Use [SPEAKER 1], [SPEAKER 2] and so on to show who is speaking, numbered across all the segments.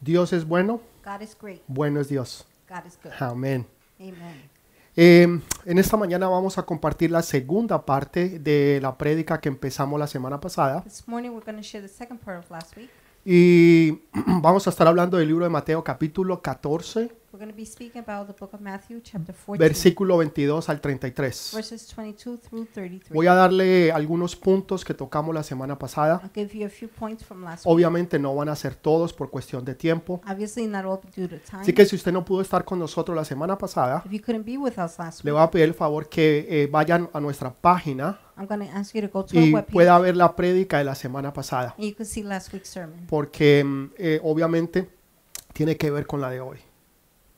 [SPEAKER 1] Dios es bueno,
[SPEAKER 2] God is great.
[SPEAKER 1] bueno es Dios.
[SPEAKER 2] God is good.
[SPEAKER 1] Amén.
[SPEAKER 2] Amen.
[SPEAKER 1] Eh, en esta mañana vamos a compartir la segunda parte de la prédica que empezamos la semana pasada
[SPEAKER 2] This morning we're going to share the second part of last week.
[SPEAKER 1] y vamos a estar hablando del libro de Mateo capítulo 14,
[SPEAKER 2] We're going to be speaking about the book of Matthew, chapter 14,
[SPEAKER 1] versículo 22 al 33.
[SPEAKER 2] verses 22 through 33.
[SPEAKER 1] Voy a darle algunos puntos que tocamos la semana pasada.
[SPEAKER 2] I'll give you a few points from last week.
[SPEAKER 1] Obviamente no van a ser todos por cuestión de tiempo.
[SPEAKER 2] Obviously, not all due to time.
[SPEAKER 1] Así que si usted no pudo estar con nosotros la semana pasada,
[SPEAKER 2] if you couldn't be with us last
[SPEAKER 1] le
[SPEAKER 2] week,
[SPEAKER 1] voy a pedir el favor que eh, vayan a nuestra página
[SPEAKER 2] I'm going to ask you to go
[SPEAKER 1] y
[SPEAKER 2] to our webpage
[SPEAKER 1] pueda ver la prédica de la semana pasada,
[SPEAKER 2] and you can see last week's sermon
[SPEAKER 1] porque mm, eh, obviamente tiene que ver con la de hoy.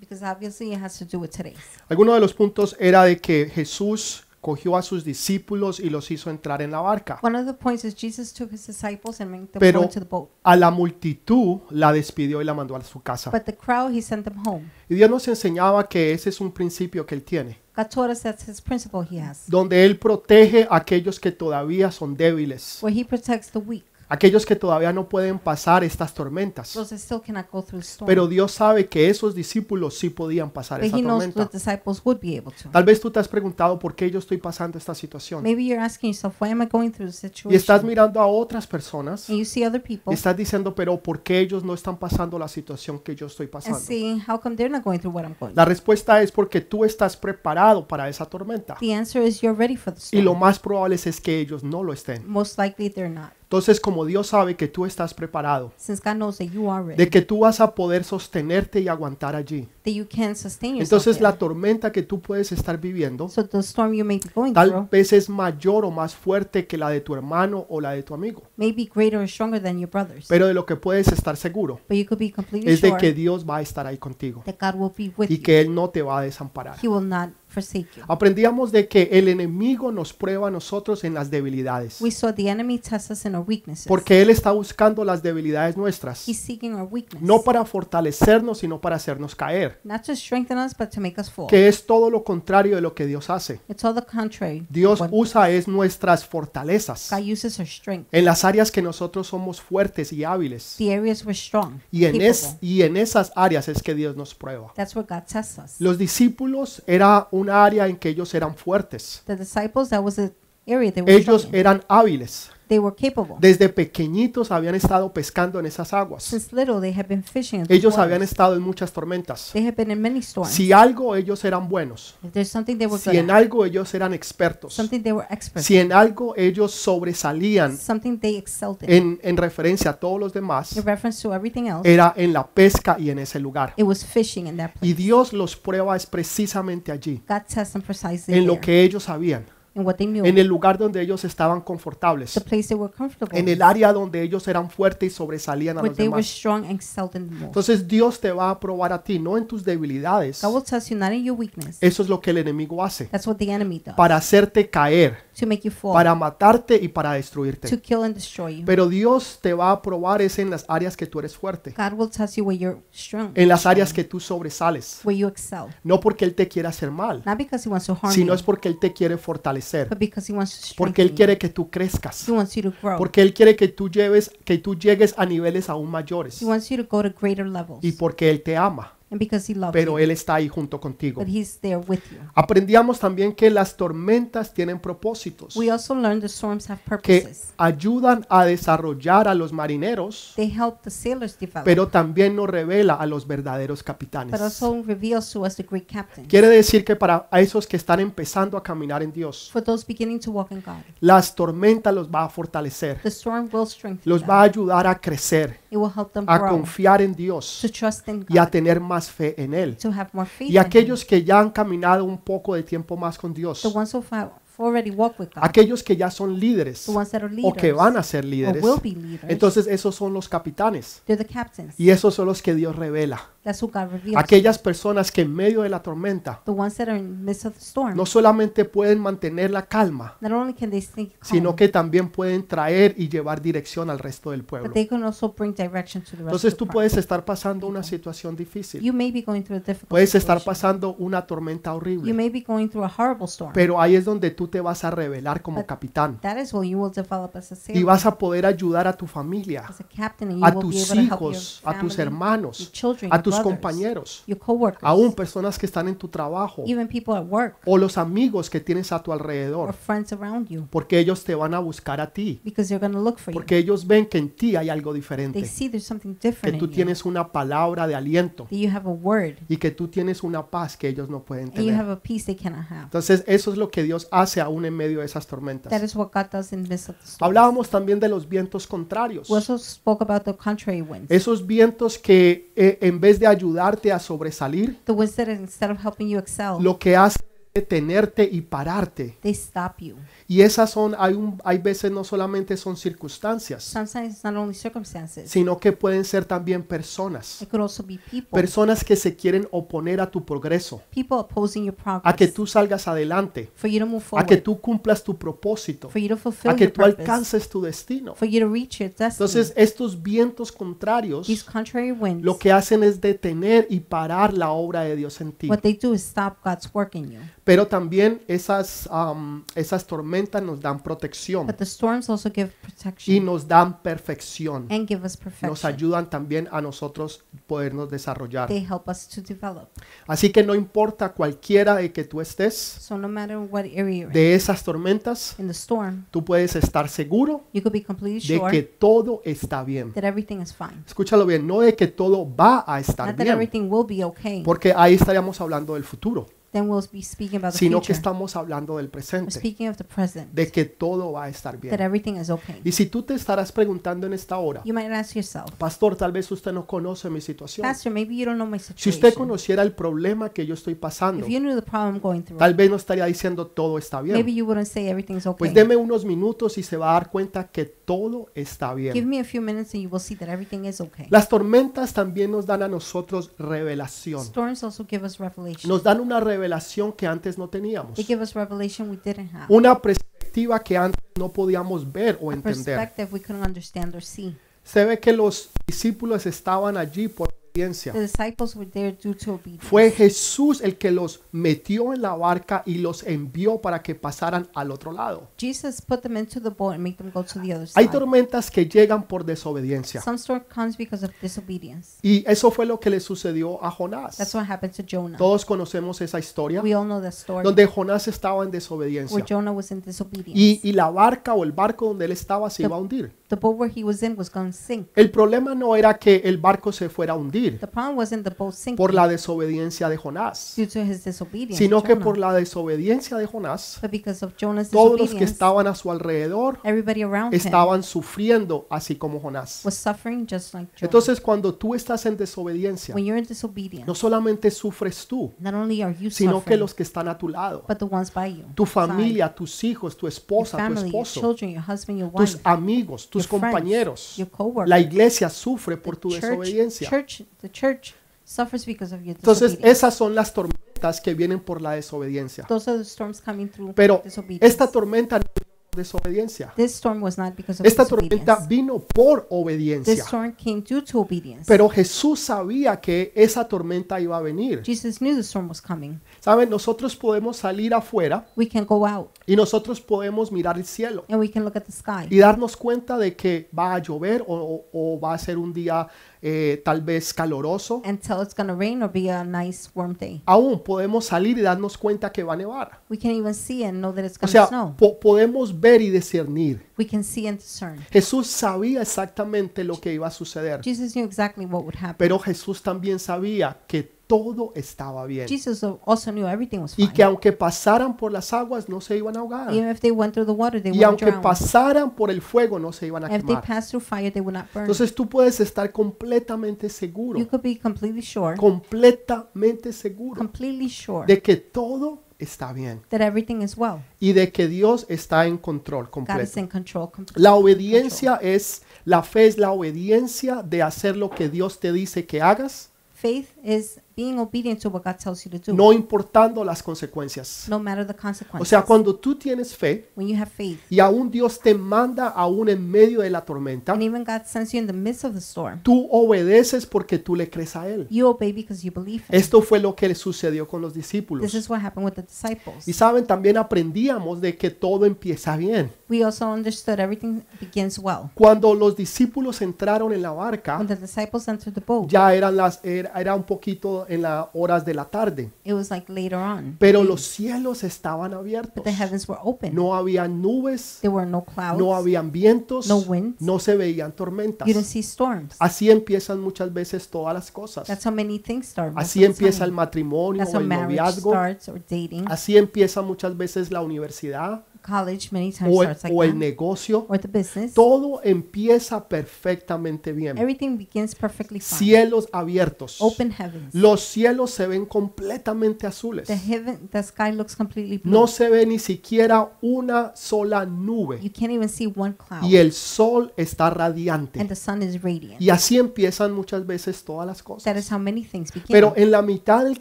[SPEAKER 2] because obviously it has to do with today's.
[SPEAKER 1] Alguno de los puntos era de que Jesús cogió a sus discípulos y los hizo entrar en la barca.
[SPEAKER 2] One of the points is Jesus took his disciples and made them
[SPEAKER 1] Pero-
[SPEAKER 2] go into the boat.
[SPEAKER 1] A la multitud la despidió y la mandó a su casa.
[SPEAKER 2] But the crowd, he sent them home.
[SPEAKER 1] Y Dios nos enseñaba que ese es un principio que Él tiene,
[SPEAKER 2] God taught us that's his principle he has,
[SPEAKER 1] donde Él protege a aquellos que todavía son débiles,
[SPEAKER 2] where he protects the weak,
[SPEAKER 1] aquellos que todavía no pueden pasar estas tormentas.
[SPEAKER 2] those that still cannot go through storms.
[SPEAKER 1] Pero Dios sabe que esos discípulos sí podían pasar
[SPEAKER 2] but
[SPEAKER 1] esa
[SPEAKER 2] he knows the
[SPEAKER 1] tormenta.
[SPEAKER 2] disciples would be able to.
[SPEAKER 1] Tal vez tú te has preguntado por qué yo estoy pasando esta situación.
[SPEAKER 2] Maybe you're asking yourself, why am I going through this
[SPEAKER 1] Y estás
[SPEAKER 2] situation?
[SPEAKER 1] mirando a otras personas
[SPEAKER 2] And you see other
[SPEAKER 1] y
[SPEAKER 2] people
[SPEAKER 1] estás diciendo, pero ¿por qué ellos no están pasando la situación que yo estoy
[SPEAKER 2] and
[SPEAKER 1] pasando?
[SPEAKER 2] seeing how come they're not going through what I'm going
[SPEAKER 1] La
[SPEAKER 2] through.
[SPEAKER 1] respuesta es porque tú estás preparado para esa tormenta.
[SPEAKER 2] The answer is you're ready for the
[SPEAKER 1] Y lo
[SPEAKER 2] storm.
[SPEAKER 1] más probable es que ellos no lo estén.
[SPEAKER 2] Most likely they're not,
[SPEAKER 1] Entonces, como Dios sabe que tú estás preparado,
[SPEAKER 2] since God knows that you are ready,
[SPEAKER 1] de que tú vas a poder sostenerte y aguantar allí.
[SPEAKER 2] that you can sustain yourself.
[SPEAKER 1] Entonces, la
[SPEAKER 2] there.
[SPEAKER 1] tormenta que tú puedes estar viviendo
[SPEAKER 2] So the storm you may be going
[SPEAKER 1] tal
[SPEAKER 2] through
[SPEAKER 1] vez es mayor o más fuerte que la de tu hermano o la de tu amigo.
[SPEAKER 2] may be greater or stronger than your brothers.
[SPEAKER 1] Pero de lo que puedes estar seguro
[SPEAKER 2] But you could be completely
[SPEAKER 1] es de
[SPEAKER 2] sure
[SPEAKER 1] que Dios va a estar ahí contigo
[SPEAKER 2] that God will be with
[SPEAKER 1] y
[SPEAKER 2] you.
[SPEAKER 1] que Él no te va a desamparar.
[SPEAKER 2] He will not forsake you.
[SPEAKER 1] Aprendíamos de que el enemigo nos prueba a nosotros en las debilidades.
[SPEAKER 2] We saw the enemy test us in our weaknesses.
[SPEAKER 1] Porque Él está buscando las debilidades nuestras.
[SPEAKER 2] He's seeking our weakness.
[SPEAKER 1] No para fortalecernos, sino para hacernos caer.
[SPEAKER 2] not to strengthen us, but to make us fall.
[SPEAKER 1] Que es todo lo contrario de lo que Dios hace.
[SPEAKER 2] It's all the contrary.
[SPEAKER 1] Dios
[SPEAKER 2] What
[SPEAKER 1] usa es nuestras fortalezas.
[SPEAKER 2] God uses our strength.
[SPEAKER 1] En las áreas que nosotros somos fuertes y hábiles.
[SPEAKER 2] The areas we're strong.
[SPEAKER 1] Y en, es,
[SPEAKER 2] capable.
[SPEAKER 1] y en esas áreas es que Dios nos prueba.
[SPEAKER 2] That's where God tests us.
[SPEAKER 1] Los discípulos era un área en que ellos eran fuertes.
[SPEAKER 2] the disciples, that was the area they were
[SPEAKER 1] Ellos
[SPEAKER 2] strong in.
[SPEAKER 1] eran hábiles.
[SPEAKER 2] They were capable.
[SPEAKER 1] Desde pequeñitos habían estado pescando en esas aguas.
[SPEAKER 2] Since little, they had been fishing. in the
[SPEAKER 1] Ellos
[SPEAKER 2] waters.
[SPEAKER 1] habían estado en muchas tormentas.
[SPEAKER 2] they had been in many storms.
[SPEAKER 1] Si algo ellos eran buenos,
[SPEAKER 2] if there's something they were
[SPEAKER 1] si
[SPEAKER 2] good
[SPEAKER 1] en
[SPEAKER 2] at,
[SPEAKER 1] algo ellos eran expertos,
[SPEAKER 2] something they were experts
[SPEAKER 1] si en algo ellos sobresalían
[SPEAKER 2] something they excelled in,
[SPEAKER 1] en, en referencia a todos los demás,
[SPEAKER 2] in reference to everything else,
[SPEAKER 1] era en la pesca y en ese lugar.
[SPEAKER 2] it was fishing in that place.
[SPEAKER 1] Y Dios los prueba es precisamente allí,
[SPEAKER 2] God tests them precisely
[SPEAKER 1] en lo
[SPEAKER 2] there,
[SPEAKER 1] que ellos sabían,
[SPEAKER 2] in what they knew,
[SPEAKER 1] en el lugar donde ellos estaban
[SPEAKER 2] the
[SPEAKER 1] confortables,
[SPEAKER 2] place they were comfortable,
[SPEAKER 1] en el área donde ellos eran fuertes y sobresalían a
[SPEAKER 2] where
[SPEAKER 1] los
[SPEAKER 2] they were
[SPEAKER 1] demás.
[SPEAKER 2] strong and excelled in the most.
[SPEAKER 1] Entonces Dios te va a probar a ti, no en tus debilidades.
[SPEAKER 2] God will test you not in your weakness.
[SPEAKER 1] Eso es lo que el enemigo hace,
[SPEAKER 2] That's what the enemy does
[SPEAKER 1] para hacerte caer,
[SPEAKER 2] to make you fall,
[SPEAKER 1] para matarte y para
[SPEAKER 2] to
[SPEAKER 1] destruirte.
[SPEAKER 2] kill and destroy you.
[SPEAKER 1] Pero Dios te va a probar es en las áreas que tú eres fuerte,
[SPEAKER 2] God will test you where you're strong,
[SPEAKER 1] en las áreas que tú sobresales.
[SPEAKER 2] where you excel,
[SPEAKER 1] No porque Él te quiera hacer mal,
[SPEAKER 2] not because He wants to harm
[SPEAKER 1] sino
[SPEAKER 2] you,
[SPEAKER 1] es porque Él te quiere fortalecer.
[SPEAKER 2] but because He wants to
[SPEAKER 1] Porque Él
[SPEAKER 2] strengthen you.
[SPEAKER 1] quiere que tú crezcas.
[SPEAKER 2] He wants you to grow.
[SPEAKER 1] Porque Él quiere que tú, lleves, que tú llegues a niveles aún mayores.
[SPEAKER 2] He wants you to go to greater levels,
[SPEAKER 1] Y porque Él te ama.
[SPEAKER 2] and because He loves
[SPEAKER 1] Pero
[SPEAKER 2] you,
[SPEAKER 1] Él está ahí junto contigo.
[SPEAKER 2] but He's there with you.
[SPEAKER 1] Aprendíamos también que las tormentas tienen propósitos
[SPEAKER 2] We also learned the storms have
[SPEAKER 1] que
[SPEAKER 2] purposes.
[SPEAKER 1] ayudan a desarrollar a los marineros,
[SPEAKER 2] They help the sailors develop,
[SPEAKER 1] pero también nos revela a los verdaderos
[SPEAKER 2] but
[SPEAKER 1] capitanes.
[SPEAKER 2] also reveals to us the great captain.
[SPEAKER 1] Quiere decir que para a esos que están empezando a caminar en Dios,
[SPEAKER 2] For those beginning to walk in God,
[SPEAKER 1] las tormentas los va a fortalecer,
[SPEAKER 2] the storm will strengthen
[SPEAKER 1] los
[SPEAKER 2] them.
[SPEAKER 1] va a ayudar a crecer,
[SPEAKER 2] It will help them
[SPEAKER 1] a
[SPEAKER 2] grow,
[SPEAKER 1] confiar en Dios
[SPEAKER 2] to trust in
[SPEAKER 1] y a
[SPEAKER 2] God,
[SPEAKER 1] tener más fe en Él.
[SPEAKER 2] to have more faith
[SPEAKER 1] Y
[SPEAKER 2] in Him.
[SPEAKER 1] aquellos que ya han caminado un poco de tiempo más con Dios,
[SPEAKER 2] the ones who have already walked with God,
[SPEAKER 1] aquellos que ya son líderes
[SPEAKER 2] the ones that are leaders,
[SPEAKER 1] o que van a ser
[SPEAKER 2] or
[SPEAKER 1] líderes,
[SPEAKER 2] will be leaders,
[SPEAKER 1] ¿Eh? entonces esos son los capitanes
[SPEAKER 2] they're the captains.
[SPEAKER 1] y esos son los que Dios revela.
[SPEAKER 2] That's who God reveals.
[SPEAKER 1] Aquellas personas que en medio de la tormenta
[SPEAKER 2] the ones that are in the midst of the storm.
[SPEAKER 1] no solamente pueden mantener la calma,
[SPEAKER 2] Not only can they stay calm,
[SPEAKER 1] sino que también pueden traer y llevar dirección al resto del pueblo.
[SPEAKER 2] but they can also bring direction to the rest
[SPEAKER 1] Entonces
[SPEAKER 2] of the
[SPEAKER 1] tú
[SPEAKER 2] crowd.
[SPEAKER 1] puedes estar pasando una situación difícil,
[SPEAKER 2] You may be going through a difficult
[SPEAKER 1] puedes estar
[SPEAKER 2] situation.
[SPEAKER 1] pasando una tormenta
[SPEAKER 2] You
[SPEAKER 1] horrible,
[SPEAKER 2] may be going through a horrible storm.
[SPEAKER 1] pero ahí es donde tú te vas a revelar como
[SPEAKER 2] But-
[SPEAKER 1] capitán
[SPEAKER 2] That is when you will develop as a
[SPEAKER 1] y
[SPEAKER 2] sailor,
[SPEAKER 1] vas a poder ayudar a tu familia,
[SPEAKER 2] as a captain, and you
[SPEAKER 1] a
[SPEAKER 2] will be
[SPEAKER 1] tus
[SPEAKER 2] able to help your
[SPEAKER 1] hijos, a tus
[SPEAKER 2] family, your
[SPEAKER 1] hermanos,
[SPEAKER 2] children,
[SPEAKER 1] a
[SPEAKER 2] your
[SPEAKER 1] tus
[SPEAKER 2] brothers,
[SPEAKER 1] compañeros,
[SPEAKER 2] your coworkers,
[SPEAKER 1] aún personas que están en tu trabajo
[SPEAKER 2] even people at work
[SPEAKER 1] o los amigos que tienes a tu
[SPEAKER 2] or
[SPEAKER 1] alrededor,
[SPEAKER 2] friends around you,
[SPEAKER 1] porque ellos te van a buscar a ti,
[SPEAKER 2] because they're going to look for you.
[SPEAKER 1] porque ellos ven que en ti hay algo
[SPEAKER 2] They
[SPEAKER 1] diferente,
[SPEAKER 2] see there's something
[SPEAKER 1] que tú
[SPEAKER 2] different in you, that
[SPEAKER 1] tienes una palabra de aliento
[SPEAKER 2] you have a word,
[SPEAKER 1] y que tú tienes una paz que ellos no pueden
[SPEAKER 2] and you
[SPEAKER 1] tener.
[SPEAKER 2] have a peace they cannot have.
[SPEAKER 1] Entonces, eso es lo que Dios hace aún en medio de esas
[SPEAKER 2] That
[SPEAKER 1] tormentas.
[SPEAKER 2] is what God does in the midst of the storm.
[SPEAKER 1] Hablábamos también de los vientos contrarios.
[SPEAKER 2] We also spoke about the contrary winds.
[SPEAKER 1] Esos vientos que eh, en vez de ayudarte a sobresalir,
[SPEAKER 2] the winds that instead of helping you excel,
[SPEAKER 1] lo que hacen es detenerte y pararte.
[SPEAKER 2] they stop you.
[SPEAKER 1] Y esas son, hay, un- hay veces no solamente son circunstancias,
[SPEAKER 2] Sometimes it's not only circumstances,
[SPEAKER 1] sino que pueden ser también personas.
[SPEAKER 2] it could also be people.
[SPEAKER 1] Personas que se quieren oponer a tu progreso,
[SPEAKER 2] people opposing your progress.
[SPEAKER 1] a que tú salgas adelante,
[SPEAKER 2] for you to move forward.
[SPEAKER 1] a que tú cumplas tu propósito,
[SPEAKER 2] for you to fulfill
[SPEAKER 1] a que
[SPEAKER 2] your
[SPEAKER 1] tú
[SPEAKER 2] purpose.
[SPEAKER 1] alcances tu destino.
[SPEAKER 2] for you to reach your destiny.
[SPEAKER 1] Entonces, estos vientos
[SPEAKER 2] These
[SPEAKER 1] contrarios
[SPEAKER 2] contrary winds,
[SPEAKER 1] lo que hacen es detener y parar la obra de Dios en ti.
[SPEAKER 2] what they do is stop God's work in you.
[SPEAKER 1] Pero también esas, am, esas tormentas nos dan protección
[SPEAKER 2] But the storms also give
[SPEAKER 1] y
[SPEAKER 2] protection
[SPEAKER 1] nos dan perfección.
[SPEAKER 2] and give us
[SPEAKER 1] Nos
[SPEAKER 2] perfection.
[SPEAKER 1] ayudan también a nosotros podernos desarrollar.
[SPEAKER 2] They help us to develop.
[SPEAKER 1] Así que no importa cualquiera de que tú estés,
[SPEAKER 2] So no matter what area you're in,
[SPEAKER 1] de esas tormentas,
[SPEAKER 2] in the storm,
[SPEAKER 1] tú puedes estar seguro
[SPEAKER 2] you could be completely
[SPEAKER 1] de
[SPEAKER 2] sure
[SPEAKER 1] que todo está bien.
[SPEAKER 2] that everything is fine.
[SPEAKER 1] Escúchalo bien, no de que todo va a estar
[SPEAKER 2] Not that
[SPEAKER 1] bien,
[SPEAKER 2] everything will be okay.
[SPEAKER 1] porque ahí estaríamos hablando del futuro,
[SPEAKER 2] Then we'll be speaking about the
[SPEAKER 1] sino que
[SPEAKER 2] future.
[SPEAKER 1] estamos hablando del
[SPEAKER 2] We're
[SPEAKER 1] presente,
[SPEAKER 2] speaking of the present.
[SPEAKER 1] de que todo va a estar
[SPEAKER 2] That
[SPEAKER 1] bien.
[SPEAKER 2] everything is okay.
[SPEAKER 1] Y si tú te estarás preguntando en esta hora,
[SPEAKER 2] You might ask yourself,
[SPEAKER 1] Pastor, tal vez usted no conoce mi situación.
[SPEAKER 2] Pastor, maybe you don't know my
[SPEAKER 1] Si usted
[SPEAKER 2] situation.
[SPEAKER 1] conociera el problema que yo estoy pasando,
[SPEAKER 2] If you knew the problem I'm going through,
[SPEAKER 1] tal vez no estaría diciendo todo está
[SPEAKER 2] maybe
[SPEAKER 1] bien.
[SPEAKER 2] you wouldn't say everything's okay.
[SPEAKER 1] Pues deme unos minutos y se va a dar cuenta que todo está
[SPEAKER 2] Give
[SPEAKER 1] bien.
[SPEAKER 2] me a few minutes and you will see that everything is okay.
[SPEAKER 1] Las tormentas también nos dan a nosotros revelación.
[SPEAKER 2] Storms also give us revelation.
[SPEAKER 1] Nos dan una revelación que antes no teníamos.
[SPEAKER 2] They give us revelation we didn't have.
[SPEAKER 1] Una perspectiva que antes no podíamos ver o
[SPEAKER 2] A
[SPEAKER 1] entender.
[SPEAKER 2] perspective we couldn't understand or see.
[SPEAKER 1] Se ve que los discípulos estaban allí por obediencia.
[SPEAKER 2] The disciples were there due to obedience.
[SPEAKER 1] Fue Jesús el que los metió en la barca y los envió para que pasaran al otro lado.
[SPEAKER 2] Jesus put them into the boat and made them go to the other
[SPEAKER 1] Hay
[SPEAKER 2] side.
[SPEAKER 1] tormentas que llegan por desobediencia.
[SPEAKER 2] Some storm comes because of disobedience.
[SPEAKER 1] Y eso fue lo que le sucedió a
[SPEAKER 2] That's
[SPEAKER 1] Jonás.
[SPEAKER 2] what happened to Jonah.
[SPEAKER 1] Todos conocemos esa historia
[SPEAKER 2] We all know that story
[SPEAKER 1] donde Jonás estaba en
[SPEAKER 2] where
[SPEAKER 1] desobediencia.
[SPEAKER 2] Jonah was in disobedience.
[SPEAKER 1] Y, y la barca o el barco donde él estaba se iba a hundir.
[SPEAKER 2] the boat where he was in was going to sink.
[SPEAKER 1] El problema no era que el barco se fuera a hundir
[SPEAKER 2] The problem wasn't the boat sinking
[SPEAKER 1] por la desobediencia de Jonás,
[SPEAKER 2] due to his disobedience,
[SPEAKER 1] sino que
[SPEAKER 2] Jonah,
[SPEAKER 1] por la desobediencia de Jonás,
[SPEAKER 2] but because of Jonah's
[SPEAKER 1] todos los que
[SPEAKER 2] disobedience,
[SPEAKER 1] estaban a su alrededor
[SPEAKER 2] everybody around him
[SPEAKER 1] estaban sufriendo así como Jonás.
[SPEAKER 2] was suffering just like Jonah.
[SPEAKER 1] Entonces cuando tú estás en desobediencia,
[SPEAKER 2] when you're in disobedience,
[SPEAKER 1] no solamente sufres tú,
[SPEAKER 2] not only are you
[SPEAKER 1] sino que
[SPEAKER 2] suffering,
[SPEAKER 1] los que están a tu lado,
[SPEAKER 2] but the ones by you,
[SPEAKER 1] tu
[SPEAKER 2] side,
[SPEAKER 1] familia, tus hijos, tu
[SPEAKER 2] your
[SPEAKER 1] esposa, tu
[SPEAKER 2] family, your
[SPEAKER 1] esposo,
[SPEAKER 2] children, your husband, your wife,
[SPEAKER 1] tus amigos, tus
[SPEAKER 2] your friends,
[SPEAKER 1] compañeros.
[SPEAKER 2] your coworker,
[SPEAKER 1] La iglesia sufre por
[SPEAKER 2] the
[SPEAKER 1] tu
[SPEAKER 2] church,
[SPEAKER 1] desobediencia.
[SPEAKER 2] Church, the church suffers because of your
[SPEAKER 1] Entonces
[SPEAKER 2] disobedience.
[SPEAKER 1] esas son las tormentas que vienen por la desobediencia.
[SPEAKER 2] Those are the storms coming through
[SPEAKER 1] Pero
[SPEAKER 2] disobedience.
[SPEAKER 1] esta tormenta no es por desobediencia.
[SPEAKER 2] this storm was not because of
[SPEAKER 1] Esta
[SPEAKER 2] disobedience.
[SPEAKER 1] tormenta vino por
[SPEAKER 2] this
[SPEAKER 1] obediencia.
[SPEAKER 2] storm came due to obedience.
[SPEAKER 1] Pero Jesús sabía que esa tormenta iba a venir.
[SPEAKER 2] Jesus knew the storm was coming.
[SPEAKER 1] Saben, nosotros podemos salir afuera
[SPEAKER 2] We can go out
[SPEAKER 1] y nosotros podemos mirar el cielo
[SPEAKER 2] and we can look at the sky
[SPEAKER 1] y darnos cuenta de que va a llover o, o- o va a ser un día eh, tal vez caloroso.
[SPEAKER 2] and tell it's going to rain or be a nice warm day.
[SPEAKER 1] Aún podemos salir y darnos cuenta que va a nevar.
[SPEAKER 2] We can even see and know that it's
[SPEAKER 1] O
[SPEAKER 2] going to
[SPEAKER 1] sea,
[SPEAKER 2] snow.
[SPEAKER 1] po- podemos ver y discernir.
[SPEAKER 2] We can see and discern.
[SPEAKER 1] Jesús sabía exactamente lo que iba a suceder,
[SPEAKER 2] Jesus knew exactly what would happen.
[SPEAKER 1] pero Jesús también sabía que todo estaba bien
[SPEAKER 2] Jesus al- also knew everything was
[SPEAKER 1] y
[SPEAKER 2] fine.
[SPEAKER 1] que aunque pasaran por las aguas no se iban a ahogar
[SPEAKER 2] Even if they went through the water, they
[SPEAKER 1] Ah. y
[SPEAKER 2] wouldn't
[SPEAKER 1] aunque
[SPEAKER 2] drown.
[SPEAKER 1] pasaran por el fuego no se iban a
[SPEAKER 2] And if they
[SPEAKER 1] quemar.
[SPEAKER 2] passed through fire, they would not burn.
[SPEAKER 1] Entonces tú puedes estar completamente seguro,
[SPEAKER 2] You could be completely sure,
[SPEAKER 1] completamente seguro
[SPEAKER 2] completely sure
[SPEAKER 1] de que todo está bien
[SPEAKER 2] that everything is well.
[SPEAKER 1] y de que Dios está en control
[SPEAKER 2] God is
[SPEAKER 1] completo.
[SPEAKER 2] in control. completely.
[SPEAKER 1] La obediencia es, la fe es la obediencia de hacer lo que Dios te dice que hagas
[SPEAKER 2] Faith is being obedient to what God tells you to do,
[SPEAKER 1] no importando las consecuencias.
[SPEAKER 2] no matter the
[SPEAKER 1] O
[SPEAKER 2] consequences.
[SPEAKER 1] sea, cuando tú tienes fe
[SPEAKER 2] when you have faith,
[SPEAKER 1] y aún Dios te manda aún en medio de la tormenta,
[SPEAKER 2] and even God sends you in the midst of the storm,
[SPEAKER 1] tú obedeces porque tú le crees a Él.
[SPEAKER 2] you obey because you believe Him.
[SPEAKER 1] Esto fue lo que le sucedió con los
[SPEAKER 2] This
[SPEAKER 1] discípulos.
[SPEAKER 2] is what happened with the
[SPEAKER 1] Y
[SPEAKER 2] disciples.
[SPEAKER 1] saben, también aprendíamos de que todo empieza bien.
[SPEAKER 2] We also understood everything begins well.
[SPEAKER 1] Cuando los discípulos entraron en la barca,
[SPEAKER 2] When the disciples entered the boat,
[SPEAKER 1] Ah. ya eran las era, era un poquito en las horas de la tarde,
[SPEAKER 2] it was like later on.
[SPEAKER 1] pero los cielos estaban abiertos.
[SPEAKER 2] But the heavens were open.
[SPEAKER 1] No había nubes,
[SPEAKER 2] There were no clouds.
[SPEAKER 1] no habían vientos,
[SPEAKER 2] No winds.
[SPEAKER 1] no se veían tormentas.
[SPEAKER 2] You didn't see storms.
[SPEAKER 1] Así empiezan muchas veces todas las cosas.
[SPEAKER 2] That's how many things start. most
[SPEAKER 1] Así
[SPEAKER 2] of the
[SPEAKER 1] empieza el
[SPEAKER 2] time.
[SPEAKER 1] matrimonio
[SPEAKER 2] That's
[SPEAKER 1] o
[SPEAKER 2] how
[SPEAKER 1] el
[SPEAKER 2] marriage
[SPEAKER 1] noviazgo.
[SPEAKER 2] starts or dating.
[SPEAKER 1] Así empieza muchas veces la universidad
[SPEAKER 2] College many times
[SPEAKER 1] o el,
[SPEAKER 2] starts like
[SPEAKER 1] o el
[SPEAKER 2] that.
[SPEAKER 1] negocio.
[SPEAKER 2] Or the business.
[SPEAKER 1] Todo empieza perfectamente bien.
[SPEAKER 2] Everything begins perfectly fine.
[SPEAKER 1] Cielos abiertos.
[SPEAKER 2] Open heavens.
[SPEAKER 1] Los cielos se ven completamente azules.
[SPEAKER 2] The heaven, the sky looks completely blue.
[SPEAKER 1] No se ve ni siquiera una sola nube.
[SPEAKER 2] You can't even see one cloud.
[SPEAKER 1] Y el sol está
[SPEAKER 2] And
[SPEAKER 1] radiante.
[SPEAKER 2] the sun is radiant.
[SPEAKER 1] Y así empiezan muchas veces todas las
[SPEAKER 2] That
[SPEAKER 1] cosas.
[SPEAKER 2] is how many things begin.
[SPEAKER 1] Pero en la mitad del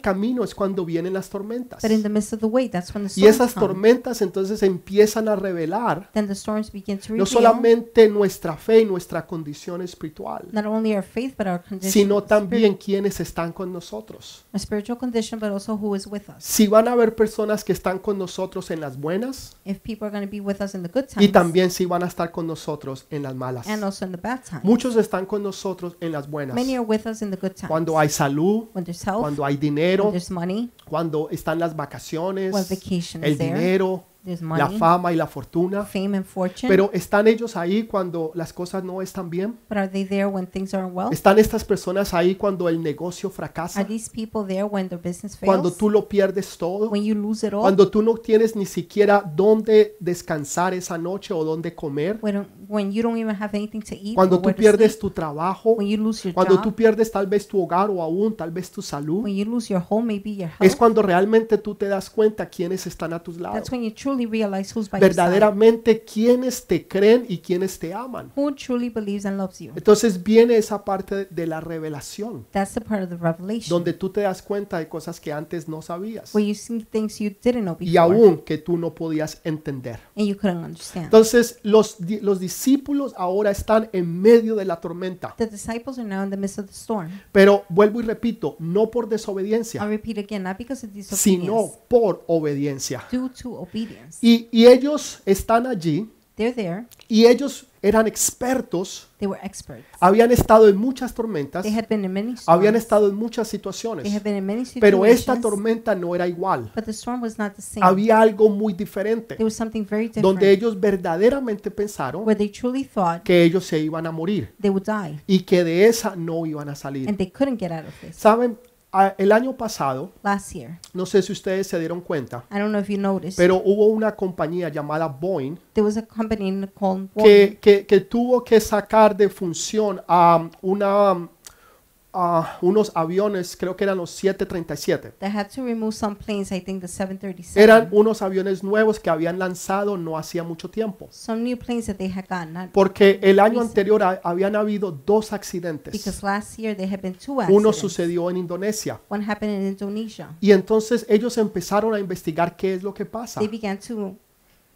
[SPEAKER 1] camino es cuando vienen las tormentas.
[SPEAKER 2] But in the midst of the way, that's when the
[SPEAKER 1] Y
[SPEAKER 2] storms
[SPEAKER 1] esas
[SPEAKER 2] come.
[SPEAKER 1] tormentas entonces empiezan a revelar
[SPEAKER 2] Then the storms begin to
[SPEAKER 1] no
[SPEAKER 2] reveal
[SPEAKER 1] solamente nuestra fe y nuestra condición espiritual,
[SPEAKER 2] not only our faith but our condition,
[SPEAKER 1] sino
[SPEAKER 2] spirit-
[SPEAKER 1] también quienes están con nosotros.
[SPEAKER 2] our spiritual condition, but also who is with us.
[SPEAKER 1] Si van a haber personas que están con nosotros en las buenas
[SPEAKER 2] If people are going to be with us in the good times
[SPEAKER 1] y también si van a estar con nosotros en las malas.
[SPEAKER 2] and also in the bad times,
[SPEAKER 1] Muchos están con nosotros en las buenas.
[SPEAKER 2] many are with us in the good times.
[SPEAKER 1] Cuando hay salud,
[SPEAKER 2] when there's health,
[SPEAKER 1] cuando hay
[SPEAKER 2] when
[SPEAKER 1] dinero,
[SPEAKER 2] there's money,
[SPEAKER 1] cuando están las vacaciones,
[SPEAKER 2] When vacation
[SPEAKER 1] el
[SPEAKER 2] is there,
[SPEAKER 1] dinero,
[SPEAKER 2] there's
[SPEAKER 1] la
[SPEAKER 2] money,
[SPEAKER 1] fama y la fortuna.
[SPEAKER 2] fame and fortune.
[SPEAKER 1] Pero ¿están ellos ahí cuando las cosas no están bien?
[SPEAKER 2] but are they there when things aren't well?
[SPEAKER 1] ¿Están estas personas ahí cuando el negocio
[SPEAKER 2] Are
[SPEAKER 1] fracasa?
[SPEAKER 2] these people there when their business fails?
[SPEAKER 1] Cuando tú lo pierdes todo.
[SPEAKER 2] when you lose it all,
[SPEAKER 1] Cuando tú no tienes ni siquiera dónde descansar esa noche o dónde comer.
[SPEAKER 2] when, when you don't even have anything to eat,
[SPEAKER 1] Cuando
[SPEAKER 2] or where
[SPEAKER 1] tú
[SPEAKER 2] to sleep,
[SPEAKER 1] pierdes tu trabajo.
[SPEAKER 2] when you lose your
[SPEAKER 1] Cuando
[SPEAKER 2] job,
[SPEAKER 1] tú pierdes tal vez tu hogar o aún tal vez tu salud.
[SPEAKER 2] when you lose your home, maybe your health.
[SPEAKER 1] Es cuando realmente tú te das cuenta quiénes están a tus lados.
[SPEAKER 2] That's when you truly realize who's by your side.
[SPEAKER 1] Verdaderamente quiénes te creen y quiénes te aman.
[SPEAKER 2] Who truly believes and loves you.
[SPEAKER 1] Entonces viene esa parte de la revelación.
[SPEAKER 2] That's the part of the revelation
[SPEAKER 1] Donde tú te das cuenta de cosas que antes no sabías.
[SPEAKER 2] where you see things you didn't know
[SPEAKER 1] y
[SPEAKER 2] before
[SPEAKER 1] aún que tú no podías entender.
[SPEAKER 2] and you couldn't understand.
[SPEAKER 1] Entonces los, di- los discípulos ahora están en medio de la tormenta,
[SPEAKER 2] The disciples are now in the midst of the storm.
[SPEAKER 1] pero vuelvo y repito, no por
[SPEAKER 2] I'll
[SPEAKER 1] desobediencia,
[SPEAKER 2] repeat again, not because of
[SPEAKER 1] sino
[SPEAKER 2] disobedience,
[SPEAKER 1] por obediencia.
[SPEAKER 2] due to obedience.
[SPEAKER 1] Y, y ellos están allí
[SPEAKER 2] They're there.
[SPEAKER 1] y ellos eran expertos,
[SPEAKER 2] They were experts.
[SPEAKER 1] habían estado en muchas tormentas,
[SPEAKER 2] They had been in many
[SPEAKER 1] habían
[SPEAKER 2] storms.
[SPEAKER 1] estado en muchas
[SPEAKER 2] They
[SPEAKER 1] situaciones,
[SPEAKER 2] had been in many
[SPEAKER 1] pero esta
[SPEAKER 2] situations.
[SPEAKER 1] tormenta no era igual.
[SPEAKER 2] But the storm was not the same.
[SPEAKER 1] Había algo muy diferente,
[SPEAKER 2] There was something very
[SPEAKER 1] donde
[SPEAKER 2] different
[SPEAKER 1] ellos verdaderamente pensaron
[SPEAKER 2] where they truly thought
[SPEAKER 1] que ellos se iban a morir.
[SPEAKER 2] they would die
[SPEAKER 1] y que de esa no iban a salir.
[SPEAKER 2] and they couldn't get out of this.
[SPEAKER 1] Saben, A- el año pasado,
[SPEAKER 2] Last year,
[SPEAKER 1] no sé si ustedes se dieron cuenta,
[SPEAKER 2] I don't know if you noticed,
[SPEAKER 1] pero hubo una compañía llamada Boeing
[SPEAKER 2] there was a company in called Boeing
[SPEAKER 1] que, que- que tuvo que sacar de función a una a unos aviones, creo que eran los 737.
[SPEAKER 2] that had to remove some planes, I think the 737.
[SPEAKER 1] Eran unos aviones nuevos que habían lanzado no hacía mucho tiempo,
[SPEAKER 2] some new planes that they had gotten. Not
[SPEAKER 1] porque el año anterior ha- habían habido dos accidentes.
[SPEAKER 2] because last year there had been two
[SPEAKER 1] Uno
[SPEAKER 2] accidents.
[SPEAKER 1] sucedió en Indonesia
[SPEAKER 2] One happened in Indonesia.
[SPEAKER 1] y entonces ellos empezaron a investigar qué es lo que pasa.
[SPEAKER 2] They began to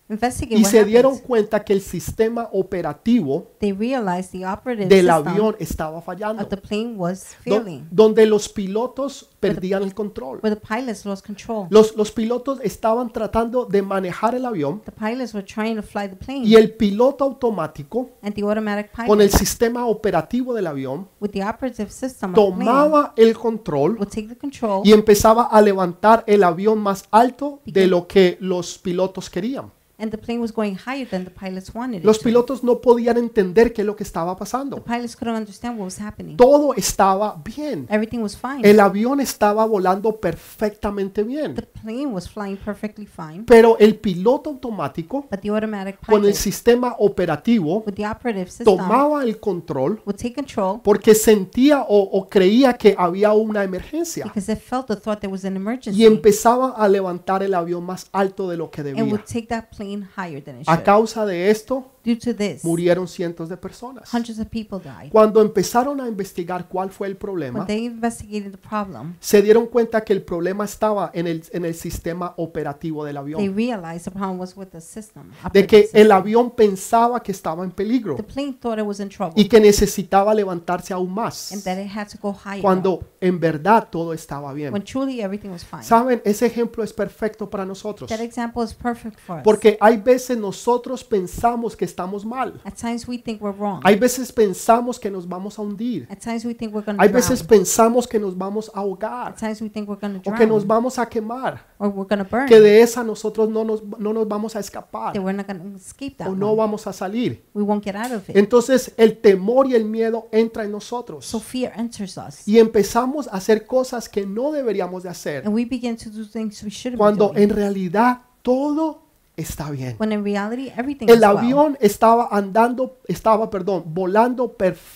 [SPEAKER 2] investigate
[SPEAKER 1] Ah. y
[SPEAKER 2] what
[SPEAKER 1] se dieron
[SPEAKER 2] happened.
[SPEAKER 1] cuenta que el sistema operativo
[SPEAKER 2] They realized the operative
[SPEAKER 1] del
[SPEAKER 2] system
[SPEAKER 1] avión estaba fallando,
[SPEAKER 2] of the plane was
[SPEAKER 1] do-
[SPEAKER 2] failing,
[SPEAKER 1] donde los pilotos perdían el control.
[SPEAKER 2] where the pilots lost control.
[SPEAKER 1] Los, los pilotos estaban tratando de manejar el avión
[SPEAKER 2] The pilots were trying to fly the plane,
[SPEAKER 1] y el piloto automático
[SPEAKER 2] and the automatic pilot
[SPEAKER 1] con el sistema operativo del avión
[SPEAKER 2] with the operative system of the plane
[SPEAKER 1] tomaba el control
[SPEAKER 2] would take the control
[SPEAKER 1] y empezaba a levantar el avión más alto de lo que los pilotos querían.
[SPEAKER 2] and the plane was going higher than the pilots wanted
[SPEAKER 1] Los
[SPEAKER 2] it to.
[SPEAKER 1] pilotos no podían entender qué es lo que estaba
[SPEAKER 2] The
[SPEAKER 1] pasando.
[SPEAKER 2] pilots couldn't understand what was happening.
[SPEAKER 1] Todo estaba bien.
[SPEAKER 2] Everything was fine.
[SPEAKER 1] El avión estaba volando perfectamente bien,
[SPEAKER 2] The plane was flying perfectly fine,
[SPEAKER 1] pero el piloto automático
[SPEAKER 2] but the automatic
[SPEAKER 1] con el
[SPEAKER 2] pilot
[SPEAKER 1] sistema operativo
[SPEAKER 2] with the operative system
[SPEAKER 1] tomaba el control
[SPEAKER 2] would take control
[SPEAKER 1] porque sentía o, o creía que había una emergencia
[SPEAKER 2] because it felt the thought there was an
[SPEAKER 1] y
[SPEAKER 2] emergency
[SPEAKER 1] empezaba a levantar el avión más alto de lo que
[SPEAKER 2] and
[SPEAKER 1] debía.
[SPEAKER 2] would take that plane higher than it
[SPEAKER 1] A
[SPEAKER 2] should.
[SPEAKER 1] causa de esto,
[SPEAKER 2] Due to this,
[SPEAKER 1] murieron cientos de personas.
[SPEAKER 2] hundreds of people died.
[SPEAKER 1] Cuando empezaron a investigar cuál fue el
[SPEAKER 2] When
[SPEAKER 1] problema,
[SPEAKER 2] Pues they investigated the problem,
[SPEAKER 1] se dieron cuenta que el problema estaba en el, en el sistema operativo del
[SPEAKER 2] they
[SPEAKER 1] avión.
[SPEAKER 2] realized the problem was with the system.
[SPEAKER 1] De
[SPEAKER 2] operating
[SPEAKER 1] que
[SPEAKER 2] system.
[SPEAKER 1] el avión pensaba que estaba en peligro
[SPEAKER 2] the plane thought it was in trouble
[SPEAKER 1] y que necesitaba levantarse aún más
[SPEAKER 2] and that it had to go higher.
[SPEAKER 1] cuando en verdad todo estaba
[SPEAKER 2] when
[SPEAKER 1] bien.
[SPEAKER 2] truly everything was fine.
[SPEAKER 1] Saben, ese ejemplo es perfecto para nosotros.
[SPEAKER 2] That example is perfect for us.
[SPEAKER 1] Porque hay veces nosotros pensamos que estamos mal.
[SPEAKER 2] At times we think we're wrong.
[SPEAKER 1] Hay veces pensamos que nos vamos a hundir.
[SPEAKER 2] At times we think we're going to
[SPEAKER 1] Hay
[SPEAKER 2] drown.
[SPEAKER 1] veces pensamos que nos vamos a ahogar
[SPEAKER 2] At times we think we're going to
[SPEAKER 1] o
[SPEAKER 2] drown.
[SPEAKER 1] que nos vamos a quemar.
[SPEAKER 2] or we're going to burn.
[SPEAKER 1] Que de esa nosotros no nos, no nos vamos a
[SPEAKER 2] that
[SPEAKER 1] escapar
[SPEAKER 2] we're not going to escape that
[SPEAKER 1] o no
[SPEAKER 2] one.
[SPEAKER 1] vamos a salir.
[SPEAKER 2] We won't get out of it.
[SPEAKER 1] Entonces el temor y el miedo entra en
[SPEAKER 2] so
[SPEAKER 1] nosotros
[SPEAKER 2] fear enters us.
[SPEAKER 1] y empezamos a hacer cosas que no deberíamos de hacer
[SPEAKER 2] and we begin to do things we shouldn't
[SPEAKER 1] cuando
[SPEAKER 2] be doing.
[SPEAKER 1] en realidad todo está bien.
[SPEAKER 2] when in reality everything is
[SPEAKER 1] El
[SPEAKER 2] well.
[SPEAKER 1] avión estaba andando, estaba, perdón, volando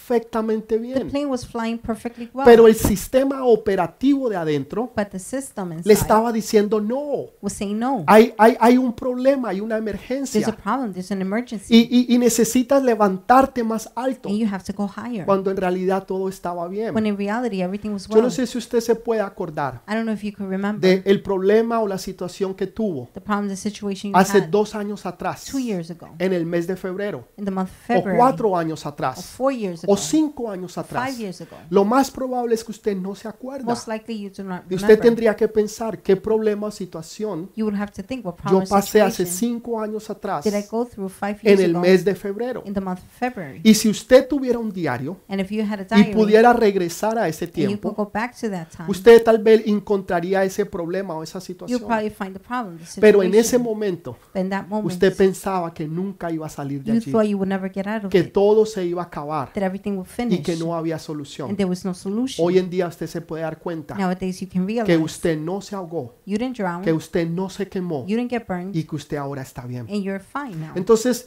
[SPEAKER 1] perfectamente
[SPEAKER 2] The
[SPEAKER 1] bien,
[SPEAKER 2] plane was flying perfectly well.
[SPEAKER 1] pero el sistema operativo de adentro
[SPEAKER 2] but the system inside
[SPEAKER 1] le estaba diciendo no.
[SPEAKER 2] was saying no.
[SPEAKER 1] Hay, hay, hay un problema, hay una
[SPEAKER 2] There's a
[SPEAKER 1] emergencia
[SPEAKER 2] problem. There's an emergency.
[SPEAKER 1] y, y- y necesitas levantarte más alto
[SPEAKER 2] and you have to go higher.
[SPEAKER 1] cuando en realidad todo estaba bien.
[SPEAKER 2] when in reality everything was
[SPEAKER 1] Yo
[SPEAKER 2] well.
[SPEAKER 1] no sé si usted se puede acordar
[SPEAKER 2] I don't know if you can remember
[SPEAKER 1] del problema o la situación que tuvo
[SPEAKER 2] the problem, the situation you
[SPEAKER 1] hace
[SPEAKER 2] had
[SPEAKER 1] dos años atrás,
[SPEAKER 2] two years ago,
[SPEAKER 1] en el mes de febrero,
[SPEAKER 2] in the month of
[SPEAKER 1] o
[SPEAKER 2] February,
[SPEAKER 1] cuatro años
[SPEAKER 2] or
[SPEAKER 1] atrás,
[SPEAKER 2] four years ago,
[SPEAKER 1] o cinco años atrás.
[SPEAKER 2] five years ago.
[SPEAKER 1] Lo más probable es que usted no se acuerda.
[SPEAKER 2] Most likely you do not
[SPEAKER 1] Y usted
[SPEAKER 2] remember.
[SPEAKER 1] tendría que pensar qué problema o situación
[SPEAKER 2] You would have to think what
[SPEAKER 1] yo
[SPEAKER 2] problem or
[SPEAKER 1] pasé hace
[SPEAKER 2] situation
[SPEAKER 1] cinco años atrás,
[SPEAKER 2] did I go through five years
[SPEAKER 1] en el
[SPEAKER 2] ago
[SPEAKER 1] mes de febrero.
[SPEAKER 2] in the month of February.
[SPEAKER 1] Y si usted tuviera un diario
[SPEAKER 2] and if you had a diary
[SPEAKER 1] y pudiera regresar a ese
[SPEAKER 2] and you could
[SPEAKER 1] tiempo,
[SPEAKER 2] go back to that time,
[SPEAKER 1] usted tal vez encontraría ese problema o esa
[SPEAKER 2] you'll
[SPEAKER 1] situación.
[SPEAKER 2] probably find the problem. The situation.
[SPEAKER 1] Pero en ese momento
[SPEAKER 2] But in that moment,
[SPEAKER 1] usted pensaba que nunca iba a salir de
[SPEAKER 2] you
[SPEAKER 1] allí,
[SPEAKER 2] thought you would never get out of
[SPEAKER 1] que
[SPEAKER 2] it,
[SPEAKER 1] todo se iba a acabar
[SPEAKER 2] that everything would
[SPEAKER 1] y
[SPEAKER 2] finish,
[SPEAKER 1] que no había
[SPEAKER 2] and
[SPEAKER 1] solución.
[SPEAKER 2] there was no solution.
[SPEAKER 1] Hoy en día usted se puede dar cuenta
[SPEAKER 2] Nowadays, you can realize
[SPEAKER 1] que usted no se ahogó,
[SPEAKER 2] you didn't drown,
[SPEAKER 1] que usted no se quemó
[SPEAKER 2] you didn't get burned,
[SPEAKER 1] y que usted ahora está bien.
[SPEAKER 2] and you're fine now.
[SPEAKER 1] Entonces,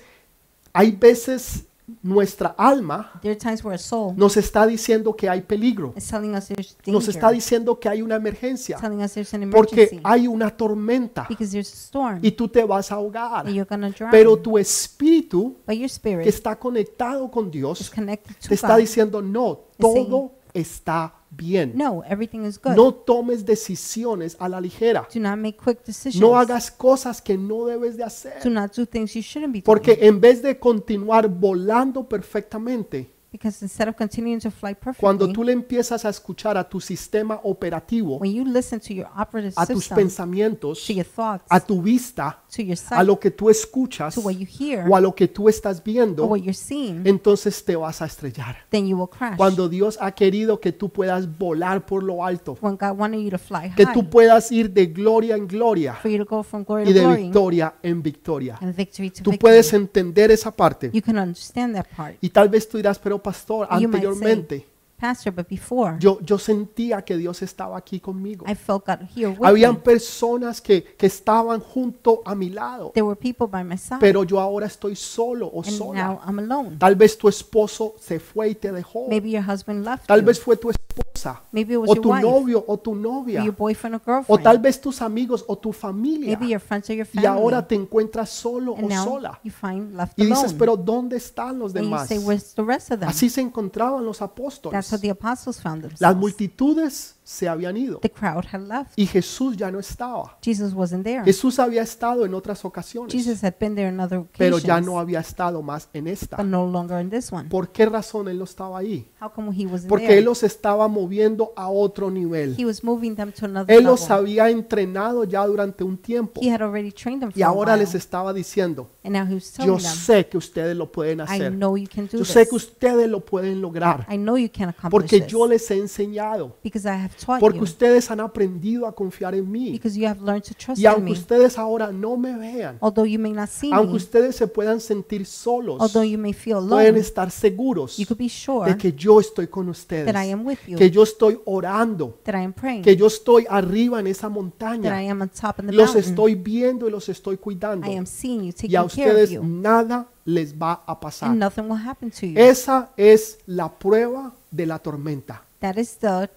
[SPEAKER 1] hay veces nuestra alma
[SPEAKER 2] There are times where a soul
[SPEAKER 1] nos está diciendo que hay peligro,
[SPEAKER 2] is telling us there's
[SPEAKER 1] nos está
[SPEAKER 2] danger,
[SPEAKER 1] diciendo que hay una emergencia,
[SPEAKER 2] telling us there's an
[SPEAKER 1] porque
[SPEAKER 2] emergency,
[SPEAKER 1] hay una tormenta
[SPEAKER 2] because there's a storm,
[SPEAKER 1] y tú te vas a ahogar.
[SPEAKER 2] and you're going to drown.
[SPEAKER 1] Pero tu espíritu
[SPEAKER 2] but your
[SPEAKER 1] que
[SPEAKER 2] spirit
[SPEAKER 1] está conectado con
[SPEAKER 2] is
[SPEAKER 1] Dios
[SPEAKER 2] connected to
[SPEAKER 1] te está
[SPEAKER 2] God.
[SPEAKER 1] diciendo, no, todo está bien.
[SPEAKER 2] no, everything is good.
[SPEAKER 1] No tomes decisiones a la ligera.
[SPEAKER 2] Do not make quick decisions.
[SPEAKER 1] No hagas cosas que no debes de
[SPEAKER 2] Do
[SPEAKER 1] hacer.
[SPEAKER 2] not do things you shouldn't be
[SPEAKER 1] Porque
[SPEAKER 2] doing.
[SPEAKER 1] en vez de continuar volando perfectamente,
[SPEAKER 2] Because instead of continuing to fly
[SPEAKER 1] cuando
[SPEAKER 2] perfectly,
[SPEAKER 1] tú le empiezas a escuchar a tu sistema operativo,
[SPEAKER 2] when you listen to your operative
[SPEAKER 1] a tus
[SPEAKER 2] system,
[SPEAKER 1] pensamientos,
[SPEAKER 2] to your thoughts,
[SPEAKER 1] a tu vista,
[SPEAKER 2] to your
[SPEAKER 1] a
[SPEAKER 2] sight,
[SPEAKER 1] lo que tú escuchas
[SPEAKER 2] to what you hear,
[SPEAKER 1] o a lo que tú estás
[SPEAKER 2] or
[SPEAKER 1] viendo,
[SPEAKER 2] what you're seeing,
[SPEAKER 1] entonces te vas a estrellar.
[SPEAKER 2] then you will crash.
[SPEAKER 1] Cuando Dios ha querido que tú puedas volar por lo alto,
[SPEAKER 2] when God wanted you to fly
[SPEAKER 1] que
[SPEAKER 2] high,
[SPEAKER 1] tú puedas ir de gloria en gloria
[SPEAKER 2] for you to go from glory
[SPEAKER 1] y
[SPEAKER 2] to
[SPEAKER 1] de
[SPEAKER 2] glory
[SPEAKER 1] victoria en victoria.
[SPEAKER 2] and victory to
[SPEAKER 1] Tú
[SPEAKER 2] victory,
[SPEAKER 1] puedes entender esa parte
[SPEAKER 2] you can understand that part.
[SPEAKER 1] y tal vez tú dirás, pero pastor,
[SPEAKER 2] And you might say,
[SPEAKER 1] anteriormente
[SPEAKER 2] Pastor, but before,
[SPEAKER 1] yo, yo sentía que Dios estaba aquí conmigo.
[SPEAKER 2] I felt God here with
[SPEAKER 1] Habían
[SPEAKER 2] me.
[SPEAKER 1] personas que, que estaban junto a mi lado,
[SPEAKER 2] There were people by my side,
[SPEAKER 1] pero yo ahora estoy solo o
[SPEAKER 2] and
[SPEAKER 1] sola.
[SPEAKER 2] now I'm alone.
[SPEAKER 1] Tal vez tu esposo se fue y te dejó.
[SPEAKER 2] Maybe your husband left
[SPEAKER 1] Tal
[SPEAKER 2] you.
[SPEAKER 1] vez fue tu esposa,
[SPEAKER 2] Maybe it was
[SPEAKER 1] o
[SPEAKER 2] your
[SPEAKER 1] tu
[SPEAKER 2] wife,
[SPEAKER 1] novio, o tu
[SPEAKER 2] or
[SPEAKER 1] novia,
[SPEAKER 2] your boyfriend or
[SPEAKER 1] o
[SPEAKER 2] girlfriend.
[SPEAKER 1] tal vez tus amigos o tu familia.
[SPEAKER 2] Maybe your friends or your
[SPEAKER 1] Y
[SPEAKER 2] family.
[SPEAKER 1] ahora te encuentras solo
[SPEAKER 2] and
[SPEAKER 1] o
[SPEAKER 2] now
[SPEAKER 1] sola.
[SPEAKER 2] you find left
[SPEAKER 1] Y
[SPEAKER 2] alone.
[SPEAKER 1] dices, pero ¿dónde están los
[SPEAKER 2] and you
[SPEAKER 1] demás?
[SPEAKER 2] say, where's the rest of them?
[SPEAKER 1] Así se encontraban los
[SPEAKER 2] That's
[SPEAKER 1] apóstoles.
[SPEAKER 2] how the apostles found
[SPEAKER 1] Las
[SPEAKER 2] themselves.
[SPEAKER 1] multitudes se habían ido
[SPEAKER 2] The crowd had left.
[SPEAKER 1] y Jesús ya no estaba.
[SPEAKER 2] Jesus wasn't there.
[SPEAKER 1] Jesús había estado en otras ocasiones,
[SPEAKER 2] Jesus had been there on other
[SPEAKER 1] pero
[SPEAKER 2] occasions,
[SPEAKER 1] ya no había estado más en
[SPEAKER 2] but
[SPEAKER 1] esta.
[SPEAKER 2] no longer in this one.
[SPEAKER 1] ¿Por qué razón él no estaba ahí?
[SPEAKER 2] How come he was
[SPEAKER 1] Porque
[SPEAKER 2] there?
[SPEAKER 1] él los estaba moviendo a otro nivel.
[SPEAKER 2] he was moving them to another
[SPEAKER 1] Él
[SPEAKER 2] level.
[SPEAKER 1] los había entrenado ya durante un tiempo
[SPEAKER 2] he had already trained them for
[SPEAKER 1] y
[SPEAKER 2] a
[SPEAKER 1] ahora
[SPEAKER 2] while,
[SPEAKER 1] les estaba diciendo,
[SPEAKER 2] and now he was
[SPEAKER 1] yo
[SPEAKER 2] telling them,
[SPEAKER 1] sé que ustedes lo pueden
[SPEAKER 2] I
[SPEAKER 1] hacer.
[SPEAKER 2] know you can do
[SPEAKER 1] Yo
[SPEAKER 2] this.
[SPEAKER 1] sé que ustedes lo pueden lograr
[SPEAKER 2] I know you can accomplish
[SPEAKER 1] porque
[SPEAKER 2] this
[SPEAKER 1] yo les he enseñado,
[SPEAKER 2] because I have taught
[SPEAKER 1] porque
[SPEAKER 2] you,
[SPEAKER 1] ustedes han aprendido a confiar en mí.
[SPEAKER 2] because you have learned to trust
[SPEAKER 1] Y
[SPEAKER 2] in
[SPEAKER 1] aunque
[SPEAKER 2] me.
[SPEAKER 1] ustedes ahora no me vean,
[SPEAKER 2] Although you may not see
[SPEAKER 1] aunque
[SPEAKER 2] me,
[SPEAKER 1] ustedes se puedan sentir solos,
[SPEAKER 2] although you may feel
[SPEAKER 1] pueden
[SPEAKER 2] alone,
[SPEAKER 1] estar seguros
[SPEAKER 2] you could be sure
[SPEAKER 1] de que yo estoy con ustedes,
[SPEAKER 2] that I am with you,
[SPEAKER 1] que yo estoy orando,
[SPEAKER 2] that I am praying,
[SPEAKER 1] que yo estoy arriba en esa
[SPEAKER 2] that I
[SPEAKER 1] montaña,
[SPEAKER 2] am on top of the
[SPEAKER 1] los
[SPEAKER 2] mountain.
[SPEAKER 1] estoy viendo y los estoy cuidando.
[SPEAKER 2] I am seeing you,
[SPEAKER 1] Y a
[SPEAKER 2] taking care of
[SPEAKER 1] ustedes
[SPEAKER 2] you,
[SPEAKER 1] nada les va a
[SPEAKER 2] and
[SPEAKER 1] pasar.
[SPEAKER 2] nothing will happen to you.
[SPEAKER 1] Esa es la prueba de la tormenta.
[SPEAKER 2] That is the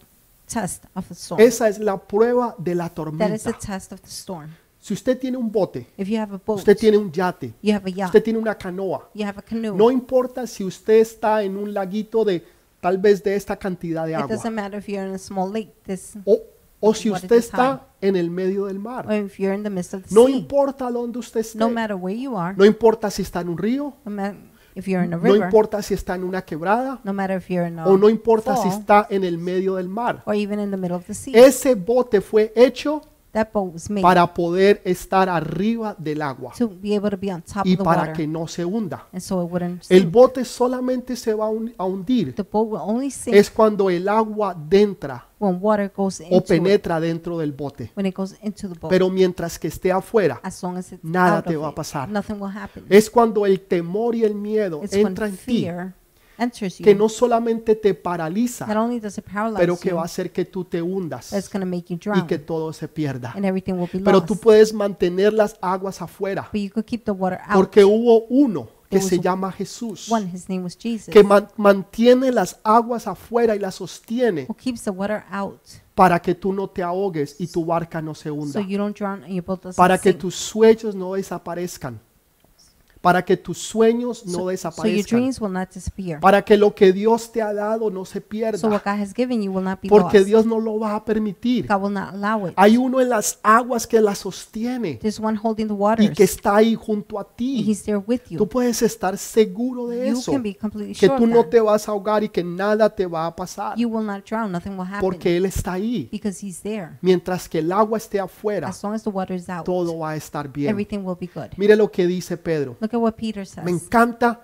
[SPEAKER 2] test of the storm.
[SPEAKER 1] Esa es la prueba de la
[SPEAKER 2] That is the
[SPEAKER 1] tormenta.
[SPEAKER 2] test of the storm.
[SPEAKER 1] Si usted tiene un bote,
[SPEAKER 2] If you have a boat,
[SPEAKER 1] usted tiene un yate,
[SPEAKER 2] you have a yacht,
[SPEAKER 1] usted tiene una canoa,
[SPEAKER 2] you have a canoe.
[SPEAKER 1] no importa si usted está en un laguito de tal vez de esta cantidad de
[SPEAKER 2] it
[SPEAKER 1] agua
[SPEAKER 2] doesn't matter if you're in a small lake, this,
[SPEAKER 1] o, o si
[SPEAKER 2] What is
[SPEAKER 1] usted
[SPEAKER 2] the time?
[SPEAKER 1] está en el medio del
[SPEAKER 2] or
[SPEAKER 1] mar.
[SPEAKER 2] if you're in the midst of the
[SPEAKER 1] No
[SPEAKER 2] sea.
[SPEAKER 1] importa dónde usted esté,
[SPEAKER 2] No matter where you are,
[SPEAKER 1] no importa si está en un río,
[SPEAKER 2] no matter if you're in a
[SPEAKER 1] no
[SPEAKER 2] river,
[SPEAKER 1] importa si está en una quebrada
[SPEAKER 2] no Oh. matter if you're in a
[SPEAKER 1] o no importa si
[SPEAKER 2] fall,
[SPEAKER 1] está en el medio del mar.
[SPEAKER 2] or even in the middle of the sea.
[SPEAKER 1] Ese bote fue hecho
[SPEAKER 2] that boat was made
[SPEAKER 1] para poder estar arriba del agua
[SPEAKER 2] to be able to be on top
[SPEAKER 1] y
[SPEAKER 2] of the
[SPEAKER 1] para
[SPEAKER 2] water,
[SPEAKER 1] que no se hunda.
[SPEAKER 2] and so it wouldn't
[SPEAKER 1] El
[SPEAKER 2] sink.
[SPEAKER 1] bote solamente se va a hun- a hundir
[SPEAKER 2] the boat will only sink
[SPEAKER 1] es cuando el agua entra
[SPEAKER 2] when water goes
[SPEAKER 1] o
[SPEAKER 2] into it,
[SPEAKER 1] penetra dentro del bote.
[SPEAKER 2] when it goes into the boat.
[SPEAKER 1] Pero mientras que esté afuera,
[SPEAKER 2] as long as it's
[SPEAKER 1] nada
[SPEAKER 2] out
[SPEAKER 1] te
[SPEAKER 2] of
[SPEAKER 1] va a
[SPEAKER 2] it,
[SPEAKER 1] pasar.
[SPEAKER 2] nothing will happen.
[SPEAKER 1] es cuando el temor y el miedo
[SPEAKER 2] it's
[SPEAKER 1] entran
[SPEAKER 2] when
[SPEAKER 1] en ti,
[SPEAKER 2] fear enters you.
[SPEAKER 1] que no solamente te
[SPEAKER 2] not
[SPEAKER 1] paraliza,
[SPEAKER 2] only does it paralyze
[SPEAKER 1] pero que
[SPEAKER 2] you,
[SPEAKER 1] va a hacer que tú te hundas
[SPEAKER 2] it's going to make you
[SPEAKER 1] y
[SPEAKER 2] drown,
[SPEAKER 1] que todo se pierda.
[SPEAKER 2] and everything will be
[SPEAKER 1] Pero
[SPEAKER 2] lost.
[SPEAKER 1] tú puedes mantener las aguas afuera,
[SPEAKER 2] but you could keep the water out.
[SPEAKER 1] porque hubo uno que
[SPEAKER 2] There was
[SPEAKER 1] se
[SPEAKER 2] a-
[SPEAKER 1] llama Jesús,
[SPEAKER 2] One, his name was Jesus,
[SPEAKER 1] que man- mantiene las aguas afuera y las sostiene
[SPEAKER 2] who keeps the water out
[SPEAKER 1] para que tú no te ahogues y tu barca no se
[SPEAKER 2] so
[SPEAKER 1] hunda.
[SPEAKER 2] you don't drown and your boat doesn't
[SPEAKER 1] para que
[SPEAKER 2] sink.
[SPEAKER 1] tus sueños no desaparezcan, para que tus sueños no
[SPEAKER 2] so, so your
[SPEAKER 1] desaparezcan,
[SPEAKER 2] dreams will not disappear.
[SPEAKER 1] para que lo que Dios te ha dado no se
[SPEAKER 2] So what
[SPEAKER 1] pierda,
[SPEAKER 2] God has given you will not be
[SPEAKER 1] porque
[SPEAKER 2] lost.
[SPEAKER 1] Dios no lo va a permitir.
[SPEAKER 2] God will not allow it.
[SPEAKER 1] Hay uno en las aguas que la sostiene
[SPEAKER 2] There's one holding the waters.
[SPEAKER 1] y que está ahí junto a
[SPEAKER 2] and
[SPEAKER 1] ti.
[SPEAKER 2] He's there with
[SPEAKER 1] Tú
[SPEAKER 2] you.
[SPEAKER 1] puedes estar seguro de
[SPEAKER 2] You
[SPEAKER 1] eso,
[SPEAKER 2] can be completely
[SPEAKER 1] que
[SPEAKER 2] sure
[SPEAKER 1] tú
[SPEAKER 2] of
[SPEAKER 1] no
[SPEAKER 2] that.
[SPEAKER 1] te vas a ahogar y que nada te va a pasar,
[SPEAKER 2] You will not drown. Nothing will happen
[SPEAKER 1] porque Él está ahí.
[SPEAKER 2] because He's there.
[SPEAKER 1] Mientras que el agua esté afuera,
[SPEAKER 2] As long as the water is out,
[SPEAKER 1] todo va a estar bien.
[SPEAKER 2] everything will be good.
[SPEAKER 1] Mire lo que dice Pedro.
[SPEAKER 2] Look at what Peter says.
[SPEAKER 1] Me encanta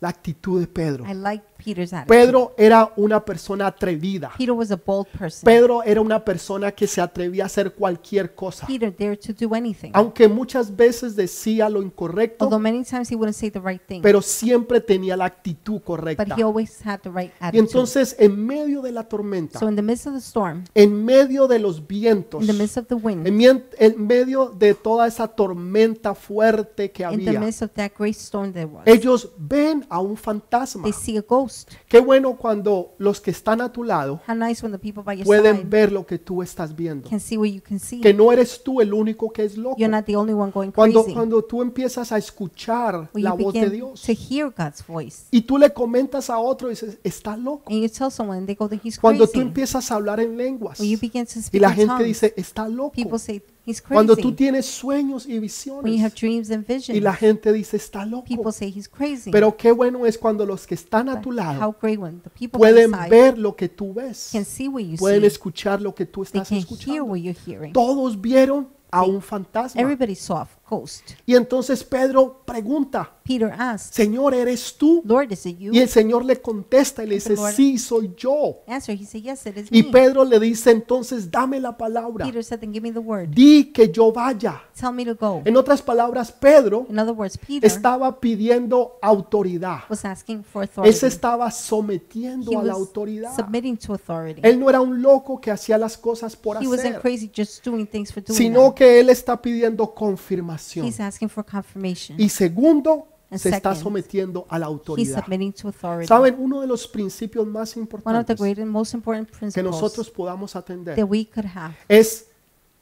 [SPEAKER 1] la actitud de Pedro.
[SPEAKER 2] I like Peter's attitude.
[SPEAKER 1] Pedro era una persona atrevida.
[SPEAKER 2] Peter was a bold person.
[SPEAKER 1] Pedro era una persona que se atrevía a hacer cualquier cosa.
[SPEAKER 2] Peter dared to do anything.
[SPEAKER 1] Aunque muchas veces decía lo
[SPEAKER 2] Although
[SPEAKER 1] incorrecto,
[SPEAKER 2] many times he wouldn't say the right thing,
[SPEAKER 1] pero siempre tenía la actitud
[SPEAKER 2] but
[SPEAKER 1] correcta.
[SPEAKER 2] he always had the right
[SPEAKER 1] Y
[SPEAKER 2] attitude.
[SPEAKER 1] entonces, en medio de la tormenta,
[SPEAKER 2] so in the midst of the storm,
[SPEAKER 1] en medio de los vientos,
[SPEAKER 2] in the midst of the wind,
[SPEAKER 1] en mien- en medio de toda esa tormenta fuerte que
[SPEAKER 2] in the
[SPEAKER 1] había,
[SPEAKER 2] midst of that great storm there was,
[SPEAKER 1] ellos ven a un fantasma.
[SPEAKER 2] they see a ghost.
[SPEAKER 1] Qué bueno cuando los que están a tu lado
[SPEAKER 2] How nice when the people by your
[SPEAKER 1] pueden
[SPEAKER 2] side
[SPEAKER 1] ver lo que tú estás viendo.
[SPEAKER 2] can see what you can see.
[SPEAKER 1] Que no eres tú el único que es loco.
[SPEAKER 2] You're not the only one going
[SPEAKER 1] Cuando,
[SPEAKER 2] crazy.
[SPEAKER 1] cuando tú empiezas a escuchar
[SPEAKER 2] When
[SPEAKER 1] la
[SPEAKER 2] you
[SPEAKER 1] voz de
[SPEAKER 2] begin
[SPEAKER 1] Dios
[SPEAKER 2] to hear God's voice,
[SPEAKER 1] y tú le comentas a otro y dices, está loco.
[SPEAKER 2] and you tell someone, and they go, "He's
[SPEAKER 1] Cuando tú
[SPEAKER 2] crazy."
[SPEAKER 1] empiezas a hablar en lenguas
[SPEAKER 2] When you
[SPEAKER 1] y
[SPEAKER 2] begin to speak
[SPEAKER 1] la
[SPEAKER 2] in
[SPEAKER 1] gente
[SPEAKER 2] tongues,
[SPEAKER 1] dice, está loco.
[SPEAKER 2] people say, "He's
[SPEAKER 1] Cuando tú
[SPEAKER 2] crazy."
[SPEAKER 1] tienes sueños y
[SPEAKER 2] When you have
[SPEAKER 1] visiones
[SPEAKER 2] dreams and visions,
[SPEAKER 1] y la gente dice, está
[SPEAKER 2] people
[SPEAKER 1] loco.
[SPEAKER 2] say he's crazy.
[SPEAKER 1] Pero qué bueno es cuando los que están a
[SPEAKER 2] But
[SPEAKER 1] tu
[SPEAKER 2] how
[SPEAKER 1] lado
[SPEAKER 2] great when the people by your
[SPEAKER 1] pueden
[SPEAKER 2] side
[SPEAKER 1] ver lo que tú ves,
[SPEAKER 2] can see what you
[SPEAKER 1] pueden
[SPEAKER 2] see.
[SPEAKER 1] escuchar lo que tú
[SPEAKER 2] They
[SPEAKER 1] estás
[SPEAKER 2] can hear
[SPEAKER 1] escuchando.
[SPEAKER 2] what you're hearing.
[SPEAKER 1] Todos vieron a un fantasma.
[SPEAKER 2] Everybody saw a ghost.
[SPEAKER 1] Y entonces Pedro pregunta,
[SPEAKER 2] Peter asked,
[SPEAKER 1] Señor, ¿eres tú?
[SPEAKER 2] "Lord, is it
[SPEAKER 1] Y
[SPEAKER 2] you?"
[SPEAKER 1] el Señor le contesta y le dice, sí, soy yo.
[SPEAKER 2] Answer. He said, "Yes, it is
[SPEAKER 1] Y
[SPEAKER 2] me."
[SPEAKER 1] Pedro le dice, entonces dame la palabra,
[SPEAKER 2] Peter said, "Then give me the word.
[SPEAKER 1] di que yo vaya.
[SPEAKER 2] Tell me to go."
[SPEAKER 1] En otras palabras, Pedro
[SPEAKER 2] In other words, Peter
[SPEAKER 1] estaba pidiendo autoridad.
[SPEAKER 2] was asking for
[SPEAKER 1] Él se
[SPEAKER 2] authority.
[SPEAKER 1] estaba sometiendo
[SPEAKER 2] He
[SPEAKER 1] a la
[SPEAKER 2] was
[SPEAKER 1] autoridad.
[SPEAKER 2] submitting to authority.
[SPEAKER 1] Él no era un loco que hacía las cosas por
[SPEAKER 2] He wasn't
[SPEAKER 1] hacer,
[SPEAKER 2] crazy just doing things for doing
[SPEAKER 1] sino
[SPEAKER 2] them.
[SPEAKER 1] que él está pidiendo confirmación.
[SPEAKER 2] He's asking for confirmation.
[SPEAKER 1] Y segundo,
[SPEAKER 2] And
[SPEAKER 1] se está
[SPEAKER 2] second,
[SPEAKER 1] sometiendo a la
[SPEAKER 2] He's
[SPEAKER 1] autoridad.
[SPEAKER 2] submitting to authority.
[SPEAKER 1] Saben, uno de los principios más
[SPEAKER 2] One of the
[SPEAKER 1] importantes
[SPEAKER 2] great and most important
[SPEAKER 1] que
[SPEAKER 2] principles
[SPEAKER 1] nosotros podamos atender
[SPEAKER 2] that we could have
[SPEAKER 1] es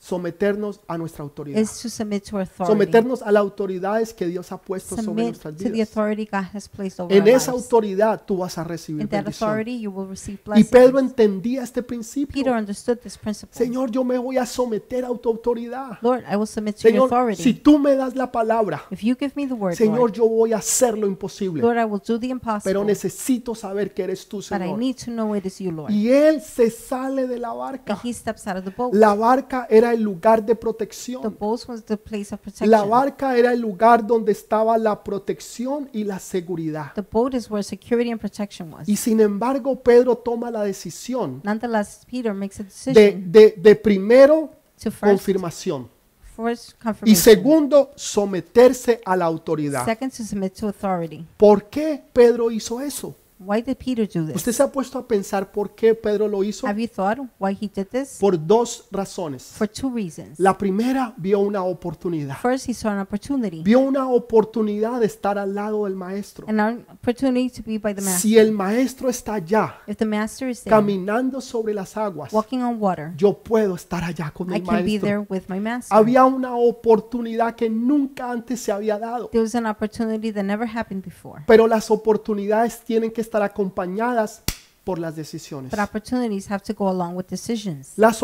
[SPEAKER 1] someternos a nuestra autoridad.
[SPEAKER 2] is to submit to authority.
[SPEAKER 1] Someternos a las autoridades que Dios ha puesto sobre
[SPEAKER 2] Submit
[SPEAKER 1] nuestras
[SPEAKER 2] to the
[SPEAKER 1] vidas.
[SPEAKER 2] authority God has placed over our
[SPEAKER 1] En esa
[SPEAKER 2] lives.
[SPEAKER 1] autoridad tú vas a
[SPEAKER 2] In
[SPEAKER 1] recibir
[SPEAKER 2] that
[SPEAKER 1] bendición.
[SPEAKER 2] authority, you will receive
[SPEAKER 1] Y Pedro
[SPEAKER 2] blessings.
[SPEAKER 1] entendía este
[SPEAKER 2] Peter
[SPEAKER 1] principio.
[SPEAKER 2] understood this principle.
[SPEAKER 1] Señor, yo me voy a someter a tu autoridad.
[SPEAKER 2] Lord, I will submit to
[SPEAKER 1] Señor,
[SPEAKER 2] your
[SPEAKER 1] si
[SPEAKER 2] authority.
[SPEAKER 1] tú me das la palabra,
[SPEAKER 2] If you give me the word,
[SPEAKER 1] Señor,
[SPEAKER 2] Lord,
[SPEAKER 1] yo voy a hacer lo imposible.
[SPEAKER 2] Lord, I will do the
[SPEAKER 1] Pero
[SPEAKER 2] impossible.
[SPEAKER 1] necesito saber que eres tú,
[SPEAKER 2] But I
[SPEAKER 1] Señor.
[SPEAKER 2] need to know it is you, Lord.
[SPEAKER 1] Y él se sale de la
[SPEAKER 2] And
[SPEAKER 1] barca.
[SPEAKER 2] he steps out of the boat.
[SPEAKER 1] La barca era el lugar de
[SPEAKER 2] The
[SPEAKER 1] protección.
[SPEAKER 2] boat was the place of protection.
[SPEAKER 1] La barca era el lugar donde estaba la protección y la seguridad.
[SPEAKER 2] The boat is where security and protection was.
[SPEAKER 1] Y sin embargo, Pedro toma la decisión
[SPEAKER 2] Nonetheless, Peter makes
[SPEAKER 1] de,
[SPEAKER 2] a decision
[SPEAKER 1] de- de primero
[SPEAKER 2] to first,
[SPEAKER 1] confirmación
[SPEAKER 2] first
[SPEAKER 1] y
[SPEAKER 2] confirmation,
[SPEAKER 1] segundo someterse a la autoridad.
[SPEAKER 2] second to submit to authority.
[SPEAKER 1] ¿Por qué Pedro hizo eso?
[SPEAKER 2] Why did Peter do this?
[SPEAKER 1] ¿Usted se ha puesto a pensar por qué Pedro lo hizo?
[SPEAKER 2] Have you thought why he did this?
[SPEAKER 1] Por dos razones.
[SPEAKER 2] For two reasons.
[SPEAKER 1] La primera, vio una oportunidad.
[SPEAKER 2] First, he saw an opportunity,
[SPEAKER 1] Vio una oportunidad de estar al lado del maestro.
[SPEAKER 2] an opportunity to be by the master.
[SPEAKER 1] Si el maestro está allá,
[SPEAKER 2] If the master is there,
[SPEAKER 1] caminando sobre las aguas,
[SPEAKER 2] walking on water,
[SPEAKER 1] yo puedo estar allá con
[SPEAKER 2] I
[SPEAKER 1] el
[SPEAKER 2] can be
[SPEAKER 1] maestro.
[SPEAKER 2] there with my master.
[SPEAKER 1] Había una oportunidad que nunca antes se había dado.
[SPEAKER 2] There was an opportunity that never happened before.
[SPEAKER 1] Pero las oportunidades tienen que estar acompañadas por las decisiones.
[SPEAKER 2] But opportunities have to go along with decisions.
[SPEAKER 1] Las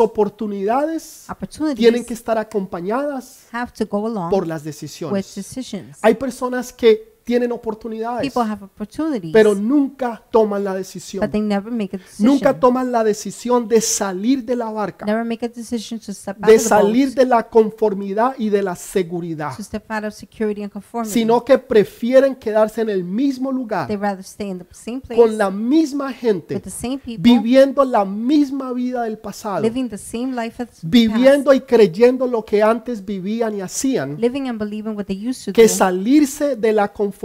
[SPEAKER 1] oportunidades tienen que
[SPEAKER 2] Opportunities
[SPEAKER 1] estar acompañadas
[SPEAKER 2] have to go
[SPEAKER 1] por
[SPEAKER 2] along
[SPEAKER 1] las
[SPEAKER 2] with
[SPEAKER 1] decisiones.
[SPEAKER 2] decisions.
[SPEAKER 1] Hay personas que tienen oportunidades,
[SPEAKER 2] People have opportunities,
[SPEAKER 1] pero nunca toman la decisión.
[SPEAKER 2] but they never make a decision.
[SPEAKER 1] Nunca toman la decisión de salir de la barca,
[SPEAKER 2] Never make a decision to step out
[SPEAKER 1] de
[SPEAKER 2] of the
[SPEAKER 1] salir
[SPEAKER 2] boat,
[SPEAKER 1] de la conformidad y de la seguridad,
[SPEAKER 2] to step out of security and conformity.
[SPEAKER 1] sino que prefieren quedarse en el mismo
[SPEAKER 2] They
[SPEAKER 1] lugar,
[SPEAKER 2] rather stay in the same place
[SPEAKER 1] con la misma gente,
[SPEAKER 2] with the same people,
[SPEAKER 1] viviendo la misma vida del pasado,
[SPEAKER 2] living the same life as the past,
[SPEAKER 1] viviendo y creyendo lo que antes vivían y hacían,
[SPEAKER 2] living and believing what they used to
[SPEAKER 1] que
[SPEAKER 2] do,
[SPEAKER 1] salirse de la conformidad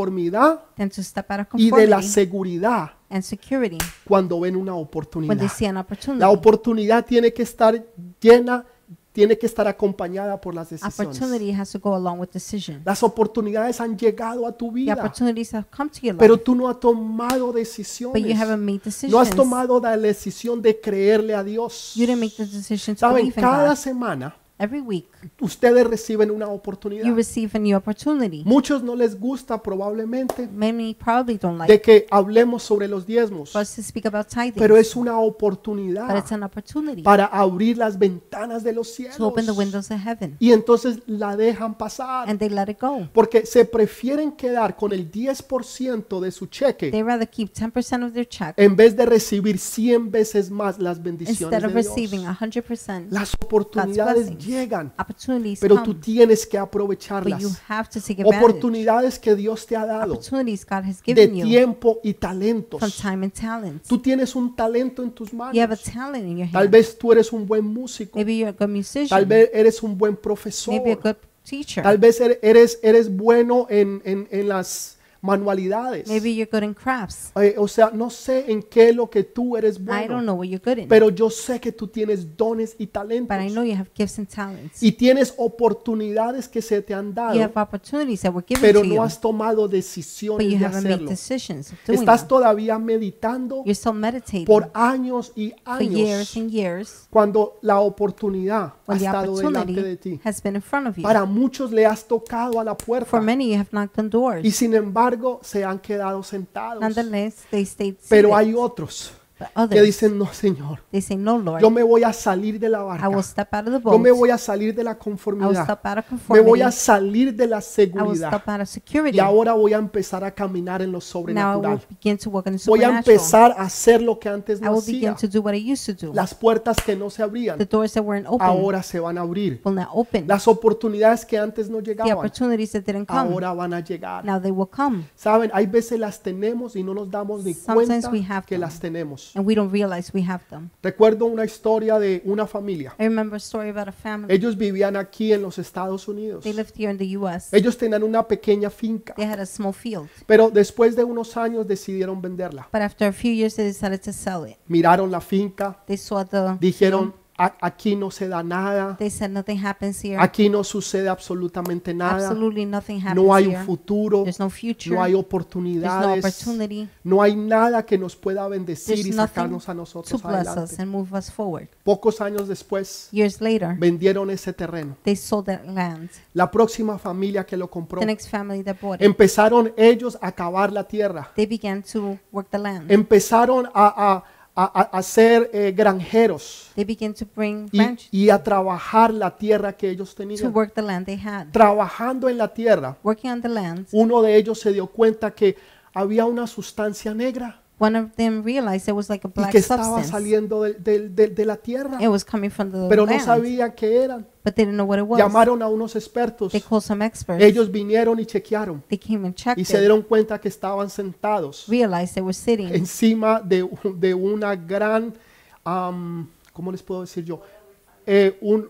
[SPEAKER 2] than to step out of
[SPEAKER 1] y de la
[SPEAKER 2] conformity
[SPEAKER 1] seguridad
[SPEAKER 2] and security
[SPEAKER 1] cuando ven una
[SPEAKER 2] when they
[SPEAKER 1] oportunidad.
[SPEAKER 2] see an
[SPEAKER 1] La
[SPEAKER 2] opportunity.
[SPEAKER 1] oportunidad tiene que estar llena, tiene que estar acompañada por las decisiones.
[SPEAKER 2] Opportunity has to go along with decision.
[SPEAKER 1] Las oportunidades han llegado a tu
[SPEAKER 2] The
[SPEAKER 1] vida,
[SPEAKER 2] opportunities have come to your
[SPEAKER 1] pero
[SPEAKER 2] life,
[SPEAKER 1] tú no has tomado
[SPEAKER 2] but you
[SPEAKER 1] decisiones.
[SPEAKER 2] haven't made
[SPEAKER 1] No has
[SPEAKER 2] decisions.
[SPEAKER 1] tomado la decisión de creerle a Dios.
[SPEAKER 2] You didn't make the decision to
[SPEAKER 1] Saben,
[SPEAKER 2] believe in
[SPEAKER 1] cada
[SPEAKER 2] God.
[SPEAKER 1] semana
[SPEAKER 2] Every week,
[SPEAKER 1] ustedes reciben una
[SPEAKER 2] you
[SPEAKER 1] oportunidad.
[SPEAKER 2] receive a new opportunity.
[SPEAKER 1] Muchos no les gusta probablemente
[SPEAKER 2] Many probably don't like
[SPEAKER 1] de que hablemos sobre los diezmos,
[SPEAKER 2] for us to speak about tithing,
[SPEAKER 1] pero es una
[SPEAKER 2] but
[SPEAKER 1] oportunidad
[SPEAKER 2] it's an opportunity
[SPEAKER 1] para abrir las ventanas de los cielos.
[SPEAKER 2] to open the windows of heaven,
[SPEAKER 1] Y entonces la dejan pasar
[SPEAKER 2] and they let it go.
[SPEAKER 1] porque se prefieren quedar con el 10% de su cheque
[SPEAKER 2] They rather keep 10% of their check
[SPEAKER 1] en vez de recibir 100 veces más las bendiciones
[SPEAKER 2] instead of
[SPEAKER 1] de
[SPEAKER 2] receiving
[SPEAKER 1] Dios.
[SPEAKER 2] 100%.
[SPEAKER 1] Las oportunidades
[SPEAKER 2] blessings.
[SPEAKER 1] llegan,
[SPEAKER 2] Opportunities
[SPEAKER 1] pero tú
[SPEAKER 2] come,
[SPEAKER 1] tienes que
[SPEAKER 2] but you
[SPEAKER 1] aprovecharlas.
[SPEAKER 2] have to take advantage.
[SPEAKER 1] Oportunidades que Dios te ha dado
[SPEAKER 2] Opportunities God has
[SPEAKER 1] de
[SPEAKER 2] given you
[SPEAKER 1] tiempo y
[SPEAKER 2] from
[SPEAKER 1] talentos.
[SPEAKER 2] time and talent.
[SPEAKER 1] Tú tienes un talento en tus
[SPEAKER 2] You have a
[SPEAKER 1] manos.
[SPEAKER 2] talent in your
[SPEAKER 1] Tal
[SPEAKER 2] hand.
[SPEAKER 1] vez tú eres un buen músico.
[SPEAKER 2] Maybe you're a good
[SPEAKER 1] Tal
[SPEAKER 2] musician.
[SPEAKER 1] vez eres un buen profesor.
[SPEAKER 2] Maybe a good
[SPEAKER 1] Tal
[SPEAKER 2] teacher.
[SPEAKER 1] vez er- eres, eres bueno en, en- en las manualidades.
[SPEAKER 2] Maybe you're good in crafts.
[SPEAKER 1] Eh, o sea, no sé en qué es lo que tú eres
[SPEAKER 2] I don't
[SPEAKER 1] bueno.
[SPEAKER 2] know what you're good in, but
[SPEAKER 1] Pero yo sé que tú tienes dones y
[SPEAKER 2] I know
[SPEAKER 1] talentos.
[SPEAKER 2] you have gifts and talents.
[SPEAKER 1] Y tienes oportunidades que se te han
[SPEAKER 2] You
[SPEAKER 1] dado.
[SPEAKER 2] have opportunities that were given
[SPEAKER 1] Pero
[SPEAKER 2] to
[SPEAKER 1] no
[SPEAKER 2] you,
[SPEAKER 1] has tomado
[SPEAKER 2] but
[SPEAKER 1] decisiones
[SPEAKER 2] you
[SPEAKER 1] de
[SPEAKER 2] haven't made
[SPEAKER 1] hacerlo.
[SPEAKER 2] decisions of doing
[SPEAKER 1] Estás
[SPEAKER 2] that.
[SPEAKER 1] todavía meditando
[SPEAKER 2] You're still meditating
[SPEAKER 1] por
[SPEAKER 2] for
[SPEAKER 1] años y
[SPEAKER 2] years
[SPEAKER 1] años
[SPEAKER 2] and years
[SPEAKER 1] cuando la oportunidad ha
[SPEAKER 2] when the
[SPEAKER 1] estado delante de
[SPEAKER 2] opportunity
[SPEAKER 1] ti.
[SPEAKER 2] has been in front of you.
[SPEAKER 1] Para muchos le has tocado a la
[SPEAKER 2] For
[SPEAKER 1] puerta
[SPEAKER 2] many, you have knocked on doors.
[SPEAKER 1] y sin embargo se han quedado sentados.
[SPEAKER 2] Nonetheless, they stayed
[SPEAKER 1] Pero hay
[SPEAKER 2] seated.
[SPEAKER 1] otros
[SPEAKER 2] But
[SPEAKER 1] que
[SPEAKER 2] others,
[SPEAKER 1] dicen, no, Señor,
[SPEAKER 2] they say, no, Lord,
[SPEAKER 1] yo me voy a salir de la
[SPEAKER 2] I will
[SPEAKER 1] barca.
[SPEAKER 2] step out of the
[SPEAKER 1] Yo me
[SPEAKER 2] boat.
[SPEAKER 1] voy a salir de la
[SPEAKER 2] I will
[SPEAKER 1] conformidad.
[SPEAKER 2] step out of
[SPEAKER 1] Me voy a
[SPEAKER 2] conformity.
[SPEAKER 1] salir de la
[SPEAKER 2] I will
[SPEAKER 1] seguridad.
[SPEAKER 2] step out of
[SPEAKER 1] Y
[SPEAKER 2] security.
[SPEAKER 1] ahora voy a empezar a caminar en lo
[SPEAKER 2] Now I will
[SPEAKER 1] sobrenatural.
[SPEAKER 2] begin to work in the
[SPEAKER 1] Voy a
[SPEAKER 2] supernatural.
[SPEAKER 1] empezar a hacer lo que antes
[SPEAKER 2] I
[SPEAKER 1] no
[SPEAKER 2] will begin
[SPEAKER 1] hacía.
[SPEAKER 2] to do what I used to do.
[SPEAKER 1] Las puertas que no se
[SPEAKER 2] The
[SPEAKER 1] abrían
[SPEAKER 2] doors that weren't open
[SPEAKER 1] ahora se van a abrir.
[SPEAKER 2] will now open.
[SPEAKER 1] Las oportunidades que antes no
[SPEAKER 2] The
[SPEAKER 1] llegaban
[SPEAKER 2] opportunities that didn't come,
[SPEAKER 1] ahora van a llegar.
[SPEAKER 2] now they will come.
[SPEAKER 1] Saben, hay veces las tenemos y no nos damos ni
[SPEAKER 2] Sometimes
[SPEAKER 1] cuenta
[SPEAKER 2] we have
[SPEAKER 1] que
[SPEAKER 2] them.
[SPEAKER 1] las tenemos.
[SPEAKER 2] and we don't realize we have them.
[SPEAKER 1] Recuerdo una historia de una familia.
[SPEAKER 2] I remember a story about a family.
[SPEAKER 1] Ellos vivían aquí en los Estados Unidos.
[SPEAKER 2] They lived here in the U.S.
[SPEAKER 1] Ellos tenían una pequeña finca,
[SPEAKER 2] They had a small field,
[SPEAKER 1] pero después de unos años decidieron venderla.
[SPEAKER 2] but after a few years, they decided to sell it.
[SPEAKER 1] Miraron la finca,
[SPEAKER 2] They saw the.
[SPEAKER 1] dijeron, "A- aquí no se da nada,
[SPEAKER 2] They said nothing happens here.
[SPEAKER 1] aquí no sucede absolutamente nada,
[SPEAKER 2] Absolutely nothing happens
[SPEAKER 1] no hay un
[SPEAKER 2] here.
[SPEAKER 1] futuro,
[SPEAKER 2] There's no future.
[SPEAKER 1] no hay
[SPEAKER 2] There's no
[SPEAKER 1] oportunidades,
[SPEAKER 2] opportunity
[SPEAKER 1] no hay nada que nos pueda bendecir
[SPEAKER 2] There's
[SPEAKER 1] y
[SPEAKER 2] nothing
[SPEAKER 1] sacarnos a
[SPEAKER 2] to
[SPEAKER 1] nosotros
[SPEAKER 2] bless us
[SPEAKER 1] adelante.
[SPEAKER 2] and move us forward.
[SPEAKER 1] Pocos años después
[SPEAKER 2] Years later,
[SPEAKER 1] vendieron ese terreno.
[SPEAKER 2] they sold that land.
[SPEAKER 1] La próxima familia que lo compró
[SPEAKER 2] The next family that bought it,
[SPEAKER 1] empezaron ellos a cavar la tierra,
[SPEAKER 2] they began to work the land.
[SPEAKER 1] empezaron a, a- a- a- a ser eh, granjeros
[SPEAKER 2] They began to bring
[SPEAKER 1] y,
[SPEAKER 2] ranch
[SPEAKER 1] y a trabajar la tierra que ellos
[SPEAKER 2] to
[SPEAKER 1] tenían.
[SPEAKER 2] work the land they had.
[SPEAKER 1] Trabajando en la tierra,
[SPEAKER 2] Working on the land,
[SPEAKER 1] uno de ellos se dio cuenta que había una sustancia negra
[SPEAKER 2] one of them realized it was like a
[SPEAKER 1] y
[SPEAKER 2] black
[SPEAKER 1] que estaba
[SPEAKER 2] substance.
[SPEAKER 1] saliendo del- del- del- de, la tierra,
[SPEAKER 2] It was coming from the
[SPEAKER 1] pero no
[SPEAKER 2] land,
[SPEAKER 1] sabían qué eran.
[SPEAKER 2] but they didn't know what it was.
[SPEAKER 1] Llamaron a unos expertos,
[SPEAKER 2] They called some experts.
[SPEAKER 1] ellos vinieron y chequearon
[SPEAKER 2] they came and checked
[SPEAKER 1] y se
[SPEAKER 2] it,
[SPEAKER 1] dieron cuenta que estaban sentados
[SPEAKER 2] realized they were sitting
[SPEAKER 1] encima de, un- de una gran, am, ¿cómo les puedo decir yo? Eh, un,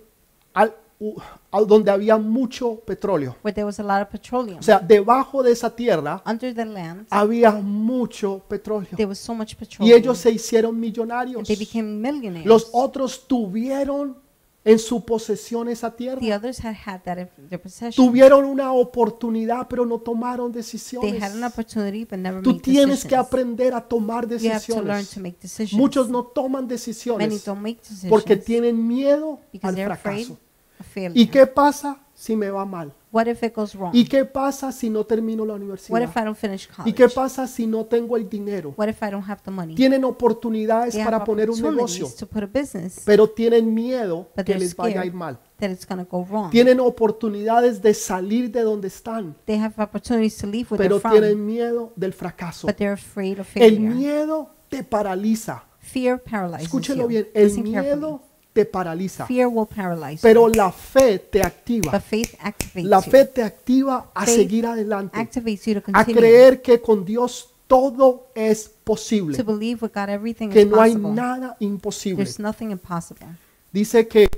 [SPEAKER 1] al- u- a donde había mucho petróleo.
[SPEAKER 2] where there was a lot of petroleum.
[SPEAKER 1] O sea, debajo de esa tierra
[SPEAKER 2] Under the land,
[SPEAKER 1] había mucho petróleo.
[SPEAKER 2] there was so
[SPEAKER 1] Ah,
[SPEAKER 2] much
[SPEAKER 1] Y
[SPEAKER 2] petroleum.
[SPEAKER 1] ellos se hicieron millonarios.
[SPEAKER 2] they became millionaires.
[SPEAKER 1] Los otros tuvieron en su posesión esa
[SPEAKER 2] the
[SPEAKER 1] tierra.
[SPEAKER 2] others had had that in their possession.
[SPEAKER 1] Tuvieron una oportunidad, pero no tomaron
[SPEAKER 2] they had an
[SPEAKER 1] decisiones.
[SPEAKER 2] opportunity but never
[SPEAKER 1] Tú
[SPEAKER 2] made
[SPEAKER 1] tienes que
[SPEAKER 2] decisions.
[SPEAKER 1] aprender a tomar
[SPEAKER 2] you have to learn
[SPEAKER 1] decisiones.
[SPEAKER 2] to make decisions.
[SPEAKER 1] Muchos no toman
[SPEAKER 2] Many
[SPEAKER 1] decisiones
[SPEAKER 2] don't make decisions
[SPEAKER 1] porque tienen miedo
[SPEAKER 2] because
[SPEAKER 1] al
[SPEAKER 2] they're afraid
[SPEAKER 1] fracaso.
[SPEAKER 2] of failure.
[SPEAKER 1] ¿Y qué pasa si me va mal?
[SPEAKER 2] what if it goes wrong?
[SPEAKER 1] ¿Y qué pasa si no termino la
[SPEAKER 2] what if
[SPEAKER 1] universidad?
[SPEAKER 2] I don't finish college?
[SPEAKER 1] ¿Y qué pasa si no tengo el dinero?
[SPEAKER 2] what if I don't have the money?
[SPEAKER 1] Tienen oportunidades
[SPEAKER 2] They have
[SPEAKER 1] para poner un
[SPEAKER 2] opportunities
[SPEAKER 1] negocio,
[SPEAKER 2] to put a business
[SPEAKER 1] pero tienen miedo
[SPEAKER 2] But
[SPEAKER 1] que
[SPEAKER 2] they're
[SPEAKER 1] les vaya a
[SPEAKER 2] scared.
[SPEAKER 1] ir mal.
[SPEAKER 2] that it's going to go wrong.
[SPEAKER 1] Tienen oportunidades de salir de donde están,
[SPEAKER 2] they have opportunities to leave where
[SPEAKER 1] pero
[SPEAKER 2] they're from,
[SPEAKER 1] tienen miedo del fracaso.
[SPEAKER 2] but they're afraid of
[SPEAKER 1] El
[SPEAKER 2] failure.
[SPEAKER 1] miedo te paraliza.
[SPEAKER 2] Fear paralyzes
[SPEAKER 1] Escúchelo
[SPEAKER 2] you.
[SPEAKER 1] bien, el
[SPEAKER 2] Listen carefully.
[SPEAKER 1] miedo te paraliza,
[SPEAKER 2] Fear will paralyze you,
[SPEAKER 1] pero la fe te activa.
[SPEAKER 2] but faith activates
[SPEAKER 1] La
[SPEAKER 2] you.
[SPEAKER 1] fe te activa a
[SPEAKER 2] Faith
[SPEAKER 1] seguir adelante.
[SPEAKER 2] activates you to
[SPEAKER 1] a
[SPEAKER 2] continue
[SPEAKER 1] creer que con Dios todo es
[SPEAKER 2] to
[SPEAKER 1] posible,
[SPEAKER 2] believe with God everything
[SPEAKER 1] que
[SPEAKER 2] is
[SPEAKER 1] no hay
[SPEAKER 2] possible.
[SPEAKER 1] nada imposible.
[SPEAKER 2] There's nothing impossible.
[SPEAKER 1] Dice que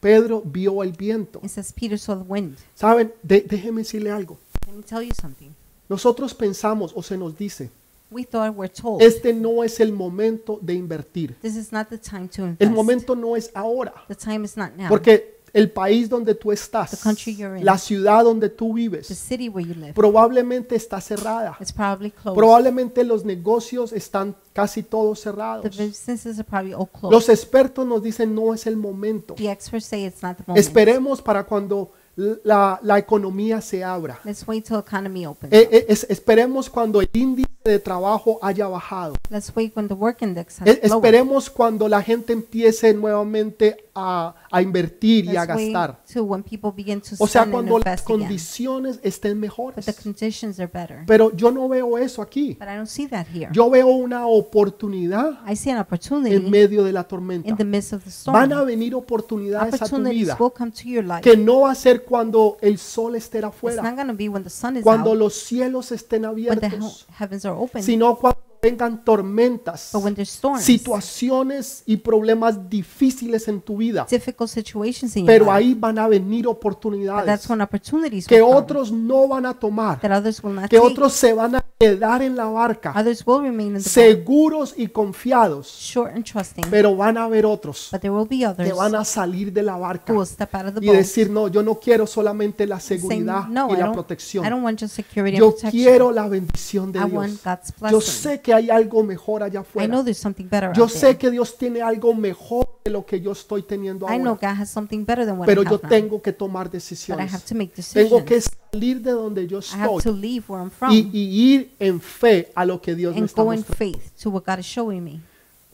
[SPEAKER 1] Pedro vio el viento.
[SPEAKER 2] It says Peter saw the wind.
[SPEAKER 1] Saben, De- déjenme decirle algo.
[SPEAKER 2] Let me tell you something.
[SPEAKER 1] Nosotros pensamos o se nos dice,
[SPEAKER 2] We thought we're told
[SPEAKER 1] este no es el momento de invertir.
[SPEAKER 2] this is not the time to invest.
[SPEAKER 1] El momento no es ahora,
[SPEAKER 2] the time is not now.
[SPEAKER 1] porque el país donde tú estás,
[SPEAKER 2] The country you're in.
[SPEAKER 1] la ciudad donde tú
[SPEAKER 2] the
[SPEAKER 1] vives,
[SPEAKER 2] city where you live
[SPEAKER 1] probablemente está cerrada.
[SPEAKER 2] is probably closed.
[SPEAKER 1] Probablemente los negocios están casi todos
[SPEAKER 2] the
[SPEAKER 1] cerrados.
[SPEAKER 2] businesses are probably all closed.
[SPEAKER 1] Los expertos nos dicen no es el momento.
[SPEAKER 2] the experts say it's not the moment.
[SPEAKER 1] Esperemos para cuando la, la economía se abra.
[SPEAKER 2] Let's wait till economy opens.
[SPEAKER 1] Eh, eh, es- esperemos cuando el índice de trabajo haya bajado.
[SPEAKER 2] Let's wait when the work index has
[SPEAKER 1] Eh,
[SPEAKER 2] lowered.
[SPEAKER 1] esperemos cuando la gente empiece nuevamente a, a invertir y a
[SPEAKER 2] Let's wait
[SPEAKER 1] gastar.
[SPEAKER 2] till when people begin to
[SPEAKER 1] O sea,
[SPEAKER 2] spend and
[SPEAKER 1] cuando las
[SPEAKER 2] invest again.
[SPEAKER 1] condiciones estén
[SPEAKER 2] But the
[SPEAKER 1] mejores.
[SPEAKER 2] conditions are better.
[SPEAKER 1] Pero yo no veo eso aquí.
[SPEAKER 2] But I don't see that here.
[SPEAKER 1] Yo veo una oportunidad
[SPEAKER 2] I see an
[SPEAKER 1] en
[SPEAKER 2] opportunity
[SPEAKER 1] medio de la
[SPEAKER 2] in the
[SPEAKER 1] tormenta.
[SPEAKER 2] midst of the
[SPEAKER 1] Van a
[SPEAKER 2] storm.
[SPEAKER 1] venir oportunidades a tu
[SPEAKER 2] Opportunities
[SPEAKER 1] vida
[SPEAKER 2] will come to your life.
[SPEAKER 1] que no va a ser cuando el sol esté
[SPEAKER 2] It's
[SPEAKER 1] afuera.
[SPEAKER 2] not going to be when the sun is
[SPEAKER 1] cuando
[SPEAKER 2] out,
[SPEAKER 1] los cielos estén
[SPEAKER 2] when the hea-
[SPEAKER 1] abiertos,
[SPEAKER 2] heavens are open,
[SPEAKER 1] sino cuando vengan tormentas,
[SPEAKER 2] but when there's storms,
[SPEAKER 1] situaciones y problemas difíciles en tu vida.
[SPEAKER 2] difficult situations in your
[SPEAKER 1] Pero
[SPEAKER 2] life.
[SPEAKER 1] ahí van a venir
[SPEAKER 2] But that's
[SPEAKER 1] oportunidades
[SPEAKER 2] when opportunities
[SPEAKER 1] que
[SPEAKER 2] will come,
[SPEAKER 1] otros no van a tomar,
[SPEAKER 2] that others will not
[SPEAKER 1] que
[SPEAKER 2] take.
[SPEAKER 1] otros se van a quedar en la barca,
[SPEAKER 2] Others will remain in the boat,
[SPEAKER 1] seguros y confiados,
[SPEAKER 2] short and trusting,
[SPEAKER 1] pero van a haber otros
[SPEAKER 2] but there will be others
[SPEAKER 1] que van a salir de la barca
[SPEAKER 2] who will step out of the
[SPEAKER 1] y
[SPEAKER 2] boat
[SPEAKER 1] decir, no, yo no quiero solamente la
[SPEAKER 2] and say,
[SPEAKER 1] seguridad
[SPEAKER 2] no,
[SPEAKER 1] y
[SPEAKER 2] I
[SPEAKER 1] la
[SPEAKER 2] don't, I
[SPEAKER 1] protección,
[SPEAKER 2] don't want just security
[SPEAKER 1] yo
[SPEAKER 2] and protection.
[SPEAKER 1] quiero la bendición de
[SPEAKER 2] I
[SPEAKER 1] Dios.
[SPEAKER 2] want God's
[SPEAKER 1] Yo
[SPEAKER 2] blessing.
[SPEAKER 1] sé que hay algo mejor allá
[SPEAKER 2] I know
[SPEAKER 1] afuera.
[SPEAKER 2] there's something better
[SPEAKER 1] Yo
[SPEAKER 2] out
[SPEAKER 1] sé
[SPEAKER 2] there.
[SPEAKER 1] que Dios tiene algo mejor de lo que yo estoy teniendo
[SPEAKER 2] I know
[SPEAKER 1] ahora.
[SPEAKER 2] God has something better than what
[SPEAKER 1] Pero
[SPEAKER 2] I
[SPEAKER 1] yo
[SPEAKER 2] have now,
[SPEAKER 1] tengo que tomar
[SPEAKER 2] but I have
[SPEAKER 1] decisiones.
[SPEAKER 2] to make
[SPEAKER 1] Tengo que
[SPEAKER 2] decisions.
[SPEAKER 1] salir de donde yo
[SPEAKER 2] I have
[SPEAKER 1] estoy
[SPEAKER 2] to leave where I'm from
[SPEAKER 1] y, y ir en fe a lo que Dios me
[SPEAKER 2] and
[SPEAKER 1] está
[SPEAKER 2] go in
[SPEAKER 1] mostrando.
[SPEAKER 2] faith to what God is showing me.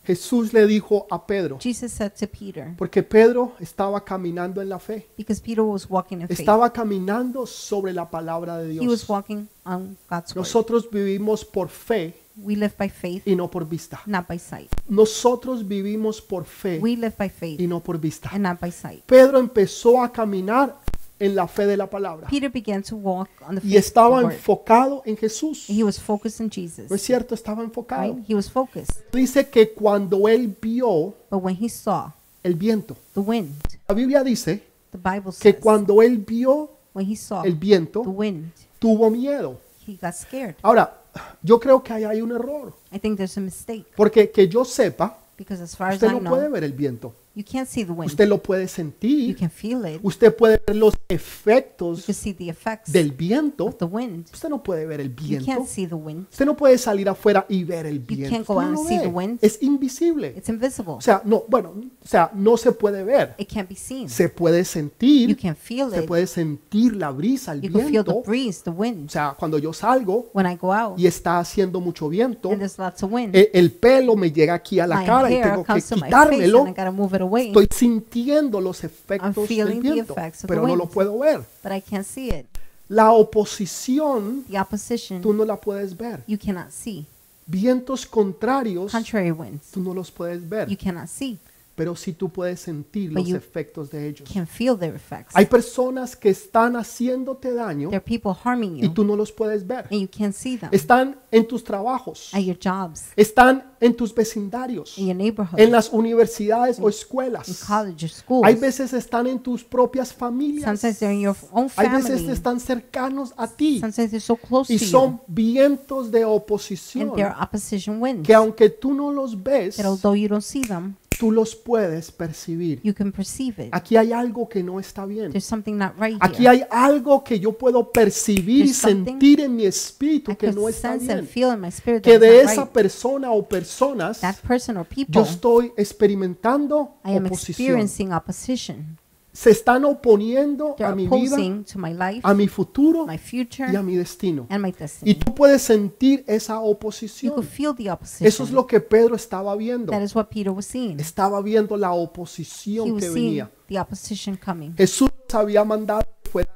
[SPEAKER 1] Jesús le dijo a Pedro,
[SPEAKER 2] Jesus said to Peter,
[SPEAKER 1] porque Pedro estaba caminando en la fe,
[SPEAKER 2] because Peter was walking in faith,
[SPEAKER 1] estaba caminando sobre la palabra de
[SPEAKER 2] he was
[SPEAKER 1] Dios.
[SPEAKER 2] walking on God's word.
[SPEAKER 1] Nosotros vivimos por fe
[SPEAKER 2] We live by faith,
[SPEAKER 1] y no por vista.
[SPEAKER 2] not by sight.
[SPEAKER 1] Nosotros vivimos por fe
[SPEAKER 2] We live by
[SPEAKER 1] y
[SPEAKER 2] faith
[SPEAKER 1] no por vista.
[SPEAKER 2] and not by sight.
[SPEAKER 1] Pedro empezó a caminar en la fe de la palabra
[SPEAKER 2] Peter began to walk on the
[SPEAKER 1] y
[SPEAKER 2] faith of the
[SPEAKER 1] estaba
[SPEAKER 2] word.
[SPEAKER 1] enfocado en Jesús.
[SPEAKER 2] He was focused in Jesus.
[SPEAKER 1] ¿No es cierto? Estaba
[SPEAKER 2] Right?
[SPEAKER 1] enfocado.
[SPEAKER 2] He was focused.
[SPEAKER 1] Dice que cuando él vio
[SPEAKER 2] But when he saw
[SPEAKER 1] el viento,
[SPEAKER 2] the wind,
[SPEAKER 1] la Biblia dice
[SPEAKER 2] the Bible says,
[SPEAKER 1] que cuando él vio
[SPEAKER 2] when he saw
[SPEAKER 1] el
[SPEAKER 2] the
[SPEAKER 1] viento,
[SPEAKER 2] wind,
[SPEAKER 1] tuvo miedo.
[SPEAKER 2] he got scared.
[SPEAKER 1] Ahora, yo creo que ahí hay un error,
[SPEAKER 2] I think there's a mistake
[SPEAKER 1] porque que yo sepa,
[SPEAKER 2] because as far as
[SPEAKER 1] usted
[SPEAKER 2] I
[SPEAKER 1] no puede
[SPEAKER 2] know,
[SPEAKER 1] ver el viento,
[SPEAKER 2] you can't see the wind.
[SPEAKER 1] usted lo puede
[SPEAKER 2] You
[SPEAKER 1] sentir,
[SPEAKER 2] can feel it.
[SPEAKER 1] usted puede ver los
[SPEAKER 2] You can
[SPEAKER 1] efectos
[SPEAKER 2] see the effects
[SPEAKER 1] del viento,
[SPEAKER 2] of the wind.
[SPEAKER 1] usted no puede ver el
[SPEAKER 2] You
[SPEAKER 1] viento,
[SPEAKER 2] can't see the wind.
[SPEAKER 1] Usted no puede salir afuera y ver el viento.
[SPEAKER 2] can't go
[SPEAKER 1] Usted no
[SPEAKER 2] out
[SPEAKER 1] lo
[SPEAKER 2] and see
[SPEAKER 1] ve.
[SPEAKER 2] the wind.
[SPEAKER 1] Es invisible.
[SPEAKER 2] It's invisible.
[SPEAKER 1] O sea, no, bueno, o sea, no se puede ver.
[SPEAKER 2] It can't be seen.
[SPEAKER 1] Se puede
[SPEAKER 2] You
[SPEAKER 1] sentir,
[SPEAKER 2] can feel
[SPEAKER 1] se
[SPEAKER 2] it.
[SPEAKER 1] puede sentir la brisa, el
[SPEAKER 2] You can feel the
[SPEAKER 1] viento.
[SPEAKER 2] breeze, the
[SPEAKER 1] O
[SPEAKER 2] wind.
[SPEAKER 1] sea, cuando yo salgo
[SPEAKER 2] When I go out
[SPEAKER 1] y está haciendo mucho viento,
[SPEAKER 2] and there's lots of wind,
[SPEAKER 1] e- el pelo me llega aquí a la
[SPEAKER 2] my
[SPEAKER 1] cara y
[SPEAKER 2] hair
[SPEAKER 1] tengo que
[SPEAKER 2] comes to my face and I
[SPEAKER 1] quitármelo.
[SPEAKER 2] gotta move it away,
[SPEAKER 1] Estoy sintiendo los efectos del
[SPEAKER 2] feeling the
[SPEAKER 1] viento,
[SPEAKER 2] effects of the
[SPEAKER 1] pero no lo
[SPEAKER 2] wind.
[SPEAKER 1] puedo ver.
[SPEAKER 2] but I can't see it.
[SPEAKER 1] La oposición
[SPEAKER 2] The
[SPEAKER 1] tú
[SPEAKER 2] opposition
[SPEAKER 1] no la puedes ver.
[SPEAKER 2] you cannot see.
[SPEAKER 1] Vientos contrarios
[SPEAKER 2] Contrary winds
[SPEAKER 1] tú no los puedes ver.
[SPEAKER 2] you cannot see.
[SPEAKER 1] pero sí tú puedes sentir
[SPEAKER 2] But
[SPEAKER 1] los
[SPEAKER 2] you
[SPEAKER 1] efectos de ellos.
[SPEAKER 2] can feel their effects.
[SPEAKER 1] Hay personas que están haciéndote daño
[SPEAKER 2] There are people harming
[SPEAKER 1] y
[SPEAKER 2] you,
[SPEAKER 1] tú no los puedes ver.
[SPEAKER 2] and you can't see them
[SPEAKER 1] Están en tus trabajos,
[SPEAKER 2] at your jobs,
[SPEAKER 1] están en tus vecindarios,
[SPEAKER 2] in your neighborhood,
[SPEAKER 1] en las universidades o
[SPEAKER 2] in
[SPEAKER 1] escuelas.
[SPEAKER 2] college, or schools.
[SPEAKER 1] Hay veces están en tus propias familias,
[SPEAKER 2] Sometimes they're in your own
[SPEAKER 1] hay veces
[SPEAKER 2] family.
[SPEAKER 1] están cercanos a ti
[SPEAKER 2] Sometimes they're so close
[SPEAKER 1] y
[SPEAKER 2] to you,
[SPEAKER 1] son vientos de
[SPEAKER 2] and
[SPEAKER 1] oposición
[SPEAKER 2] their opposition wins.
[SPEAKER 1] que aunque tú no los ves,
[SPEAKER 2] That although you don't see them,
[SPEAKER 1] tú los puedes percibir.
[SPEAKER 2] you can perceive it.
[SPEAKER 1] Aquí hay algo que no está bien.
[SPEAKER 2] There's something not right
[SPEAKER 1] Aquí
[SPEAKER 2] here.
[SPEAKER 1] hay algo que yo puedo percibir y
[SPEAKER 2] There's something
[SPEAKER 1] sentir en mi espíritu
[SPEAKER 2] I
[SPEAKER 1] que
[SPEAKER 2] could
[SPEAKER 1] no está
[SPEAKER 2] sense and
[SPEAKER 1] bien.
[SPEAKER 2] feel in my spirit
[SPEAKER 1] Que
[SPEAKER 2] that
[SPEAKER 1] de
[SPEAKER 2] it's not
[SPEAKER 1] esa
[SPEAKER 2] right.
[SPEAKER 1] persona o personas
[SPEAKER 2] That person or
[SPEAKER 1] yo
[SPEAKER 2] people,
[SPEAKER 1] estoy experimentando
[SPEAKER 2] I am
[SPEAKER 1] oposición.
[SPEAKER 2] experiencing opposition.
[SPEAKER 1] Se están oponiendo
[SPEAKER 2] They're
[SPEAKER 1] a mi vida,
[SPEAKER 2] opposing to my life,
[SPEAKER 1] a mi futuro
[SPEAKER 2] my
[SPEAKER 1] y a
[SPEAKER 2] future,
[SPEAKER 1] mi destino.
[SPEAKER 2] and my
[SPEAKER 1] Y
[SPEAKER 2] destiny.
[SPEAKER 1] tú puedes sentir esa
[SPEAKER 2] You could
[SPEAKER 1] oposición.
[SPEAKER 2] feel the opposition.
[SPEAKER 1] Eso es lo que Pedro estaba viendo.
[SPEAKER 2] That is what Peter was seeing.
[SPEAKER 1] Estaba viendo la
[SPEAKER 2] He
[SPEAKER 1] oposición
[SPEAKER 2] was
[SPEAKER 1] que
[SPEAKER 2] seeing
[SPEAKER 1] venía.
[SPEAKER 2] the opposition coming.
[SPEAKER 1] Jesús los había mandado que fuera.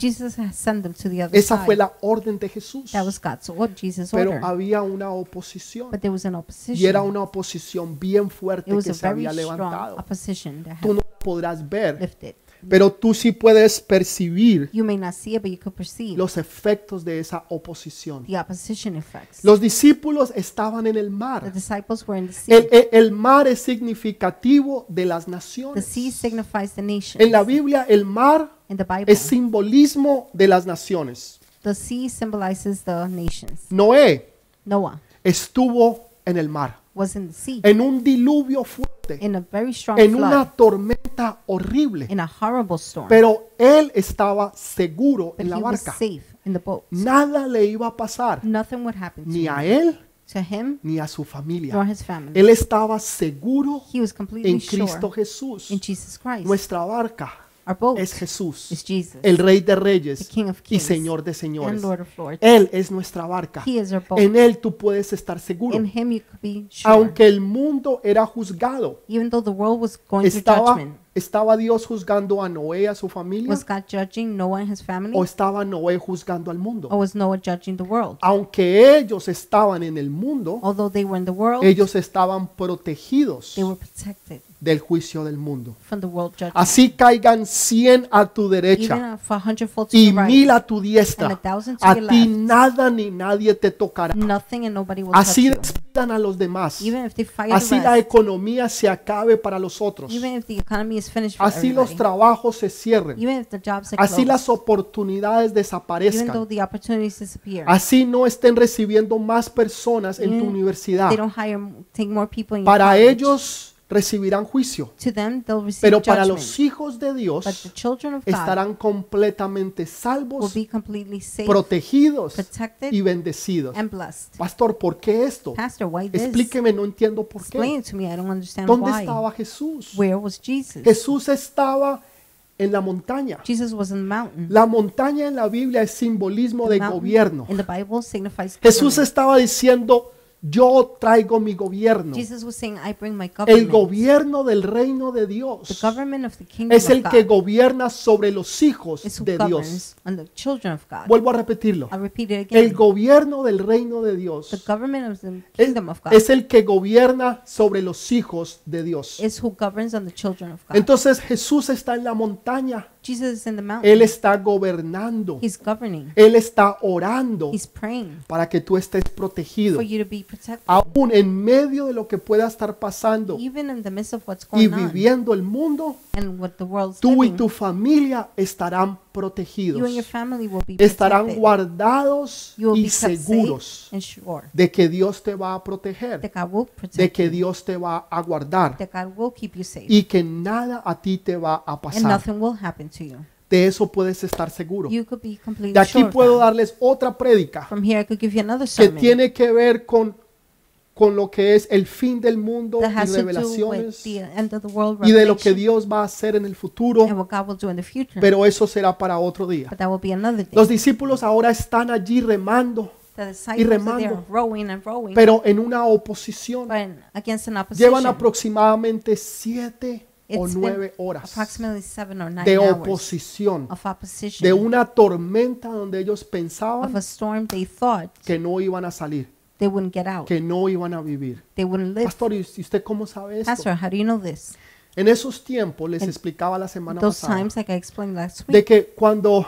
[SPEAKER 2] Jesus has sent them to the other
[SPEAKER 1] Esa fue
[SPEAKER 2] side.
[SPEAKER 1] la orden de Jesús.
[SPEAKER 2] That was God. So what Jesus ordered.
[SPEAKER 1] Pero había una oposición.
[SPEAKER 2] But there was an
[SPEAKER 1] Y era
[SPEAKER 2] opposition.
[SPEAKER 1] una oposición bien
[SPEAKER 2] It
[SPEAKER 1] fuerte
[SPEAKER 2] was a
[SPEAKER 1] que se
[SPEAKER 2] very
[SPEAKER 1] había
[SPEAKER 2] strong
[SPEAKER 1] levantado.
[SPEAKER 2] opposition that
[SPEAKER 1] Tú
[SPEAKER 2] had
[SPEAKER 1] no la podrás ver,
[SPEAKER 2] lifted.
[SPEAKER 1] pero tú sí puedes percibir
[SPEAKER 2] You may not see it, but you could perceive
[SPEAKER 1] los efectos de esa oposición.
[SPEAKER 2] the opposition effects.
[SPEAKER 1] Los discípulos estaban en el
[SPEAKER 2] The
[SPEAKER 1] mar.
[SPEAKER 2] disciples were in the sea.
[SPEAKER 1] El, el- el mar es significativo de las
[SPEAKER 2] The
[SPEAKER 1] naciones.
[SPEAKER 2] sea signifies the nation.
[SPEAKER 1] En la Biblia el mar
[SPEAKER 2] In the Bible,
[SPEAKER 1] es simbolismo de las naciones.
[SPEAKER 2] the sea symbolizes the nations.
[SPEAKER 1] Noé
[SPEAKER 2] Noah
[SPEAKER 1] estuvo en el mar,
[SPEAKER 2] was in the sea
[SPEAKER 1] en un diluvio fuerte,
[SPEAKER 2] in a very strong
[SPEAKER 1] en
[SPEAKER 2] flood,
[SPEAKER 1] una tormenta horrible.
[SPEAKER 2] in a horrible storm.
[SPEAKER 1] Pero él estaba seguro
[SPEAKER 2] But
[SPEAKER 1] en
[SPEAKER 2] he
[SPEAKER 1] la
[SPEAKER 2] was
[SPEAKER 1] barca.
[SPEAKER 2] safe in the boat.
[SPEAKER 1] Nada le iba a pasar,
[SPEAKER 2] Nothing would happen to
[SPEAKER 1] ni a
[SPEAKER 2] him,
[SPEAKER 1] él
[SPEAKER 2] to him
[SPEAKER 1] ni a su familia.
[SPEAKER 2] nor his family.
[SPEAKER 1] Él estaba seguro
[SPEAKER 2] He was completely
[SPEAKER 1] en Cristo
[SPEAKER 2] sure
[SPEAKER 1] Jesús.
[SPEAKER 2] in Jesus Oh. Christ.
[SPEAKER 1] Nuestra barca
[SPEAKER 2] Our boat
[SPEAKER 1] es
[SPEAKER 2] is
[SPEAKER 1] Jesús,
[SPEAKER 2] Jesus.
[SPEAKER 1] el Rey de Reyes
[SPEAKER 2] the King of
[SPEAKER 1] y
[SPEAKER 2] Kings
[SPEAKER 1] Señor de
[SPEAKER 2] and
[SPEAKER 1] Señores.
[SPEAKER 2] Lord of Lords.
[SPEAKER 1] Él es nuestra barca.
[SPEAKER 2] He is our boat.
[SPEAKER 1] En Él tú puedes estar seguro.
[SPEAKER 2] In Him you could be sure.
[SPEAKER 1] Aunque el mundo era juzgado,
[SPEAKER 2] Even though the world was going through
[SPEAKER 1] estaba,
[SPEAKER 2] judgment,
[SPEAKER 1] estaba Dios juzgando a Noé, a su familia,
[SPEAKER 2] was God judging Noah and his family,
[SPEAKER 1] o estaba Noé juzgando al mundo.
[SPEAKER 2] or was Noah judging the world?
[SPEAKER 1] aunque ellos estaban en el mundo,
[SPEAKER 2] Although they were in the world,
[SPEAKER 1] ellos estaban protegidos
[SPEAKER 2] Oh. they were protected
[SPEAKER 1] del juicio del mundo.
[SPEAKER 2] from the world judgment.
[SPEAKER 1] Así caigan 100 a tu
[SPEAKER 2] Even
[SPEAKER 1] derecha
[SPEAKER 2] if a hundredfold to
[SPEAKER 1] y
[SPEAKER 2] your right,
[SPEAKER 1] mil a tu diestra. A ti nada ni nadie te tocará.
[SPEAKER 2] nothing and nobody will touch
[SPEAKER 1] Así
[SPEAKER 2] you.
[SPEAKER 1] despidan a los demás.
[SPEAKER 2] Even if they fire
[SPEAKER 1] Así
[SPEAKER 2] the
[SPEAKER 1] la
[SPEAKER 2] rest,
[SPEAKER 1] economía se acabe para los otros.
[SPEAKER 2] even if the economy is finished for
[SPEAKER 1] Así los
[SPEAKER 2] everybody,
[SPEAKER 1] trabajos se cierren.
[SPEAKER 2] even if the jobs are
[SPEAKER 1] Así
[SPEAKER 2] closed,
[SPEAKER 1] las oportunidades
[SPEAKER 2] even though
[SPEAKER 1] desaparezcan.
[SPEAKER 2] the opportunities disappear,
[SPEAKER 1] Así no estén recibiendo más personas en tu universidad.
[SPEAKER 2] Mm. they don't hire, take more people in your
[SPEAKER 1] Para
[SPEAKER 2] college.
[SPEAKER 1] ellos recibirán juicio,
[SPEAKER 2] to them they'll receive
[SPEAKER 1] pero para
[SPEAKER 2] judgment.
[SPEAKER 1] los hijos de
[SPEAKER 2] but the
[SPEAKER 1] Dios
[SPEAKER 2] children of God
[SPEAKER 1] estarán completamente
[SPEAKER 2] will
[SPEAKER 1] salvos,
[SPEAKER 2] be completely safe,
[SPEAKER 1] protegidos
[SPEAKER 2] protected,
[SPEAKER 1] y bendecidos.
[SPEAKER 2] and blessed.
[SPEAKER 1] Pastor, ¿por qué esto?
[SPEAKER 2] Pastor, why this?
[SPEAKER 1] Explíqueme, no entiendo por
[SPEAKER 2] Explain
[SPEAKER 1] qué.
[SPEAKER 2] it to me. I don't understand
[SPEAKER 1] ¿Dónde
[SPEAKER 2] why.
[SPEAKER 1] estaba Jesús?
[SPEAKER 2] Where was Jesus?
[SPEAKER 1] Jesús estaba en la montaña.
[SPEAKER 2] Jesus was in the mountain.
[SPEAKER 1] La montaña en la Biblia es simbolismo de
[SPEAKER 2] Mountain
[SPEAKER 1] gobierno.
[SPEAKER 2] In the Bible signifies
[SPEAKER 1] Jesús
[SPEAKER 2] government.
[SPEAKER 1] estaba diciendo, yo traigo mi gobierno.
[SPEAKER 2] Jesus was saying, I bring my
[SPEAKER 1] El
[SPEAKER 2] government.
[SPEAKER 1] gobierno del reino de
[SPEAKER 2] the
[SPEAKER 1] Dios.
[SPEAKER 2] government of the kingdom
[SPEAKER 1] es el
[SPEAKER 2] of
[SPEAKER 1] que
[SPEAKER 2] God
[SPEAKER 1] gobierna sobre los
[SPEAKER 2] is
[SPEAKER 1] hijos
[SPEAKER 2] who
[SPEAKER 1] de Dios.
[SPEAKER 2] governs on the children of God.
[SPEAKER 1] Vuelvo a repetirlo.
[SPEAKER 2] I repeat it again.
[SPEAKER 1] El gobierno del reino de
[SPEAKER 2] the
[SPEAKER 1] Dios
[SPEAKER 2] government of the
[SPEAKER 1] es,
[SPEAKER 2] kingdom of God
[SPEAKER 1] es el que gobierna sobre los hijos de Dios.
[SPEAKER 2] is who governs on the children of God.
[SPEAKER 1] Entonces Jesús está en la montaña.
[SPEAKER 2] Jesus is in the mountain.
[SPEAKER 1] Él está gobernando.
[SPEAKER 2] He's governing.
[SPEAKER 1] Él está orando
[SPEAKER 2] He's praying
[SPEAKER 1] para que tú estés protegido.
[SPEAKER 2] for you to be protected.
[SPEAKER 1] Aún en medio de lo que pueda estar pasando
[SPEAKER 2] Even in the midst of what's
[SPEAKER 1] y
[SPEAKER 2] going on
[SPEAKER 1] viviendo el mundo,
[SPEAKER 2] and what the world's
[SPEAKER 1] tú y
[SPEAKER 2] doing,
[SPEAKER 1] tu familia estarán
[SPEAKER 2] you and your
[SPEAKER 1] protegidos.
[SPEAKER 2] family will be
[SPEAKER 1] Estarán
[SPEAKER 2] protected.
[SPEAKER 1] guardados
[SPEAKER 2] You will be
[SPEAKER 1] y
[SPEAKER 2] kept
[SPEAKER 1] seguros
[SPEAKER 2] safe and sure
[SPEAKER 1] de que Dios te va a proteger,
[SPEAKER 2] that God will
[SPEAKER 1] de
[SPEAKER 2] protect
[SPEAKER 1] que
[SPEAKER 2] you,
[SPEAKER 1] Dios te va a guardar
[SPEAKER 2] that God will keep you safe,
[SPEAKER 1] y que nada a ti te va a
[SPEAKER 2] and
[SPEAKER 1] pasar.
[SPEAKER 2] nothing will happen to you.
[SPEAKER 1] De eso puedes estar seguro.
[SPEAKER 2] You could be completely
[SPEAKER 1] De aquí
[SPEAKER 2] sure. of
[SPEAKER 1] puedo
[SPEAKER 2] that.
[SPEAKER 1] darles otra prédica
[SPEAKER 2] From here, I could give you another
[SPEAKER 1] que
[SPEAKER 2] sermon
[SPEAKER 1] tiene que ver con, con lo que es el fin del mundo
[SPEAKER 2] that
[SPEAKER 1] y
[SPEAKER 2] has to do with
[SPEAKER 1] revelaciones
[SPEAKER 2] the end of the world
[SPEAKER 1] y de lo que
[SPEAKER 2] revelation
[SPEAKER 1] Dios va a hacer en el futuro,
[SPEAKER 2] and what God will do in the future.
[SPEAKER 1] pero eso será para otro día.
[SPEAKER 2] But that will be another day.
[SPEAKER 1] Los discípulos ahora están allí remando,
[SPEAKER 2] The disciples are there
[SPEAKER 1] remando.
[SPEAKER 2] rowing and rowing
[SPEAKER 1] pero en una oposición.
[SPEAKER 2] but against an opposition.
[SPEAKER 1] Llevan aproximadamente siete o
[SPEAKER 2] It's been
[SPEAKER 1] nueve horas
[SPEAKER 2] approximately seven or nine
[SPEAKER 1] de
[SPEAKER 2] hours
[SPEAKER 1] oposición,
[SPEAKER 2] of opposition,
[SPEAKER 1] de una tormenta donde ellos
[SPEAKER 2] of
[SPEAKER 1] pensaban
[SPEAKER 2] a storm they thought
[SPEAKER 1] que no iban a salir.
[SPEAKER 2] they wouldn't get out.
[SPEAKER 1] que no iban a vivir.
[SPEAKER 2] They wouldn't live.
[SPEAKER 1] Pastor, ¿y usted cómo sabe esto?
[SPEAKER 2] Pastor, how do you know this?
[SPEAKER 1] En esos tiempos les
[SPEAKER 2] En
[SPEAKER 1] explicaba la semana
[SPEAKER 2] Those
[SPEAKER 1] pasada
[SPEAKER 2] times, like I explained last
[SPEAKER 1] de
[SPEAKER 2] week,
[SPEAKER 1] que cuando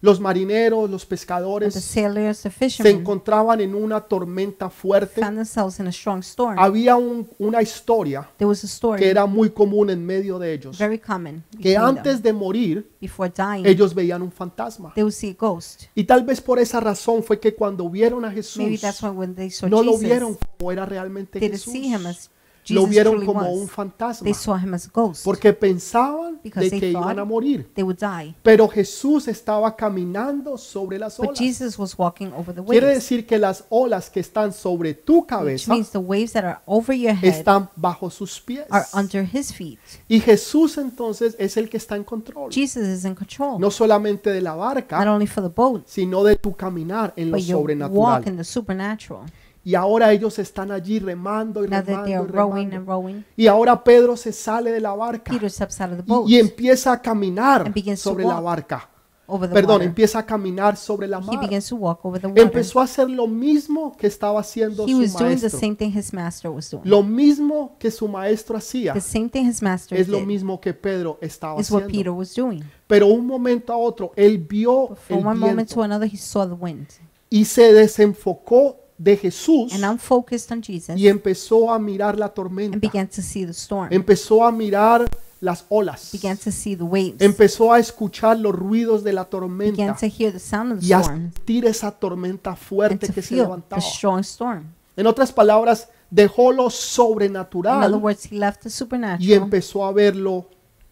[SPEAKER 1] los marineros, los
[SPEAKER 2] the
[SPEAKER 1] pescadores
[SPEAKER 2] sailors,
[SPEAKER 1] se
[SPEAKER 2] the fishermen,
[SPEAKER 1] encontraban en una tormenta fuerte,
[SPEAKER 2] found themselves in a strong storm.
[SPEAKER 1] había un- una historia
[SPEAKER 2] There was a
[SPEAKER 1] que
[SPEAKER 2] story,
[SPEAKER 1] era muy común en medio de ellos,
[SPEAKER 2] very common,
[SPEAKER 1] que
[SPEAKER 2] between them.
[SPEAKER 1] antes de morir
[SPEAKER 2] before dying,
[SPEAKER 1] ellos veían un fantasma.
[SPEAKER 2] they would see a ghost.
[SPEAKER 1] Y tal vez por esa razón fue que cuando vieron a
[SPEAKER 2] Maybe
[SPEAKER 1] Jesús,
[SPEAKER 2] that's why when they saw
[SPEAKER 1] no lo vieron
[SPEAKER 2] Jesus,
[SPEAKER 1] como era realmente
[SPEAKER 2] they didn't see him
[SPEAKER 1] Jesús,
[SPEAKER 2] as
[SPEAKER 1] lo
[SPEAKER 2] Jesus
[SPEAKER 1] vieron
[SPEAKER 2] truly
[SPEAKER 1] como un
[SPEAKER 2] was.
[SPEAKER 1] fantasma,
[SPEAKER 2] They saw him as a ghost.
[SPEAKER 1] porque pensaban de
[SPEAKER 2] Because they
[SPEAKER 1] que iban
[SPEAKER 2] thought-
[SPEAKER 1] a morir.
[SPEAKER 2] They would die.
[SPEAKER 1] Pero Jesús estaba caminando sobre las
[SPEAKER 2] But
[SPEAKER 1] olas.
[SPEAKER 2] Jesus was walking over the
[SPEAKER 1] Quiere
[SPEAKER 2] waves,
[SPEAKER 1] decir que las olas que están sobre tu
[SPEAKER 2] which
[SPEAKER 1] cabeza
[SPEAKER 2] means the waves that are over your head
[SPEAKER 1] están bajo sus pies.
[SPEAKER 2] are under his feet.
[SPEAKER 1] Y Jesús entonces es el que está en control,
[SPEAKER 2] Jesus is in control,
[SPEAKER 1] no solamente de la
[SPEAKER 2] not
[SPEAKER 1] barca,
[SPEAKER 2] only for the boat,
[SPEAKER 1] sino de tu caminar en lo
[SPEAKER 2] but your walk
[SPEAKER 1] sobrenatural.
[SPEAKER 2] in the supernatural.
[SPEAKER 1] Y ahora ellos están allí remando y
[SPEAKER 2] Now that
[SPEAKER 1] remando
[SPEAKER 2] they
[SPEAKER 1] y
[SPEAKER 2] are rowing
[SPEAKER 1] remando.
[SPEAKER 2] and rowing,
[SPEAKER 1] Y ahora Pedro se sale de la barca
[SPEAKER 2] Peter steps out of the boat
[SPEAKER 1] y, y empieza a caminar
[SPEAKER 2] And begins to
[SPEAKER 1] sobre la
[SPEAKER 2] walk
[SPEAKER 1] barca.
[SPEAKER 2] over the
[SPEAKER 1] Perdón,
[SPEAKER 2] water.
[SPEAKER 1] empieza a caminar sobre la
[SPEAKER 2] He
[SPEAKER 1] mar.
[SPEAKER 2] begins to walk over the water.
[SPEAKER 1] Empezó a hacer lo mismo que estaba haciendo
[SPEAKER 2] He was
[SPEAKER 1] su
[SPEAKER 2] doing the
[SPEAKER 1] maestro.
[SPEAKER 2] same thing his master was doing.
[SPEAKER 1] Lo mismo que su maestro hacía
[SPEAKER 2] The same thing his master
[SPEAKER 1] es lo
[SPEAKER 2] did
[SPEAKER 1] mismo que Pedro estaba
[SPEAKER 2] is what Peter
[SPEAKER 1] haciendo.
[SPEAKER 2] was doing.
[SPEAKER 1] Pero un momento a otro, él vio
[SPEAKER 2] From
[SPEAKER 1] el
[SPEAKER 2] one moment to
[SPEAKER 1] viento
[SPEAKER 2] another, he saw the wind.
[SPEAKER 1] y se desenfocó de Jesús
[SPEAKER 2] And I'm focused on Jesus
[SPEAKER 1] y empezó a mirar la
[SPEAKER 2] and
[SPEAKER 1] tormenta.
[SPEAKER 2] began to see the storm,
[SPEAKER 1] Empezó a mirar las olas.
[SPEAKER 2] began to see the waves,
[SPEAKER 1] Empezó a escuchar los ruidos de la
[SPEAKER 2] began
[SPEAKER 1] tormenta
[SPEAKER 2] to hear the sound of the
[SPEAKER 1] y a
[SPEAKER 2] storm,
[SPEAKER 1] sentir esa tormenta
[SPEAKER 2] and
[SPEAKER 1] fuerte
[SPEAKER 2] to
[SPEAKER 1] que se
[SPEAKER 2] feel the
[SPEAKER 1] levantaba.
[SPEAKER 2] strong storm.
[SPEAKER 1] En otras palabras, dejó lo
[SPEAKER 2] In other
[SPEAKER 1] sobrenatural
[SPEAKER 2] words, he left the
[SPEAKER 1] y
[SPEAKER 2] supernatural
[SPEAKER 1] empezó a ver lo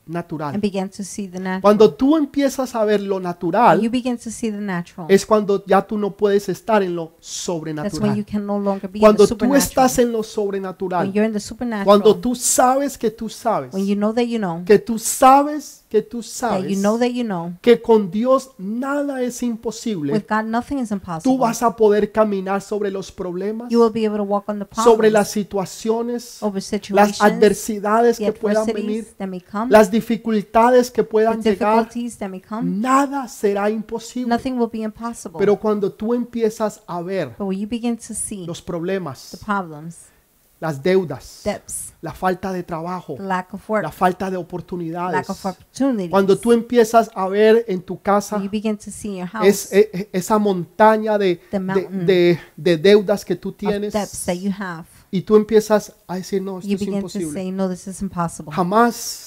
[SPEAKER 2] and
[SPEAKER 1] natural.
[SPEAKER 2] began to see the natural.
[SPEAKER 1] Cuando tú empiezas a ver lo
[SPEAKER 2] When you
[SPEAKER 1] natural,
[SPEAKER 2] begin to see the natural.
[SPEAKER 1] es cuando ya tú no puedes estar en lo
[SPEAKER 2] That's when you
[SPEAKER 1] sobrenatural.
[SPEAKER 2] can no longer be in the
[SPEAKER 1] Cuando tú
[SPEAKER 2] supernatural.
[SPEAKER 1] estás en lo
[SPEAKER 2] When
[SPEAKER 1] sobrenatural,
[SPEAKER 2] you're in the supernatural,
[SPEAKER 1] cuando tú sabes que tú sabes,
[SPEAKER 2] when you know that you know,
[SPEAKER 1] que tú sabes que tú
[SPEAKER 2] that you
[SPEAKER 1] sabes,
[SPEAKER 2] know that you know,
[SPEAKER 1] que con Dios nada es imposible,
[SPEAKER 2] with God nothing is
[SPEAKER 1] tú
[SPEAKER 2] impossible.
[SPEAKER 1] vas a poder caminar sobre los problemas,
[SPEAKER 2] You will be able to walk on the
[SPEAKER 1] sobre las
[SPEAKER 2] problems,
[SPEAKER 1] situaciones,
[SPEAKER 2] over
[SPEAKER 1] las
[SPEAKER 2] situations,
[SPEAKER 1] adversidades
[SPEAKER 2] the
[SPEAKER 1] que puedan venir,
[SPEAKER 2] adversities that may come,
[SPEAKER 1] las dificultades que
[SPEAKER 2] the
[SPEAKER 1] puedan llegar,
[SPEAKER 2] difficulties that may come.
[SPEAKER 1] nada será imposible.
[SPEAKER 2] Nothing will be impossible.
[SPEAKER 1] Pero cuando tú empiezas a ver
[SPEAKER 2] But when you begin to see
[SPEAKER 1] los
[SPEAKER 2] the
[SPEAKER 1] problemas,
[SPEAKER 2] problems,
[SPEAKER 1] las deudas,
[SPEAKER 2] depths,
[SPEAKER 1] la falta de trabajo,
[SPEAKER 2] the lack of work,
[SPEAKER 1] la falta de
[SPEAKER 2] lack
[SPEAKER 1] oportunidades,
[SPEAKER 2] of opportunities,
[SPEAKER 1] cuando tú empiezas a ver en tu casa
[SPEAKER 2] when you begin to see in your house
[SPEAKER 1] es, e- e- esa montaña de,
[SPEAKER 2] The
[SPEAKER 1] de-
[SPEAKER 2] mountain
[SPEAKER 1] de- de deudas que tú
[SPEAKER 2] of
[SPEAKER 1] tienes
[SPEAKER 2] depths that you have,
[SPEAKER 1] y tú empiezas a decir, no, esto
[SPEAKER 2] you
[SPEAKER 1] es
[SPEAKER 2] begin to
[SPEAKER 1] imposible.
[SPEAKER 2] say, no, this is impossible.
[SPEAKER 1] Jamás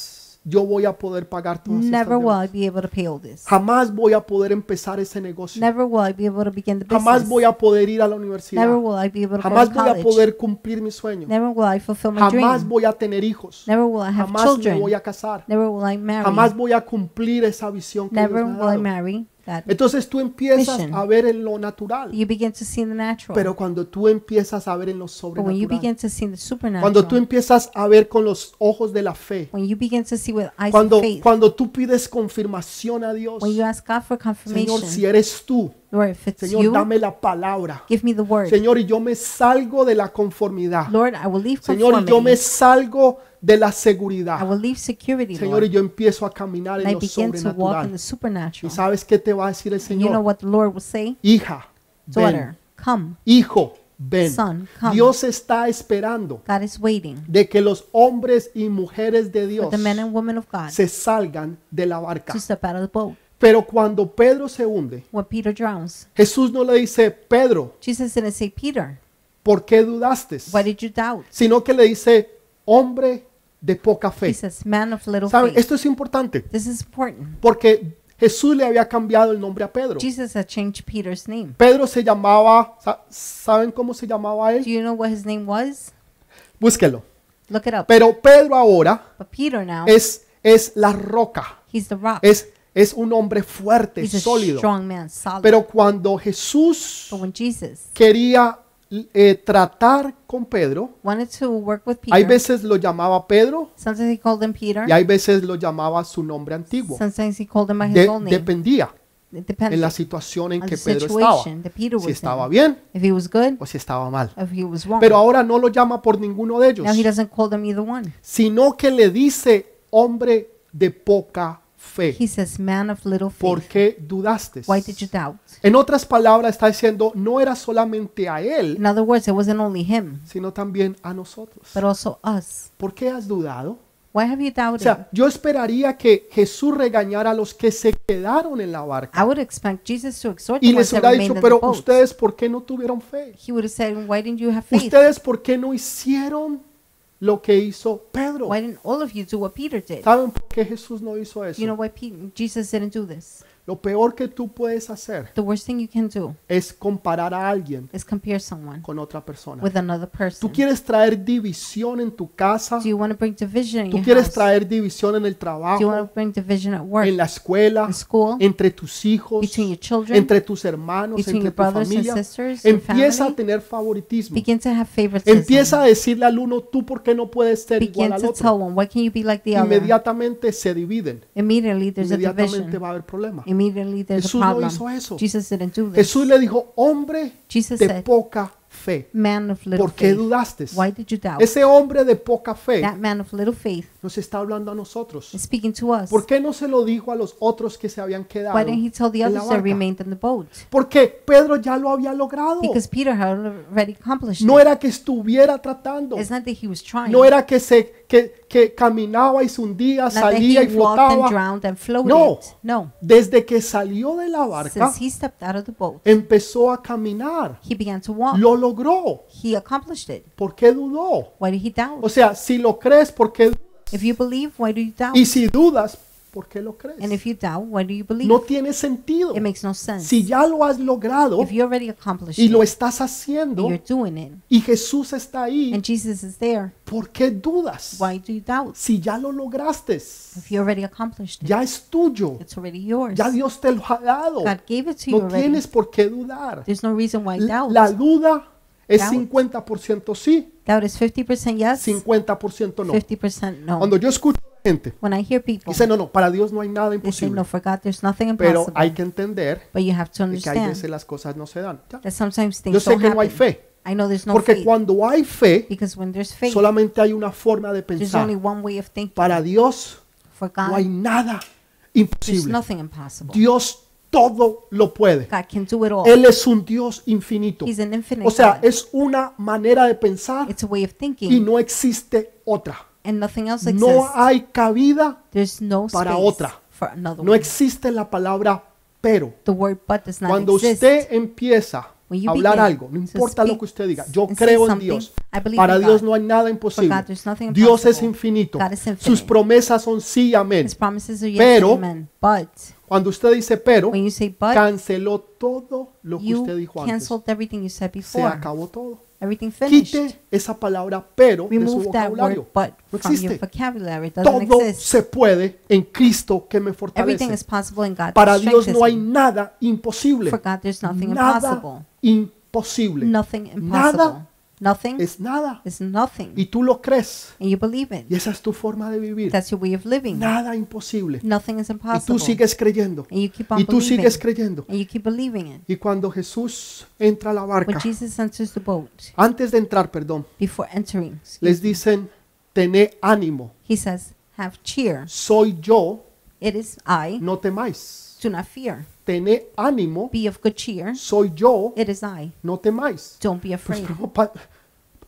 [SPEAKER 1] yo voy a poder pagar todas estas
[SPEAKER 2] Never will I
[SPEAKER 1] deudas.
[SPEAKER 2] be able to pay all this.
[SPEAKER 1] Jamás voy a poder empezar ese negocio.
[SPEAKER 2] Never will I be able to begin the
[SPEAKER 1] Jamás voy
[SPEAKER 2] business.
[SPEAKER 1] a poder ir a la universidad.
[SPEAKER 2] Never will I be able to go
[SPEAKER 1] Jamás
[SPEAKER 2] to
[SPEAKER 1] voy a
[SPEAKER 2] college.
[SPEAKER 1] poder cumplir mi sueño.
[SPEAKER 2] Never will I fulfill my
[SPEAKER 1] Jamás
[SPEAKER 2] dream.
[SPEAKER 1] voy a tener hijos.
[SPEAKER 2] Never will I have
[SPEAKER 1] Jamás me voy
[SPEAKER 2] children.
[SPEAKER 1] a casar.
[SPEAKER 2] Never will I marry.
[SPEAKER 1] Jamás voy a cumplir esa visión que Dios me
[SPEAKER 2] Never
[SPEAKER 1] ha
[SPEAKER 2] will
[SPEAKER 1] dado.
[SPEAKER 2] I marry. That
[SPEAKER 1] Entonces tú empiezas
[SPEAKER 2] Vision.
[SPEAKER 1] a ver en lo natural,
[SPEAKER 2] you begin to see in the natural.
[SPEAKER 1] pero cuando tú empiezas a ver en lo
[SPEAKER 2] But when you
[SPEAKER 1] sobrenatural,
[SPEAKER 2] begin to see in the
[SPEAKER 1] cuando tú
[SPEAKER 2] supernatural,
[SPEAKER 1] empiezas a ver con los ojos de la fe,
[SPEAKER 2] when you begin to see with eyes of
[SPEAKER 1] cuando
[SPEAKER 2] faith,
[SPEAKER 1] cuando tú pides confirmación a Dios,
[SPEAKER 2] when you ask God for
[SPEAKER 1] Señor, si
[SPEAKER 2] confirmation,
[SPEAKER 1] eres tú,
[SPEAKER 2] Lord, if it's
[SPEAKER 1] Señor,
[SPEAKER 2] you,
[SPEAKER 1] dame la palabra.
[SPEAKER 2] give me the word.
[SPEAKER 1] Señor, y yo me salgo de la conformidad.
[SPEAKER 2] Lord, I will leave
[SPEAKER 1] Señor, y yo me
[SPEAKER 2] conformity.
[SPEAKER 1] salgo de la
[SPEAKER 2] I
[SPEAKER 1] seguridad.
[SPEAKER 2] will leave security,
[SPEAKER 1] Señor, y
[SPEAKER 2] Lord.
[SPEAKER 1] yo empiezo a caminar
[SPEAKER 2] And
[SPEAKER 1] en
[SPEAKER 2] I
[SPEAKER 1] lo
[SPEAKER 2] begin to walk
[SPEAKER 1] sobrenatural.
[SPEAKER 2] in the
[SPEAKER 1] ¿Y
[SPEAKER 2] supernatural.
[SPEAKER 1] sabes qué te va a decir el
[SPEAKER 2] And you know
[SPEAKER 1] Señor?
[SPEAKER 2] what the Lord will say?
[SPEAKER 1] Hija, ven.
[SPEAKER 2] Daughter, come.
[SPEAKER 1] Hijo, ven.
[SPEAKER 2] Son, come.
[SPEAKER 1] Dios está esperando
[SPEAKER 2] God is waiting.
[SPEAKER 1] de que los hombres y mujeres de
[SPEAKER 2] for
[SPEAKER 1] Dios
[SPEAKER 2] the men and women of God
[SPEAKER 1] se salgan de la barca.
[SPEAKER 2] to step out of the boat.
[SPEAKER 1] Pero cuando Pedro se hunde,
[SPEAKER 2] When Peter drowns,
[SPEAKER 1] Jesús no le dice, Pedro,
[SPEAKER 2] Jesus didn't say, Peter,
[SPEAKER 1] ¿por qué dudaste?
[SPEAKER 2] why did you doubt?
[SPEAKER 1] Sino que le dice, hombre de poca
[SPEAKER 2] He
[SPEAKER 1] fe.
[SPEAKER 2] says, man of little
[SPEAKER 1] ¿Saben?
[SPEAKER 2] faith.
[SPEAKER 1] Esto es importante
[SPEAKER 2] This is important.
[SPEAKER 1] porque Jesús le había cambiado el nombre a Pedro.
[SPEAKER 2] Jesus had changed Peter's name.
[SPEAKER 1] Pedro se llamaba, sa- ¿saben cómo se llamaba
[SPEAKER 2] Do
[SPEAKER 1] él?
[SPEAKER 2] you know what his name was?
[SPEAKER 1] Búsquelo.
[SPEAKER 2] Look it up.
[SPEAKER 1] Pero Pedro ahora
[SPEAKER 2] But Peter now,
[SPEAKER 1] es, es la roca,
[SPEAKER 2] he's the rock.
[SPEAKER 1] es, es un hombre fuerte,
[SPEAKER 2] He's a
[SPEAKER 1] sólido.
[SPEAKER 2] strong man, solid.
[SPEAKER 1] Pero cuando Jesús
[SPEAKER 2] But when Jesus
[SPEAKER 1] quería eh, tratar con Pedro,
[SPEAKER 2] wanted to work with
[SPEAKER 1] hay
[SPEAKER 2] Peter,
[SPEAKER 1] veces lo llamaba Pedro
[SPEAKER 2] sometimes he called him Peter,
[SPEAKER 1] y hay veces lo llamaba su nombre antiguo.
[SPEAKER 2] sometimes he called him by his
[SPEAKER 1] De-
[SPEAKER 2] old name.
[SPEAKER 1] dependía
[SPEAKER 2] It
[SPEAKER 1] en la
[SPEAKER 2] depends
[SPEAKER 1] situación en
[SPEAKER 2] on
[SPEAKER 1] que
[SPEAKER 2] the
[SPEAKER 1] Pedro estaba,
[SPEAKER 2] situation that Peter
[SPEAKER 1] si
[SPEAKER 2] was
[SPEAKER 1] estaba
[SPEAKER 2] in.
[SPEAKER 1] bien
[SPEAKER 2] If he was good,
[SPEAKER 1] o si estaba mal.
[SPEAKER 2] if he was wrong.
[SPEAKER 1] Pero ahora no lo llama por ninguno de ellos,
[SPEAKER 2] Now he doesn't call them either one.
[SPEAKER 1] sino que le dice hombre de poca fe.
[SPEAKER 2] He says, Man of little
[SPEAKER 1] ¿Por
[SPEAKER 2] faith,
[SPEAKER 1] qué dudaste?
[SPEAKER 2] why did you doubt?
[SPEAKER 1] En otras palabras, está diciendo, no era solamente a él,
[SPEAKER 2] In other words, it wasn't only him,
[SPEAKER 1] sino también a nosotros.
[SPEAKER 2] but also us.
[SPEAKER 1] ¿Por qué has dudado?
[SPEAKER 2] Why have you
[SPEAKER 1] O
[SPEAKER 2] doubted?
[SPEAKER 1] sea, yo esperaría que Jesús regañara a los que se quedaron en la barca
[SPEAKER 2] I would expect Jesus to exhort
[SPEAKER 1] y
[SPEAKER 2] the ones
[SPEAKER 1] les
[SPEAKER 2] that
[SPEAKER 1] hubiera dicho,
[SPEAKER 2] remained in the
[SPEAKER 1] pero
[SPEAKER 2] boat.
[SPEAKER 1] ustedes, ¿por qué no tuvieron fe?
[SPEAKER 2] He would have said, Why didn't you have faith?
[SPEAKER 1] ¿Ustedes por qué no hicieron lo que hizo Pedro?
[SPEAKER 2] Why didn't all of you do what Peter did?
[SPEAKER 1] ¿Saben por qué Jesús no hizo
[SPEAKER 2] You know
[SPEAKER 1] eso?
[SPEAKER 2] why Pe- Jesus didn't do this?
[SPEAKER 1] Lo peor que tú puedes hacer
[SPEAKER 2] The worst thing you can do
[SPEAKER 1] es comparar a alguien
[SPEAKER 2] is compare someone
[SPEAKER 1] con otra persona.
[SPEAKER 2] with another person.
[SPEAKER 1] Tú quieres traer división en tu casa,
[SPEAKER 2] Do you want to bring division in
[SPEAKER 1] tú
[SPEAKER 2] your
[SPEAKER 1] quieres
[SPEAKER 2] house?
[SPEAKER 1] traer división en el
[SPEAKER 2] Do you want
[SPEAKER 1] trabajo,
[SPEAKER 2] to bring division at work,
[SPEAKER 1] en la escuela,
[SPEAKER 2] in school,
[SPEAKER 1] entre tus hijos,
[SPEAKER 2] between your children,
[SPEAKER 1] entre tus hermanos,
[SPEAKER 2] between
[SPEAKER 1] entre
[SPEAKER 2] your
[SPEAKER 1] tu
[SPEAKER 2] brothers and
[SPEAKER 1] familia?
[SPEAKER 2] sisters, your
[SPEAKER 1] Empieza a
[SPEAKER 2] family?
[SPEAKER 1] tener favoritismo.
[SPEAKER 2] Begin to have favoritism.
[SPEAKER 1] Empieza a decirle al uno, tú por qué no puedes ser igual
[SPEAKER 2] Begin
[SPEAKER 1] al
[SPEAKER 2] to
[SPEAKER 1] otro.
[SPEAKER 2] tell one, why can you be like the other?
[SPEAKER 1] Inmediatamente se dividen.
[SPEAKER 2] Immediately there's a
[SPEAKER 1] Inmediatamente
[SPEAKER 2] division.
[SPEAKER 1] va a haber problema.
[SPEAKER 2] Immediately there's
[SPEAKER 1] Jesús
[SPEAKER 2] a
[SPEAKER 1] no
[SPEAKER 2] problem.
[SPEAKER 1] hizo eso.
[SPEAKER 2] Jesus didn't do this.
[SPEAKER 1] Jesús le dijo, hombre
[SPEAKER 2] Jesus
[SPEAKER 1] de
[SPEAKER 2] said,
[SPEAKER 1] poca fe,
[SPEAKER 2] man of little
[SPEAKER 1] ¿por qué
[SPEAKER 2] faith,
[SPEAKER 1] dudaste?
[SPEAKER 2] why did you doubt?
[SPEAKER 1] Ese hombre de poca fe
[SPEAKER 2] That man of little faith
[SPEAKER 1] nos está hablando a nosotros.
[SPEAKER 2] is speaking to us.
[SPEAKER 1] ¿Por qué no se lo dijo a los otros que se habían quedado?
[SPEAKER 2] Why didn't he tell the
[SPEAKER 1] en la
[SPEAKER 2] others that
[SPEAKER 1] barca?
[SPEAKER 2] remained in the boat?
[SPEAKER 1] Porque Pedro ya lo había logrado.
[SPEAKER 2] Because Peter had already accomplished
[SPEAKER 1] No
[SPEAKER 2] it.
[SPEAKER 1] era que estuviera tratando.
[SPEAKER 2] It's not that he was trying.
[SPEAKER 1] No era que se que, que caminaba y se hundía,
[SPEAKER 2] not that
[SPEAKER 1] salía
[SPEAKER 2] he
[SPEAKER 1] y
[SPEAKER 2] walked and
[SPEAKER 1] flotaba.
[SPEAKER 2] drowned and floated.
[SPEAKER 1] No.
[SPEAKER 2] No.
[SPEAKER 1] Desde que salió de la barca,
[SPEAKER 2] Since he stepped out of the boat,
[SPEAKER 1] empezó a caminar.
[SPEAKER 2] he began to walk.
[SPEAKER 1] Lo logró.
[SPEAKER 2] He accomplished it.
[SPEAKER 1] ¿Por qué dudó?
[SPEAKER 2] Why did he doubt?
[SPEAKER 1] O sea, si lo crees, ¿por qué?
[SPEAKER 2] If you believe, why do you doubt?
[SPEAKER 1] Y si dudas, ¿por qué lo
[SPEAKER 2] And
[SPEAKER 1] crees?
[SPEAKER 2] if you doubt, why do you believe?
[SPEAKER 1] No tiene sentido.
[SPEAKER 2] It makes no sense.
[SPEAKER 1] Si ya lo has logrado
[SPEAKER 2] If you already accomplished
[SPEAKER 1] y
[SPEAKER 2] it,
[SPEAKER 1] lo
[SPEAKER 2] and
[SPEAKER 1] estás haciendo
[SPEAKER 2] you're doing it,
[SPEAKER 1] y Jesús está ahí,
[SPEAKER 2] and Jesus is there,
[SPEAKER 1] ¿por qué dudas?
[SPEAKER 2] why do you doubt?
[SPEAKER 1] Si ya lo lograste,
[SPEAKER 2] If you already accomplished it,
[SPEAKER 1] ya es tuyo.
[SPEAKER 2] it's already yours.
[SPEAKER 1] Ya Dios te lo ha dado.
[SPEAKER 2] God gave it to you
[SPEAKER 1] No
[SPEAKER 2] already.
[SPEAKER 1] tienes por qué dudar.
[SPEAKER 2] There's no reason why doubt.
[SPEAKER 1] La duda es
[SPEAKER 2] Doubt.
[SPEAKER 1] 50% sí,
[SPEAKER 2] Doubt is 50% yes,
[SPEAKER 1] 50% no.
[SPEAKER 2] 50% no.
[SPEAKER 1] Cuando yo escucho a gente,
[SPEAKER 2] When I hear people,
[SPEAKER 1] dice, no, no, para Dios no hay nada
[SPEAKER 2] they say,
[SPEAKER 1] imposible.
[SPEAKER 2] no, for God, there's nothing
[SPEAKER 1] Pero
[SPEAKER 2] impossible.
[SPEAKER 1] hay que entender
[SPEAKER 2] But you have to
[SPEAKER 1] de que hay
[SPEAKER 2] understand
[SPEAKER 1] veces las cosas no se dan. Ya.
[SPEAKER 2] that
[SPEAKER 1] Yo
[SPEAKER 2] sometimes things
[SPEAKER 1] sé
[SPEAKER 2] don't
[SPEAKER 1] que no hay
[SPEAKER 2] happen.
[SPEAKER 1] fe,
[SPEAKER 2] I know there's no
[SPEAKER 1] porque
[SPEAKER 2] faith.
[SPEAKER 1] cuando hay fe,
[SPEAKER 2] Because when there's faith,
[SPEAKER 1] solamente hay una forma de
[SPEAKER 2] there's
[SPEAKER 1] pensar.
[SPEAKER 2] only one way of thinking.
[SPEAKER 1] Para Dios
[SPEAKER 2] For
[SPEAKER 1] no hay
[SPEAKER 2] God,
[SPEAKER 1] nada
[SPEAKER 2] there's
[SPEAKER 1] imposible.
[SPEAKER 2] nothing impossible.
[SPEAKER 1] Dios todo lo puede.
[SPEAKER 2] God can do it all.
[SPEAKER 1] Él es un Dios infinito.
[SPEAKER 2] He's an infinite
[SPEAKER 1] O sea,
[SPEAKER 2] God.
[SPEAKER 1] es una manera de pensar
[SPEAKER 2] It's a way of thinking,
[SPEAKER 1] y no existe otra.
[SPEAKER 2] and nothing else exists.
[SPEAKER 1] No hay cabida,
[SPEAKER 2] there's no
[SPEAKER 1] para
[SPEAKER 2] space
[SPEAKER 1] otra.
[SPEAKER 2] for another
[SPEAKER 1] no
[SPEAKER 2] one.
[SPEAKER 1] existe la palabra pero.
[SPEAKER 2] The word but does not
[SPEAKER 1] Cuando
[SPEAKER 2] exist.
[SPEAKER 1] usted empieza
[SPEAKER 2] When
[SPEAKER 1] a
[SPEAKER 2] you
[SPEAKER 1] hablar
[SPEAKER 2] begin
[SPEAKER 1] algo, no
[SPEAKER 2] to
[SPEAKER 1] importa lo
[SPEAKER 2] speak
[SPEAKER 1] que usted diga, yo
[SPEAKER 2] and say
[SPEAKER 1] creo en
[SPEAKER 2] something,
[SPEAKER 1] Dios.
[SPEAKER 2] I believe
[SPEAKER 1] Para
[SPEAKER 2] in
[SPEAKER 1] Dios
[SPEAKER 2] God.
[SPEAKER 1] no hay nada imposible.
[SPEAKER 2] God, there's nothing
[SPEAKER 1] Dios es
[SPEAKER 2] impossible.
[SPEAKER 1] infinito.
[SPEAKER 2] God is infinite.
[SPEAKER 1] Sus promesas son sí y amén.
[SPEAKER 2] His promises are yes
[SPEAKER 1] Pero-
[SPEAKER 2] and amen. But
[SPEAKER 1] Cuando usted dice pero,
[SPEAKER 2] when you say but,
[SPEAKER 1] canceló todo lo que
[SPEAKER 2] you
[SPEAKER 1] usted dijo antes.
[SPEAKER 2] canceled everything you said
[SPEAKER 1] Se
[SPEAKER 2] before.
[SPEAKER 1] acabó todo.
[SPEAKER 2] Everything finished.
[SPEAKER 1] Quite esa palabra pero de su
[SPEAKER 2] Remove that
[SPEAKER 1] vocabulario.
[SPEAKER 2] word but
[SPEAKER 1] No
[SPEAKER 2] from your
[SPEAKER 1] existe.
[SPEAKER 2] vocabulary. It doesn't
[SPEAKER 1] Todo
[SPEAKER 2] exist.
[SPEAKER 1] se puede en Cristo que me
[SPEAKER 2] Everything
[SPEAKER 1] fortalece.
[SPEAKER 2] is possible in God.
[SPEAKER 1] Para
[SPEAKER 2] that
[SPEAKER 1] Dios no hay
[SPEAKER 2] strengthens me.
[SPEAKER 1] nada imposible.
[SPEAKER 2] For God, there's nothing
[SPEAKER 1] Nada
[SPEAKER 2] impossible.
[SPEAKER 1] imposible.
[SPEAKER 2] Nothing
[SPEAKER 1] Nada
[SPEAKER 2] impossible. nothing
[SPEAKER 1] Es nada.
[SPEAKER 2] is nothing.
[SPEAKER 1] Y tú lo crees.
[SPEAKER 2] and you believe it.
[SPEAKER 1] Y esa es tu forma de vivir.
[SPEAKER 2] That's your way of living.
[SPEAKER 1] Nada imposible.
[SPEAKER 2] Nothing
[SPEAKER 1] Y
[SPEAKER 2] is
[SPEAKER 1] tú
[SPEAKER 2] impossible.
[SPEAKER 1] sigues creyendo.
[SPEAKER 2] and you keep on
[SPEAKER 1] Y tú
[SPEAKER 2] believing.
[SPEAKER 1] sigues creyendo.
[SPEAKER 2] and you keep believing it.
[SPEAKER 1] Y cuando Jesús entra a la barca,
[SPEAKER 2] When Jesus enters the boat,
[SPEAKER 1] antes de entrar, perdón,
[SPEAKER 2] before entering,
[SPEAKER 1] les dicen, tené ánimo.
[SPEAKER 2] he says, Have cheer.
[SPEAKER 1] Soy yo,
[SPEAKER 2] It is I.
[SPEAKER 1] no temáis.
[SPEAKER 2] Do not fear.
[SPEAKER 1] Tené ánimo.
[SPEAKER 2] Be of good cheer.
[SPEAKER 1] Soy yo,
[SPEAKER 2] It is I.
[SPEAKER 1] no temáis.
[SPEAKER 2] Don't be
[SPEAKER 1] Pues,
[SPEAKER 2] afraid.
[SPEAKER 1] ¿cómo pa-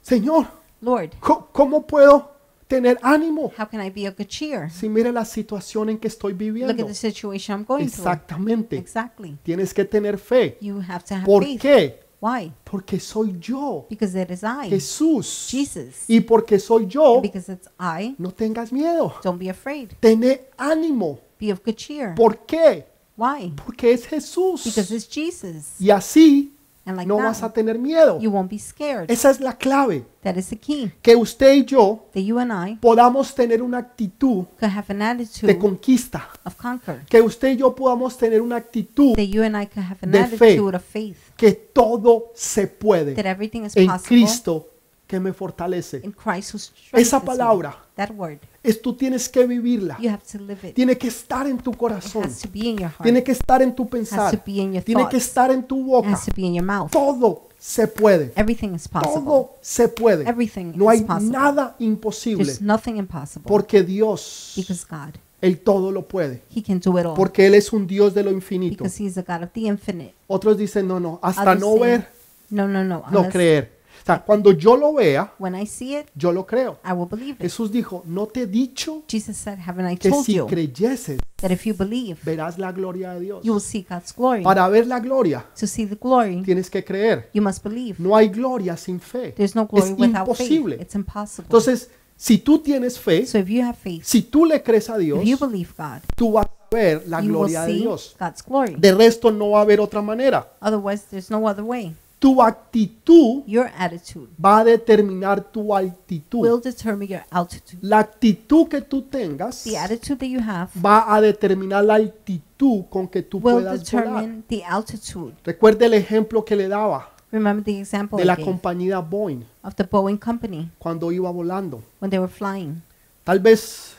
[SPEAKER 1] Señor,
[SPEAKER 2] Lord,
[SPEAKER 1] co- ¿cómo puedo tener ánimo?
[SPEAKER 2] how can I be of good cheer?
[SPEAKER 1] Si mire la situación en que estoy
[SPEAKER 2] Look
[SPEAKER 1] viviendo.
[SPEAKER 2] at the situation I'm going through.
[SPEAKER 1] Exactamente.
[SPEAKER 2] Exactly.
[SPEAKER 1] Tienes que tener fe.
[SPEAKER 2] You have to have
[SPEAKER 1] ¿Por
[SPEAKER 2] faith.
[SPEAKER 1] qué?
[SPEAKER 2] Why?
[SPEAKER 1] Porque soy yo,
[SPEAKER 2] Because it is I.
[SPEAKER 1] Jesús.
[SPEAKER 2] Jesus.
[SPEAKER 1] Y porque soy yo,
[SPEAKER 2] Because it's I.
[SPEAKER 1] no tengas miedo.
[SPEAKER 2] Don't be afraid.
[SPEAKER 1] Tené ánimo.
[SPEAKER 2] Be of good cheer.
[SPEAKER 1] ¿Por qué?
[SPEAKER 2] Why?
[SPEAKER 1] Porque es Jesús.
[SPEAKER 2] Because it's Jesus.
[SPEAKER 1] Y así
[SPEAKER 2] And like
[SPEAKER 1] no vas a
[SPEAKER 2] that,
[SPEAKER 1] tener miedo.
[SPEAKER 2] you won't be scared.
[SPEAKER 1] Esa es la clave.
[SPEAKER 2] That is the key.
[SPEAKER 1] Que usted y yo
[SPEAKER 2] That you and I
[SPEAKER 1] podamos tener una actitud
[SPEAKER 2] could have an
[SPEAKER 1] de
[SPEAKER 2] attitude
[SPEAKER 1] conquista.
[SPEAKER 2] of conquer.
[SPEAKER 1] Que usted y yo podamos tener una actitud
[SPEAKER 2] That you and I could have an
[SPEAKER 1] de fe.
[SPEAKER 2] attitude of faith.
[SPEAKER 1] que todo se puede.
[SPEAKER 2] That everything is
[SPEAKER 1] en
[SPEAKER 2] possible
[SPEAKER 1] Cristo que me fortalece.
[SPEAKER 2] in Christ who strengthens
[SPEAKER 1] Esa
[SPEAKER 2] me.
[SPEAKER 1] palabra
[SPEAKER 2] That word.
[SPEAKER 1] Es tú tienes que vivirla.
[SPEAKER 2] You have to live it. It
[SPEAKER 1] Tiene que estar en tu corazón.
[SPEAKER 2] has to be in your heart.
[SPEAKER 1] Tiene
[SPEAKER 2] It
[SPEAKER 1] que estar en tu pensar.
[SPEAKER 2] to be in your
[SPEAKER 1] Tiene que
[SPEAKER 2] thoughts.
[SPEAKER 1] estar en tu boca.
[SPEAKER 2] has to be in your mouth.
[SPEAKER 1] Todo se puede.
[SPEAKER 2] Everything is possible.
[SPEAKER 1] Todo se puede.
[SPEAKER 2] Everything
[SPEAKER 1] No
[SPEAKER 2] is
[SPEAKER 1] hay
[SPEAKER 2] possible.
[SPEAKER 1] nada imposible
[SPEAKER 2] There's nothing impossible.
[SPEAKER 1] porque Dios
[SPEAKER 2] Because God
[SPEAKER 1] Él todo lo puede,
[SPEAKER 2] He can do it all
[SPEAKER 1] porque Él es un Dios de lo infinito.
[SPEAKER 2] because he's a God of the infinite.
[SPEAKER 1] Otros dicen, no, no, hasta
[SPEAKER 2] Others
[SPEAKER 1] no
[SPEAKER 2] say,
[SPEAKER 1] ver,
[SPEAKER 2] No, no, no.
[SPEAKER 1] no
[SPEAKER 2] unless-
[SPEAKER 1] creer. O sea, cuando yo lo vea,
[SPEAKER 2] When I see it,
[SPEAKER 1] yo lo creo.
[SPEAKER 2] I will believe it.
[SPEAKER 1] Jesús dijo, no te he dicho
[SPEAKER 2] Jesus said, haven't I
[SPEAKER 1] que
[SPEAKER 2] told
[SPEAKER 1] si
[SPEAKER 2] you
[SPEAKER 1] creyeses,
[SPEAKER 2] that if you believe,
[SPEAKER 1] verás la gloria de Dios.
[SPEAKER 2] you will see God's glory?
[SPEAKER 1] Para ver la gloria,
[SPEAKER 2] to see the glory,
[SPEAKER 1] tienes que creer.
[SPEAKER 2] you must believe.
[SPEAKER 1] No hay gloria sin fe.
[SPEAKER 2] There's no glory
[SPEAKER 1] es
[SPEAKER 2] without faith.
[SPEAKER 1] imposible.
[SPEAKER 2] It's impossible.
[SPEAKER 1] Entonces, si tú tienes fe,
[SPEAKER 2] so if you have faith,
[SPEAKER 1] si tú le crees a Dios,
[SPEAKER 2] if you believe God,
[SPEAKER 1] tú vas a ver la
[SPEAKER 2] you will
[SPEAKER 1] gloria de
[SPEAKER 2] see
[SPEAKER 1] Dios.
[SPEAKER 2] God's glory.
[SPEAKER 1] De resto, no va a haber otra manera.
[SPEAKER 2] Otherwise, there's no other way.
[SPEAKER 1] Tu actitud
[SPEAKER 2] Your attitude
[SPEAKER 1] va a determinar tu altitud.
[SPEAKER 2] will determine your altitude.
[SPEAKER 1] La actitud que tú tengas
[SPEAKER 2] The attitude that you have
[SPEAKER 1] va a determinar la altitud con que tú
[SPEAKER 2] will
[SPEAKER 1] puedas volar.
[SPEAKER 2] determine the altitude.
[SPEAKER 1] Recuerda el ejemplo que le daba
[SPEAKER 2] Remember the example
[SPEAKER 1] de la
[SPEAKER 2] I gave
[SPEAKER 1] compañía Boeing
[SPEAKER 2] of the Boeing company
[SPEAKER 1] cuando iba volando.
[SPEAKER 2] when they were flying.
[SPEAKER 1] Tal vez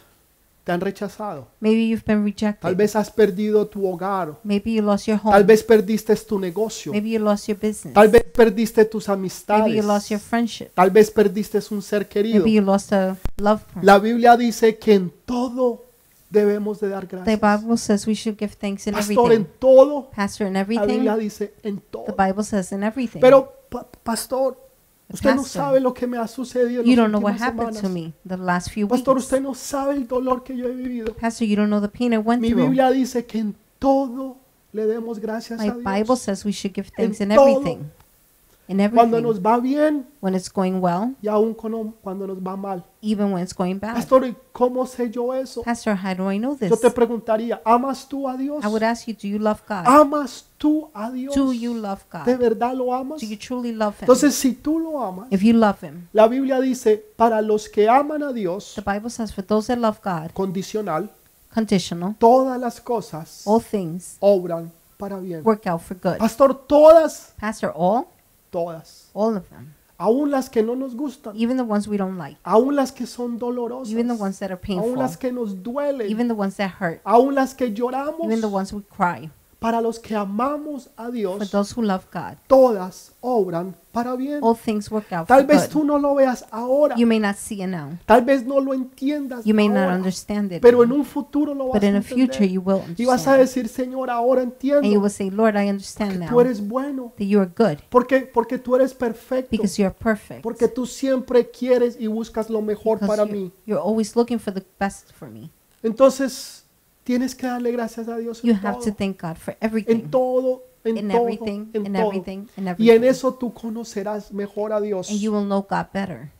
[SPEAKER 1] te han rechazado.
[SPEAKER 2] Maybe you've been
[SPEAKER 1] Tal
[SPEAKER 2] rejected.
[SPEAKER 1] vez has perdido tu hogar.
[SPEAKER 2] Maybe you lost your
[SPEAKER 1] Tal
[SPEAKER 2] home.
[SPEAKER 1] vez perdiste tu negocio.
[SPEAKER 2] Maybe you lost your business.
[SPEAKER 1] Tal vez perdiste tus
[SPEAKER 2] Maybe you lost your
[SPEAKER 1] amistades.
[SPEAKER 2] friendship.
[SPEAKER 1] Tal vez perdiste un ser querido.
[SPEAKER 2] Maybe you lost a loved one.
[SPEAKER 1] La Biblia dice que en todo debemos de dar
[SPEAKER 2] The
[SPEAKER 1] gracias.
[SPEAKER 2] Bible says we should give thanks in
[SPEAKER 1] Pastor, en
[SPEAKER 2] everything.
[SPEAKER 1] todo.
[SPEAKER 2] Pastor, in
[SPEAKER 1] La Biblia
[SPEAKER 2] everything.
[SPEAKER 1] dice en todo.
[SPEAKER 2] The Bible says in everything.
[SPEAKER 1] Pero, pa- pastor, usted no
[SPEAKER 2] Pastor,
[SPEAKER 1] sabe lo que me ha sucedido
[SPEAKER 2] you
[SPEAKER 1] en las
[SPEAKER 2] don't know what
[SPEAKER 1] últimas
[SPEAKER 2] happened to
[SPEAKER 1] semanas.
[SPEAKER 2] me the last few
[SPEAKER 1] Pastor,
[SPEAKER 2] weeks.
[SPEAKER 1] usted no sabe el dolor que yo he vivido.
[SPEAKER 2] Pastor, you don't know the pain I went
[SPEAKER 1] Mi
[SPEAKER 2] through.
[SPEAKER 1] Biblia dice que en todo le demos gracias
[SPEAKER 2] My
[SPEAKER 1] a
[SPEAKER 2] Bible
[SPEAKER 1] Dios.
[SPEAKER 2] says we should give
[SPEAKER 1] En
[SPEAKER 2] thanks in
[SPEAKER 1] todo.
[SPEAKER 2] everything. In
[SPEAKER 1] Cuando
[SPEAKER 2] everything.
[SPEAKER 1] nos va bien
[SPEAKER 2] When it's going well,
[SPEAKER 1] y aún cono- cuando nos va mal.
[SPEAKER 2] even when it's going bad.
[SPEAKER 1] Pastor, ¿y ¿cómo sé yo eso?
[SPEAKER 2] Pastor, how do I know
[SPEAKER 1] Yo
[SPEAKER 2] this?
[SPEAKER 1] te preguntaría, ¿amas tú a Dios?
[SPEAKER 2] I would ask you, do you love God?
[SPEAKER 1] ¿Amas tú a Dios?
[SPEAKER 2] Do you love
[SPEAKER 1] ¿De
[SPEAKER 2] God?
[SPEAKER 1] verdad lo amas?
[SPEAKER 2] Do you truly love Him?
[SPEAKER 1] Entonces, si tú lo amas,
[SPEAKER 2] If you love Him,
[SPEAKER 1] la Biblia dice, para los que aman a Dios,
[SPEAKER 2] the Bible says, for those that love God,
[SPEAKER 1] condicional,
[SPEAKER 2] conditional,
[SPEAKER 1] todas las cosas
[SPEAKER 2] all things
[SPEAKER 1] obran para bien.
[SPEAKER 2] work out for good.
[SPEAKER 1] Pastor, todas,
[SPEAKER 2] Pastor, all,
[SPEAKER 1] todas,
[SPEAKER 2] all of them,
[SPEAKER 1] aún las que no nos gustan,
[SPEAKER 2] even the ones we don't like,
[SPEAKER 1] aún las que son dolorosas,
[SPEAKER 2] even the ones that are
[SPEAKER 1] aún
[SPEAKER 2] painful,
[SPEAKER 1] las que nos duelen,
[SPEAKER 2] even the ones that hurt,
[SPEAKER 1] aún las que
[SPEAKER 2] even the
[SPEAKER 1] lloramos,
[SPEAKER 2] ones we cry.
[SPEAKER 1] para los que amamos a
[SPEAKER 2] For
[SPEAKER 1] Dios,
[SPEAKER 2] those who love God,
[SPEAKER 1] todas obran para bien.
[SPEAKER 2] all things work out for
[SPEAKER 1] Tal vez
[SPEAKER 2] good.
[SPEAKER 1] tú no lo veas ahora,
[SPEAKER 2] You may not see it now.
[SPEAKER 1] tal vez no lo entiendas
[SPEAKER 2] You may not
[SPEAKER 1] ahora,
[SPEAKER 2] understand it.
[SPEAKER 1] pero
[SPEAKER 2] now.
[SPEAKER 1] en un futuro lo vas
[SPEAKER 2] But
[SPEAKER 1] a
[SPEAKER 2] in the future,
[SPEAKER 1] entender.
[SPEAKER 2] you will
[SPEAKER 1] Y vas a
[SPEAKER 2] understand.
[SPEAKER 1] decir, Señor, ahora
[SPEAKER 2] And you
[SPEAKER 1] entiendo
[SPEAKER 2] will say, Lord, I understand
[SPEAKER 1] que
[SPEAKER 2] now
[SPEAKER 1] tú
[SPEAKER 2] that
[SPEAKER 1] eres bueno,
[SPEAKER 2] you are good
[SPEAKER 1] porque porque tú eres perfecto.
[SPEAKER 2] because you are perfect.
[SPEAKER 1] Porque tú siempre quieres y buscas lo mejor para
[SPEAKER 2] Because you-
[SPEAKER 1] mí.
[SPEAKER 2] you're always looking for the best for me.
[SPEAKER 1] Entonces, tienes que darle gracias a Dios
[SPEAKER 2] You
[SPEAKER 1] en
[SPEAKER 2] have to
[SPEAKER 1] todo.
[SPEAKER 2] thank God for
[SPEAKER 1] En
[SPEAKER 2] everything.
[SPEAKER 1] todo, en
[SPEAKER 2] In
[SPEAKER 1] todo,
[SPEAKER 2] everything,
[SPEAKER 1] en
[SPEAKER 2] in
[SPEAKER 1] todo.
[SPEAKER 2] everything, in
[SPEAKER 1] Y en
[SPEAKER 2] everything.
[SPEAKER 1] eso tú conocerás mejor a Dios.
[SPEAKER 2] And you will know God better.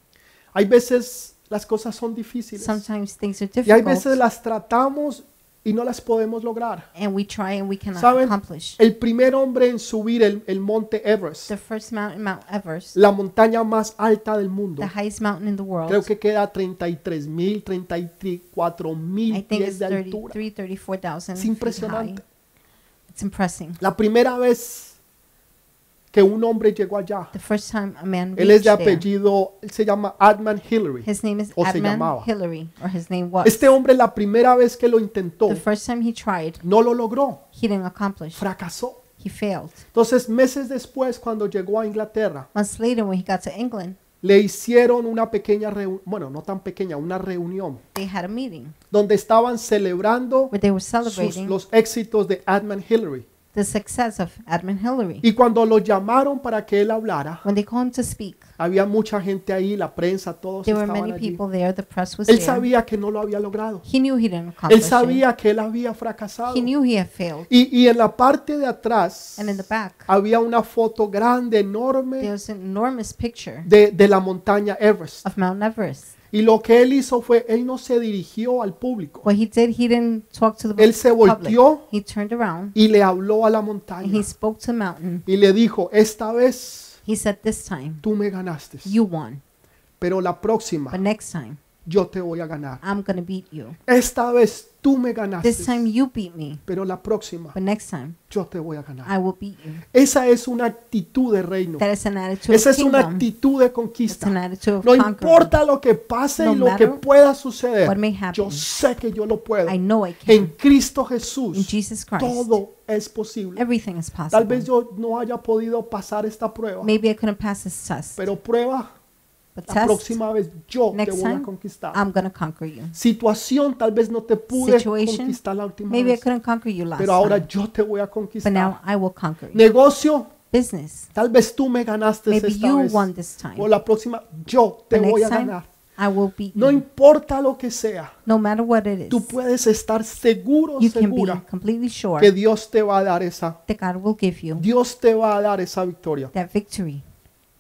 [SPEAKER 1] Hay veces las cosas son difíciles.
[SPEAKER 2] Sometimes things are
[SPEAKER 1] Y hay veces
[SPEAKER 2] difficult.
[SPEAKER 1] las tratamos y no las podemos lograr.
[SPEAKER 2] And we try and we cannot
[SPEAKER 1] ¿Saben?
[SPEAKER 2] accomplish.
[SPEAKER 1] El primer hombre en subir el, el monte Everest,
[SPEAKER 2] The first mountain, Mount Everest,
[SPEAKER 1] la montaña más alta del mundo,
[SPEAKER 2] the highest mountain in the
[SPEAKER 1] creo
[SPEAKER 2] world,
[SPEAKER 1] que queda 33 mil, 34
[SPEAKER 2] I
[SPEAKER 1] mil
[SPEAKER 2] think
[SPEAKER 1] pies
[SPEAKER 2] it's
[SPEAKER 1] de altura.
[SPEAKER 2] 33, 34,000
[SPEAKER 1] Es
[SPEAKER 2] feet high.
[SPEAKER 1] impresionante.
[SPEAKER 2] It's impressive.
[SPEAKER 1] La primera vez que un hombre llegó allá,
[SPEAKER 2] The first time a man
[SPEAKER 1] él es
[SPEAKER 2] reached
[SPEAKER 1] de
[SPEAKER 2] there,
[SPEAKER 1] apellido, él se llama Adman Hillary.
[SPEAKER 2] his name is
[SPEAKER 1] o se
[SPEAKER 2] Adman
[SPEAKER 1] llamaba.
[SPEAKER 2] Hillary, or his name was.
[SPEAKER 1] Este hombre la primera vez que lo intentó,
[SPEAKER 2] The first time he tried,
[SPEAKER 1] no lo logró,
[SPEAKER 2] he didn't accomplish.
[SPEAKER 1] fracasó.
[SPEAKER 2] He failed.
[SPEAKER 1] Entonces, meses después, cuando llegó a Inglaterra,
[SPEAKER 2] Months later, when he got to England,
[SPEAKER 1] le hicieron una pequeña reunión, bueno, no tan pequeña, una reunión,
[SPEAKER 2] they had a meeting
[SPEAKER 1] donde estaban celebrando
[SPEAKER 2] where they were
[SPEAKER 1] sus-
[SPEAKER 2] celebrating
[SPEAKER 1] los éxitos de Adman Hillary.
[SPEAKER 2] the success of Admin Hillary.
[SPEAKER 1] Y cuando lo llamaron para que él hablara,
[SPEAKER 2] When they called him to speak,
[SPEAKER 1] había mucha gente ahí, la prensa, todos
[SPEAKER 2] there were
[SPEAKER 1] estaban
[SPEAKER 2] many
[SPEAKER 1] allí.
[SPEAKER 2] people there. The press was
[SPEAKER 1] Él
[SPEAKER 2] there.
[SPEAKER 1] sabía que no lo había logrado.
[SPEAKER 2] He knew he didn't
[SPEAKER 1] Él
[SPEAKER 2] accomplish it.
[SPEAKER 1] sabía que él había fracasado.
[SPEAKER 2] He
[SPEAKER 1] Y,
[SPEAKER 2] knew he had failed.
[SPEAKER 1] y en la parte de atrás
[SPEAKER 2] And in the back,
[SPEAKER 1] había una foto grande, enorme,
[SPEAKER 2] there's an enormous picture
[SPEAKER 1] de, de la montaña Everest.
[SPEAKER 2] of Mount Everest.
[SPEAKER 1] Y lo que él hizo fue, él no se dirigió al público.
[SPEAKER 2] What he did, he didn't talk to the
[SPEAKER 1] Él se
[SPEAKER 2] public.
[SPEAKER 1] volteó
[SPEAKER 2] He turned around
[SPEAKER 1] y le habló a la
[SPEAKER 2] and he
[SPEAKER 1] montaña.
[SPEAKER 2] spoke to the mountain.
[SPEAKER 1] Y le dijo, esta vez
[SPEAKER 2] He said, "This time,
[SPEAKER 1] tú me ganaste,
[SPEAKER 2] you won,
[SPEAKER 1] pero la próxima
[SPEAKER 2] but next time,
[SPEAKER 1] yo te voy a ganar.
[SPEAKER 2] I'm gonna beat you.
[SPEAKER 1] Esta vez tú me
[SPEAKER 2] This time,
[SPEAKER 1] ganaste,
[SPEAKER 2] you beat me,
[SPEAKER 1] pero la próxima
[SPEAKER 2] but next time,
[SPEAKER 1] yo te voy a ganar.
[SPEAKER 2] I will beat you."
[SPEAKER 1] Esa es una actitud de reino.
[SPEAKER 2] Ah. That is an attitude
[SPEAKER 1] Esa
[SPEAKER 2] of
[SPEAKER 1] es una
[SPEAKER 2] kingdom.
[SPEAKER 1] actitud de
[SPEAKER 2] It's an
[SPEAKER 1] conquista.
[SPEAKER 2] attitude of
[SPEAKER 1] No
[SPEAKER 2] conquering.
[SPEAKER 1] importa lo que pase
[SPEAKER 2] No
[SPEAKER 1] y lo que
[SPEAKER 2] matter
[SPEAKER 1] pueda suceder,
[SPEAKER 2] what may happen.
[SPEAKER 1] yo sé que yo lo puedo.
[SPEAKER 2] I know I
[SPEAKER 1] En
[SPEAKER 2] can.
[SPEAKER 1] Cristo
[SPEAKER 2] In
[SPEAKER 1] Jesús
[SPEAKER 2] Jesus Christ,
[SPEAKER 1] todo es posible.
[SPEAKER 2] everything is
[SPEAKER 1] Tal vez
[SPEAKER 2] possible.
[SPEAKER 1] yo no haya podido pasar esta prueba,
[SPEAKER 2] Maybe I couldn't pass this test,
[SPEAKER 1] pero prueba
[SPEAKER 2] But
[SPEAKER 1] La
[SPEAKER 2] test,
[SPEAKER 1] próxima vez yo te
[SPEAKER 2] next
[SPEAKER 1] voy a
[SPEAKER 2] time,
[SPEAKER 1] conquistar.
[SPEAKER 2] I'm going to conquer you.
[SPEAKER 1] Situación, tal vez no te pude
[SPEAKER 2] Situation,
[SPEAKER 1] conquistar la última
[SPEAKER 2] Maybe I
[SPEAKER 1] vez,
[SPEAKER 2] couldn't conquer you last
[SPEAKER 1] pero ahora
[SPEAKER 2] time,
[SPEAKER 1] yo te voy a
[SPEAKER 2] but now
[SPEAKER 1] conquistar.
[SPEAKER 2] I will conquer you.
[SPEAKER 1] Negocio,
[SPEAKER 2] Business.
[SPEAKER 1] tal vez tú me ganaste
[SPEAKER 2] Maybe
[SPEAKER 1] esta
[SPEAKER 2] you
[SPEAKER 1] vez,
[SPEAKER 2] won this time.
[SPEAKER 1] o la próxima yo te
[SPEAKER 2] The
[SPEAKER 1] voy a
[SPEAKER 2] next time, mm.
[SPEAKER 1] ganar.
[SPEAKER 2] I will beat
[SPEAKER 1] No
[SPEAKER 2] you.
[SPEAKER 1] importa lo que sea,
[SPEAKER 2] No matter what it is,
[SPEAKER 1] tú puedes estar seguro,
[SPEAKER 2] you can be
[SPEAKER 1] segura
[SPEAKER 2] completely sure
[SPEAKER 1] que Dios te va a dar esa,
[SPEAKER 2] that God will give you
[SPEAKER 1] Dios te va a dar esa victoria.
[SPEAKER 2] that victory.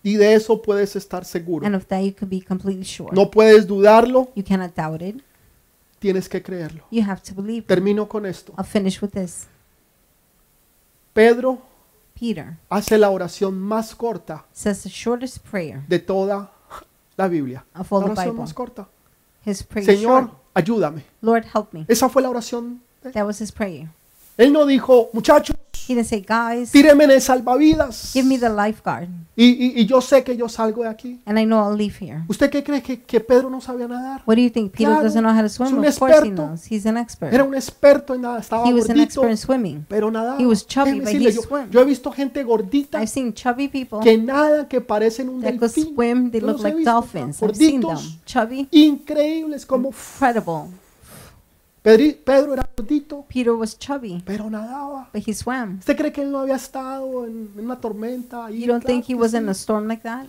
[SPEAKER 1] Y de eso puedes estar seguro.
[SPEAKER 2] And of that, you can be completely sure.
[SPEAKER 1] No puedes dudarlo,
[SPEAKER 2] You cannot doubt it.
[SPEAKER 1] tienes que creerlo.
[SPEAKER 2] You have to believe.
[SPEAKER 1] Termino con esto.
[SPEAKER 2] I'll finish with this.
[SPEAKER 1] Pedro
[SPEAKER 2] Peter
[SPEAKER 1] hace la oración más corta
[SPEAKER 2] says the shortest prayer
[SPEAKER 1] de toda la Biblia. La
[SPEAKER 2] of all the
[SPEAKER 1] oración
[SPEAKER 2] Bible.
[SPEAKER 1] más corta.
[SPEAKER 2] His prayer is
[SPEAKER 1] Señor,
[SPEAKER 2] short.
[SPEAKER 1] ayúdame.
[SPEAKER 2] Lord, help me.
[SPEAKER 1] Esa fue la oración. de-
[SPEAKER 2] That was his prayer.
[SPEAKER 1] Él no dijo, muchachos,
[SPEAKER 2] He didn't say, guys,
[SPEAKER 1] tírenme de salvavidas.
[SPEAKER 2] give me the lifeguard,
[SPEAKER 1] Y, y- y yo sé que yo salgo de aquí.
[SPEAKER 2] and I know I'll leave here.
[SPEAKER 1] ¿Usted qué cree que, que Pedro no sabía nadar?
[SPEAKER 2] What do you think? Peter
[SPEAKER 1] Claro,
[SPEAKER 2] doesn't know how to
[SPEAKER 1] es
[SPEAKER 2] swim?
[SPEAKER 1] un
[SPEAKER 2] Of course he
[SPEAKER 1] experto.
[SPEAKER 2] knows. He's an expert.
[SPEAKER 1] Era un experto en nada, estaba
[SPEAKER 2] He was an
[SPEAKER 1] gordito,
[SPEAKER 2] expert in swimming.
[SPEAKER 1] pero nadaba.
[SPEAKER 2] He was
[SPEAKER 1] Déjeme
[SPEAKER 2] chubby, but he
[SPEAKER 1] decirle, yo,
[SPEAKER 2] swam.
[SPEAKER 1] yo he visto gente gordita
[SPEAKER 2] I've seen chubby people
[SPEAKER 1] que nada, que parecen un
[SPEAKER 2] that could
[SPEAKER 1] delfín.
[SPEAKER 2] swim. They
[SPEAKER 1] Yo
[SPEAKER 2] look
[SPEAKER 1] los he
[SPEAKER 2] like
[SPEAKER 1] visto,
[SPEAKER 2] dolphins. I've seen them.
[SPEAKER 1] gorditos,
[SPEAKER 2] Chubby,
[SPEAKER 1] increíbles,
[SPEAKER 2] Mm.
[SPEAKER 1] como
[SPEAKER 2] incredible.
[SPEAKER 1] Pedri- Pedro era gordito,
[SPEAKER 2] Peter was chubby,
[SPEAKER 1] pero nadaba.
[SPEAKER 2] but he swam.
[SPEAKER 1] ¿Usted cree que él no había estado en, en una tormenta? ahí?
[SPEAKER 2] You don't
[SPEAKER 1] Claro
[SPEAKER 2] think he
[SPEAKER 1] que
[SPEAKER 2] was
[SPEAKER 1] sí.
[SPEAKER 2] in a storm like that?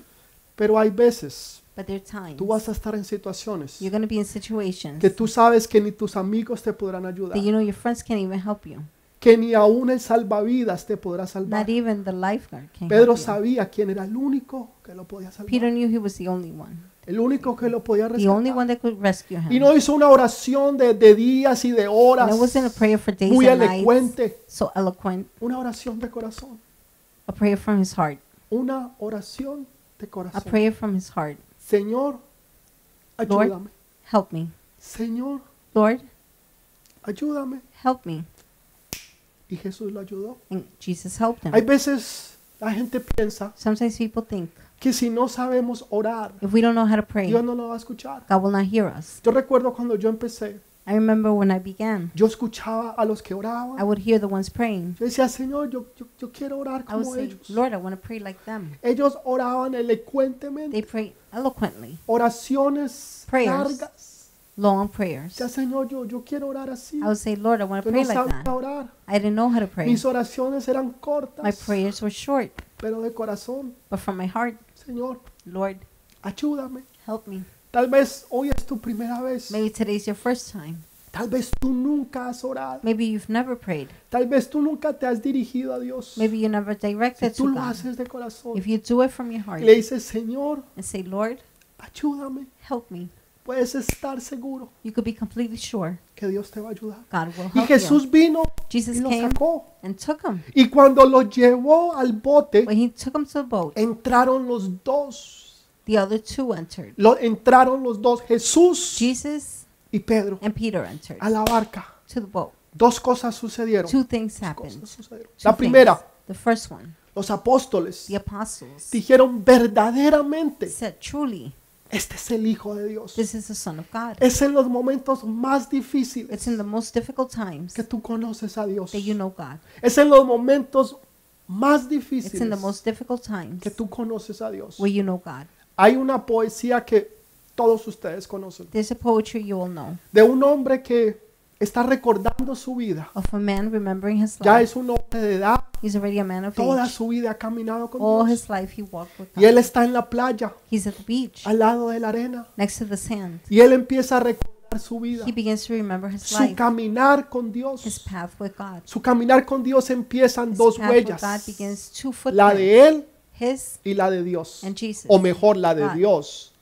[SPEAKER 1] Pero hay veces,
[SPEAKER 2] But there are times
[SPEAKER 1] tú vas a estar en situaciones
[SPEAKER 2] you're going to be in situations
[SPEAKER 1] que tú sabes que ni tus amigos te podrán
[SPEAKER 2] that
[SPEAKER 1] ayudar,
[SPEAKER 2] you know your friends can't even help you.
[SPEAKER 1] que ni aún el salvavidas te podrá salvar.
[SPEAKER 2] Not even the lifeguard can
[SPEAKER 1] Pedro
[SPEAKER 2] help you.
[SPEAKER 1] sabía quién era el único que lo podía
[SPEAKER 2] Peter
[SPEAKER 1] salvar,
[SPEAKER 2] knew he was the only one.
[SPEAKER 1] el único que lo podía
[SPEAKER 2] The only
[SPEAKER 1] rescatar.
[SPEAKER 2] one that could rescue him.
[SPEAKER 1] Y no hizo una oración de, de días y de horas
[SPEAKER 2] and it wasn't a prayer for days
[SPEAKER 1] muy
[SPEAKER 2] and nights,
[SPEAKER 1] elocuente,
[SPEAKER 2] so eloquent,
[SPEAKER 1] una oración de corazón,
[SPEAKER 2] a prayer from his heart,
[SPEAKER 1] una oración de
[SPEAKER 2] a
[SPEAKER 1] corazón.
[SPEAKER 2] prayer from his heart.
[SPEAKER 1] Señor,
[SPEAKER 2] Lord.
[SPEAKER 1] ayúdame.
[SPEAKER 2] Help me.
[SPEAKER 1] Señor,
[SPEAKER 2] Lord,
[SPEAKER 1] ayúdame.
[SPEAKER 2] help me.
[SPEAKER 1] Y Jesús lo ayudó.
[SPEAKER 2] And Jesus helped him.
[SPEAKER 1] Hay veces la gente piensa
[SPEAKER 2] Sometimes people think
[SPEAKER 1] que si no sabemos orar,
[SPEAKER 2] if we don't know how to pray,
[SPEAKER 1] Dios no lo va a escuchar.
[SPEAKER 2] God will not hear us.
[SPEAKER 1] Yo recuerdo cuando yo empecé,
[SPEAKER 2] I remember when I began,
[SPEAKER 1] yo escuchaba a los que oraban.
[SPEAKER 2] I would hear the ones praying.
[SPEAKER 1] Yo decía, Señor, yo, yo, yo quiero orar
[SPEAKER 2] I would
[SPEAKER 1] como
[SPEAKER 2] say,
[SPEAKER 1] ellos.
[SPEAKER 2] Lord, I want to pray like them.
[SPEAKER 1] Ellos oraban
[SPEAKER 2] They
[SPEAKER 1] elocuentemente,
[SPEAKER 2] pray eloquently,
[SPEAKER 1] oraciones
[SPEAKER 2] Prayers.
[SPEAKER 1] largas.
[SPEAKER 2] long prayers.
[SPEAKER 1] Ya, Señor, yo, yo quiero orar así.
[SPEAKER 2] I would say, Lord, I want
[SPEAKER 1] Yo
[SPEAKER 2] to
[SPEAKER 1] no
[SPEAKER 2] pray like
[SPEAKER 1] sabía
[SPEAKER 2] that.
[SPEAKER 1] orar.
[SPEAKER 2] I didn't know how to pray.
[SPEAKER 1] Mis oraciones eran
[SPEAKER 2] My
[SPEAKER 1] cortas,
[SPEAKER 2] prayers were short,
[SPEAKER 1] pero de corazón.
[SPEAKER 2] but from my heart,
[SPEAKER 1] Señor,
[SPEAKER 2] Lord,
[SPEAKER 1] ayúdame.
[SPEAKER 2] help me.
[SPEAKER 1] Tal vez hoy es tu primera vez.
[SPEAKER 2] Maybe today's your first time.
[SPEAKER 1] Tal vez tú nunca has orado.
[SPEAKER 2] Maybe you've never prayed.
[SPEAKER 1] Tal vez tú nunca te has dirigido a Dios.
[SPEAKER 2] Maybe you never
[SPEAKER 1] Si
[SPEAKER 2] directed
[SPEAKER 1] tú
[SPEAKER 2] to
[SPEAKER 1] lo
[SPEAKER 2] God.
[SPEAKER 1] haces de corazón
[SPEAKER 2] If you do it from your heart
[SPEAKER 1] y le dices, Señor,
[SPEAKER 2] and say, Lord,
[SPEAKER 1] ayúdame,
[SPEAKER 2] help me,
[SPEAKER 1] puedes estar seguro
[SPEAKER 2] you could be completely sure
[SPEAKER 1] que Dios te va a ayudar.
[SPEAKER 2] God will
[SPEAKER 1] Y
[SPEAKER 2] help you.
[SPEAKER 1] Jesús vino y
[SPEAKER 2] Jesus
[SPEAKER 1] lo
[SPEAKER 2] came
[SPEAKER 1] sacó.
[SPEAKER 2] and took him.
[SPEAKER 1] Y cuando lo llevó al bote,
[SPEAKER 2] When he took him to the boat,
[SPEAKER 1] entraron los dos.
[SPEAKER 2] the other two entered.
[SPEAKER 1] Lo, entraron los dos, Jesús
[SPEAKER 2] Jesus
[SPEAKER 1] y Pedro,
[SPEAKER 2] and Peter entered
[SPEAKER 1] a la barca.
[SPEAKER 2] to the boat.
[SPEAKER 1] Dos cosas sucedieron.
[SPEAKER 2] Two things
[SPEAKER 1] Cosas
[SPEAKER 2] happened.
[SPEAKER 1] sucedieron.
[SPEAKER 2] Two
[SPEAKER 1] La
[SPEAKER 2] things.
[SPEAKER 1] primera,
[SPEAKER 2] The first one,
[SPEAKER 1] los apóstoles
[SPEAKER 2] the apostles
[SPEAKER 1] dijeron verdaderamente,
[SPEAKER 2] said, truly,
[SPEAKER 1] este es el Hijo de Dios.
[SPEAKER 2] this is the Son of God.
[SPEAKER 1] Es en los momentos más
[SPEAKER 2] It's
[SPEAKER 1] difíciles
[SPEAKER 2] in the most difficult times
[SPEAKER 1] que tú conoces a Dios.
[SPEAKER 2] that you know God.
[SPEAKER 1] Es en los momentos más
[SPEAKER 2] It's in the
[SPEAKER 1] difíciles
[SPEAKER 2] most difficult times
[SPEAKER 1] que tú conoces a Dios.
[SPEAKER 2] where you know God.
[SPEAKER 1] Hay una poesía que todos ustedes conocen
[SPEAKER 2] There's a poetry you all know
[SPEAKER 1] de un hombre que está recordando su vida.
[SPEAKER 2] of a man remembering his
[SPEAKER 1] Ya
[SPEAKER 2] life.
[SPEAKER 1] es un hombre de edad,
[SPEAKER 2] He's already a man of
[SPEAKER 1] toda
[SPEAKER 2] age.
[SPEAKER 1] su vida ha caminado
[SPEAKER 2] All
[SPEAKER 1] con Dios.
[SPEAKER 2] his life he walked with
[SPEAKER 1] Y él
[SPEAKER 2] God.
[SPEAKER 1] está en la playa,
[SPEAKER 2] He's at the beach,
[SPEAKER 1] al lado de la arena,
[SPEAKER 2] next to the sand.
[SPEAKER 1] y él empieza a recordar su vida,
[SPEAKER 2] He begins to remember his
[SPEAKER 1] su
[SPEAKER 2] life,
[SPEAKER 1] caminar con
[SPEAKER 2] his
[SPEAKER 1] Dios.
[SPEAKER 2] path with God.
[SPEAKER 1] Su caminar con Dios empiezan
[SPEAKER 2] His
[SPEAKER 1] dos
[SPEAKER 2] path with God
[SPEAKER 1] huellas,
[SPEAKER 2] begins two
[SPEAKER 1] la
[SPEAKER 2] footprints,
[SPEAKER 1] de él
[SPEAKER 2] his
[SPEAKER 1] y la de Dios.
[SPEAKER 2] and Jesus.
[SPEAKER 1] O mejor, la de
[SPEAKER 2] God.
[SPEAKER 1] Dios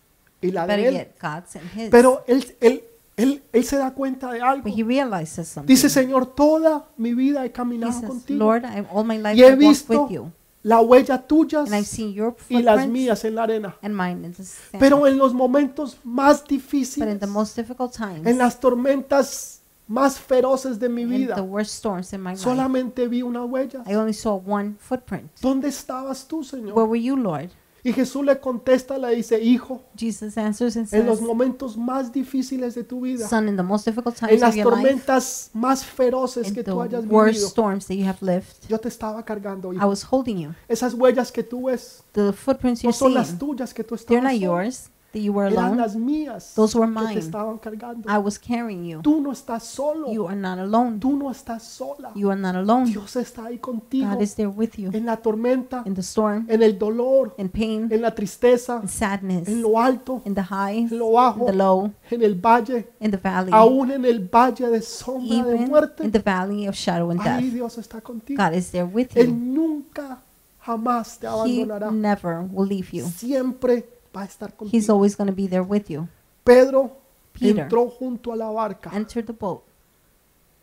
[SPEAKER 1] y la
[SPEAKER 2] Better
[SPEAKER 1] de él.
[SPEAKER 2] yet, God's and his.
[SPEAKER 1] Pero él, él, él, él se da cuenta de algo.
[SPEAKER 2] But he realizes something.
[SPEAKER 1] Dice, Señor, toda mi vida he
[SPEAKER 2] He
[SPEAKER 1] caminado
[SPEAKER 2] says,
[SPEAKER 1] contigo.
[SPEAKER 2] Lord, I, all my life
[SPEAKER 1] Y he
[SPEAKER 2] I've walked
[SPEAKER 1] visto
[SPEAKER 2] with you,
[SPEAKER 1] las huellas tuyas
[SPEAKER 2] and I've seen your
[SPEAKER 1] y las
[SPEAKER 2] footprints
[SPEAKER 1] mías en la arena.
[SPEAKER 2] and mine in the sand.
[SPEAKER 1] Pero en los momentos más
[SPEAKER 2] But in
[SPEAKER 1] difíciles,
[SPEAKER 2] the most difficult times,
[SPEAKER 1] en las tormentas más feroces de mi
[SPEAKER 2] in the
[SPEAKER 1] vida,
[SPEAKER 2] worst storms in my life,
[SPEAKER 1] solamente vi una huella.
[SPEAKER 2] I only saw one footprint.
[SPEAKER 1] ¿Dónde estabas tú,
[SPEAKER 2] Where
[SPEAKER 1] Señor?
[SPEAKER 2] were you, Lord?
[SPEAKER 1] Y Jesús le contesta, le dice, hijo,
[SPEAKER 2] Jesus answers and
[SPEAKER 1] en los
[SPEAKER 2] says,
[SPEAKER 1] momentos más difíciles de tu vida,
[SPEAKER 2] Son, in the most difficult
[SPEAKER 1] en
[SPEAKER 2] times of
[SPEAKER 1] las
[SPEAKER 2] your life,
[SPEAKER 1] tormentas más feroces
[SPEAKER 2] in
[SPEAKER 1] que
[SPEAKER 2] the
[SPEAKER 1] tú hayas
[SPEAKER 2] worst
[SPEAKER 1] vivido,
[SPEAKER 2] storms that you have lived,
[SPEAKER 1] yo te estaba cargando,
[SPEAKER 2] I
[SPEAKER 1] hijo.
[SPEAKER 2] was holding you.
[SPEAKER 1] Esas huellas que tú ves
[SPEAKER 2] The footprints
[SPEAKER 1] no
[SPEAKER 2] you're
[SPEAKER 1] son las
[SPEAKER 2] seeing,
[SPEAKER 1] tuyas que tú
[SPEAKER 2] they're
[SPEAKER 1] estabas
[SPEAKER 2] not
[SPEAKER 1] solo,
[SPEAKER 2] yours, that you were
[SPEAKER 1] eran
[SPEAKER 2] alone.
[SPEAKER 1] las mías
[SPEAKER 2] Those were
[SPEAKER 1] que te
[SPEAKER 2] mine.
[SPEAKER 1] estaban cargando.
[SPEAKER 2] I was carrying you.
[SPEAKER 1] Tú no estás solo,
[SPEAKER 2] You are not alone.
[SPEAKER 1] tú no estás sola.
[SPEAKER 2] You are not alone.
[SPEAKER 1] Dios está ahí contigo
[SPEAKER 2] God is there with you
[SPEAKER 1] en la tormenta,
[SPEAKER 2] in the storm,
[SPEAKER 1] en el dolor,
[SPEAKER 2] in pain,
[SPEAKER 1] en la tristeza,
[SPEAKER 2] in sadness,
[SPEAKER 1] en lo alto,
[SPEAKER 2] in the high, in
[SPEAKER 1] en lo bajo,
[SPEAKER 2] the low,
[SPEAKER 1] en el valle,
[SPEAKER 2] in the valley,
[SPEAKER 1] aún en el valle de sombra de
[SPEAKER 2] even in
[SPEAKER 1] muerte.
[SPEAKER 2] the valley of shadow and
[SPEAKER 1] Ahí
[SPEAKER 2] death.
[SPEAKER 1] Dios está contigo.
[SPEAKER 2] God is there with you.
[SPEAKER 1] Él nunca, jamás te
[SPEAKER 2] He
[SPEAKER 1] abandonará.
[SPEAKER 2] never will leave you.
[SPEAKER 1] Siempre va a estar
[SPEAKER 2] He's
[SPEAKER 1] contigo.
[SPEAKER 2] always going to be there with you.
[SPEAKER 1] Pedro
[SPEAKER 2] Peter.
[SPEAKER 1] entró junto a la barca,
[SPEAKER 2] Enter the boat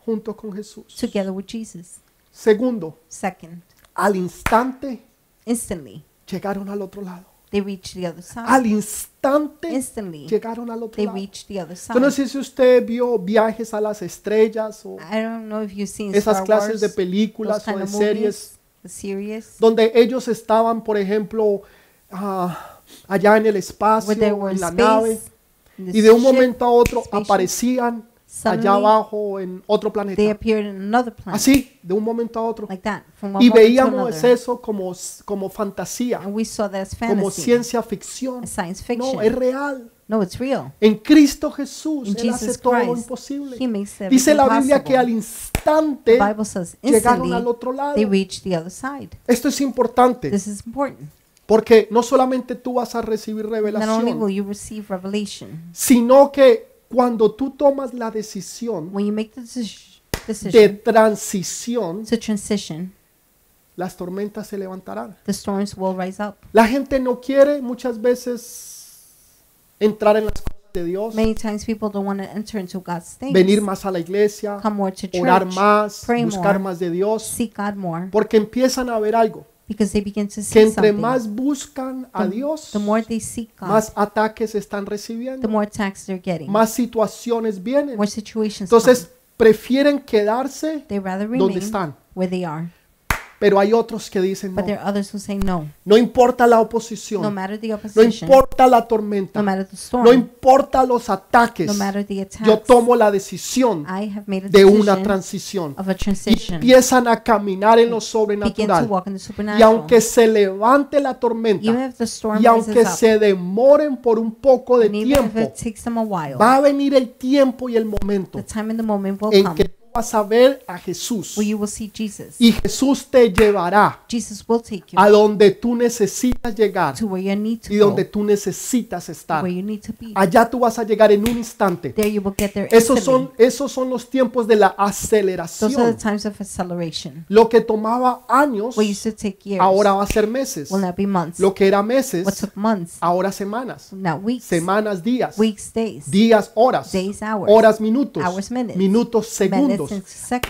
[SPEAKER 1] junto con Jesús.
[SPEAKER 2] together with Jesus.
[SPEAKER 1] Segundo,
[SPEAKER 2] Second,
[SPEAKER 1] al instante
[SPEAKER 2] instantly
[SPEAKER 1] llegaron al otro lado.
[SPEAKER 2] they reach the other side.
[SPEAKER 1] Al instante
[SPEAKER 2] Instantly
[SPEAKER 1] llegaron al otro
[SPEAKER 2] they
[SPEAKER 1] lado.
[SPEAKER 2] reach the other
[SPEAKER 1] Yo no
[SPEAKER 2] side.
[SPEAKER 1] sé si usted vio viajes a las estrellas o
[SPEAKER 2] I don't know if you've seen
[SPEAKER 1] esas
[SPEAKER 2] Star
[SPEAKER 1] clases
[SPEAKER 2] Wars,
[SPEAKER 1] de
[SPEAKER 2] those
[SPEAKER 1] películas o
[SPEAKER 2] kind
[SPEAKER 1] de
[SPEAKER 2] of
[SPEAKER 1] series
[SPEAKER 2] movies, the series,
[SPEAKER 1] donde ellos estaban, por ejemplo, ah, allá en el espacio,
[SPEAKER 2] where they were in
[SPEAKER 1] en la nave,
[SPEAKER 2] space, in the
[SPEAKER 1] y de un
[SPEAKER 2] ship,
[SPEAKER 1] momento a otro
[SPEAKER 2] spaceship.
[SPEAKER 1] aparecían allá
[SPEAKER 2] Suddenly,
[SPEAKER 1] abajo en otro
[SPEAKER 2] they
[SPEAKER 1] planeta.
[SPEAKER 2] appeared in another planet,
[SPEAKER 1] Así, de un momento a otro.
[SPEAKER 2] like that, from one
[SPEAKER 1] Y
[SPEAKER 2] moment to
[SPEAKER 1] veíamos
[SPEAKER 2] another.
[SPEAKER 1] eso como, como fantasía,
[SPEAKER 2] And we saw that as
[SPEAKER 1] como
[SPEAKER 2] fantasy,
[SPEAKER 1] ciencia ficción.
[SPEAKER 2] as science
[SPEAKER 1] No, es
[SPEAKER 2] fiction.
[SPEAKER 1] real.
[SPEAKER 2] No, it's real.
[SPEAKER 1] En Cristo Jesús,
[SPEAKER 2] In
[SPEAKER 1] Él hace
[SPEAKER 2] Jesus
[SPEAKER 1] todo lo
[SPEAKER 2] Christ,
[SPEAKER 1] imposible.
[SPEAKER 2] He makes
[SPEAKER 1] Dice
[SPEAKER 2] everything
[SPEAKER 1] la Biblia que al
[SPEAKER 2] possible. The
[SPEAKER 1] instante
[SPEAKER 2] Bible says
[SPEAKER 1] llegaron al
[SPEAKER 2] instantly
[SPEAKER 1] otro lado.
[SPEAKER 2] they reach the other side.
[SPEAKER 1] Esto es importante
[SPEAKER 2] This is important.
[SPEAKER 1] porque no solamente tú vas a recibir
[SPEAKER 2] Not only will
[SPEAKER 1] revelación,
[SPEAKER 2] you receive revelation,
[SPEAKER 1] sino que cuando tú tomas la decisión
[SPEAKER 2] when you make the deci-
[SPEAKER 1] de
[SPEAKER 2] decision
[SPEAKER 1] transición,
[SPEAKER 2] to transition,
[SPEAKER 1] las tormentas se levantarán.
[SPEAKER 2] the storms will rise up.
[SPEAKER 1] La gente no quiere muchas veces entrar en las cosas de Dios,
[SPEAKER 2] Many times people don't want to enter into God's things.
[SPEAKER 1] venir más a la iglesia,
[SPEAKER 2] Come more to
[SPEAKER 1] orar
[SPEAKER 2] church.
[SPEAKER 1] más,
[SPEAKER 2] pray
[SPEAKER 1] buscar
[SPEAKER 2] more,
[SPEAKER 1] más de Dios,
[SPEAKER 2] Seek God more.
[SPEAKER 1] porque empiezan a ver algo,
[SPEAKER 2] Because they begin to
[SPEAKER 1] que
[SPEAKER 2] see
[SPEAKER 1] entre
[SPEAKER 2] something.
[SPEAKER 1] más buscan a Dios,
[SPEAKER 2] The more they seek God,
[SPEAKER 1] más ataques están
[SPEAKER 2] the
[SPEAKER 1] recibiendo,
[SPEAKER 2] more attacks they're getting.
[SPEAKER 1] más situaciones vienen.
[SPEAKER 2] More situations
[SPEAKER 1] Entonces
[SPEAKER 2] come.
[SPEAKER 1] prefieren quedarse,
[SPEAKER 2] They rather
[SPEAKER 1] donde
[SPEAKER 2] remain
[SPEAKER 1] están.
[SPEAKER 2] where they are.
[SPEAKER 1] pero hay otros que dicen no.
[SPEAKER 2] But there are others who say no.
[SPEAKER 1] No importa la
[SPEAKER 2] No
[SPEAKER 1] oposición,
[SPEAKER 2] matter the
[SPEAKER 1] no
[SPEAKER 2] opposition,
[SPEAKER 1] importa la
[SPEAKER 2] no
[SPEAKER 1] tormenta,
[SPEAKER 2] matter the
[SPEAKER 1] no
[SPEAKER 2] storm,
[SPEAKER 1] importa los ataques.
[SPEAKER 2] no matter the
[SPEAKER 1] Yo
[SPEAKER 2] attacks,
[SPEAKER 1] tomo la decisión
[SPEAKER 2] I have made a
[SPEAKER 1] de una
[SPEAKER 2] decision
[SPEAKER 1] transición.
[SPEAKER 2] of a
[SPEAKER 1] Y
[SPEAKER 2] transition.
[SPEAKER 1] empiezan a caminar en lo
[SPEAKER 2] Begin to
[SPEAKER 1] sobrenatural.
[SPEAKER 2] walk in the
[SPEAKER 1] Y
[SPEAKER 2] supernatural.
[SPEAKER 1] aunque se levante la
[SPEAKER 2] Even
[SPEAKER 1] tormenta
[SPEAKER 2] if the storm
[SPEAKER 1] y aunque
[SPEAKER 2] rises up,
[SPEAKER 1] se demoren por un poco de
[SPEAKER 2] and even if
[SPEAKER 1] tiempo,
[SPEAKER 2] it takes them a while,
[SPEAKER 1] va a venir el tiempo y el momento
[SPEAKER 2] the time and the moment will
[SPEAKER 1] en
[SPEAKER 2] come
[SPEAKER 1] que tú vas a ver a Jesús.
[SPEAKER 2] where you will see Jesus.
[SPEAKER 1] Y Jesús te llevará
[SPEAKER 2] Jesus will take you
[SPEAKER 1] a donde tú necesitas llegar
[SPEAKER 2] to where you need to
[SPEAKER 1] y
[SPEAKER 2] go,
[SPEAKER 1] donde tú necesitas estar.
[SPEAKER 2] where you need to be.
[SPEAKER 1] Allá tú vas a llegar en un instante.
[SPEAKER 2] There you will get there
[SPEAKER 1] Esos son,
[SPEAKER 2] instantly.
[SPEAKER 1] esos son los tiempos de la
[SPEAKER 2] Those are
[SPEAKER 1] aceleración.
[SPEAKER 2] the times of acceleration.
[SPEAKER 1] Lo que tomaba años,
[SPEAKER 2] What used to take years
[SPEAKER 1] ahora va a ser meses.
[SPEAKER 2] will now be months.
[SPEAKER 1] Lo que era
[SPEAKER 2] What
[SPEAKER 1] meses,
[SPEAKER 2] took months,
[SPEAKER 1] ahora semanas.
[SPEAKER 2] now weeks,
[SPEAKER 1] Semanas, días.
[SPEAKER 2] weeks, days,
[SPEAKER 1] Días, horas.
[SPEAKER 2] Days, hours.
[SPEAKER 1] Horas, minutos.
[SPEAKER 2] Hours, minutes.
[SPEAKER 1] Minutos, segundos.
[SPEAKER 2] minutes, and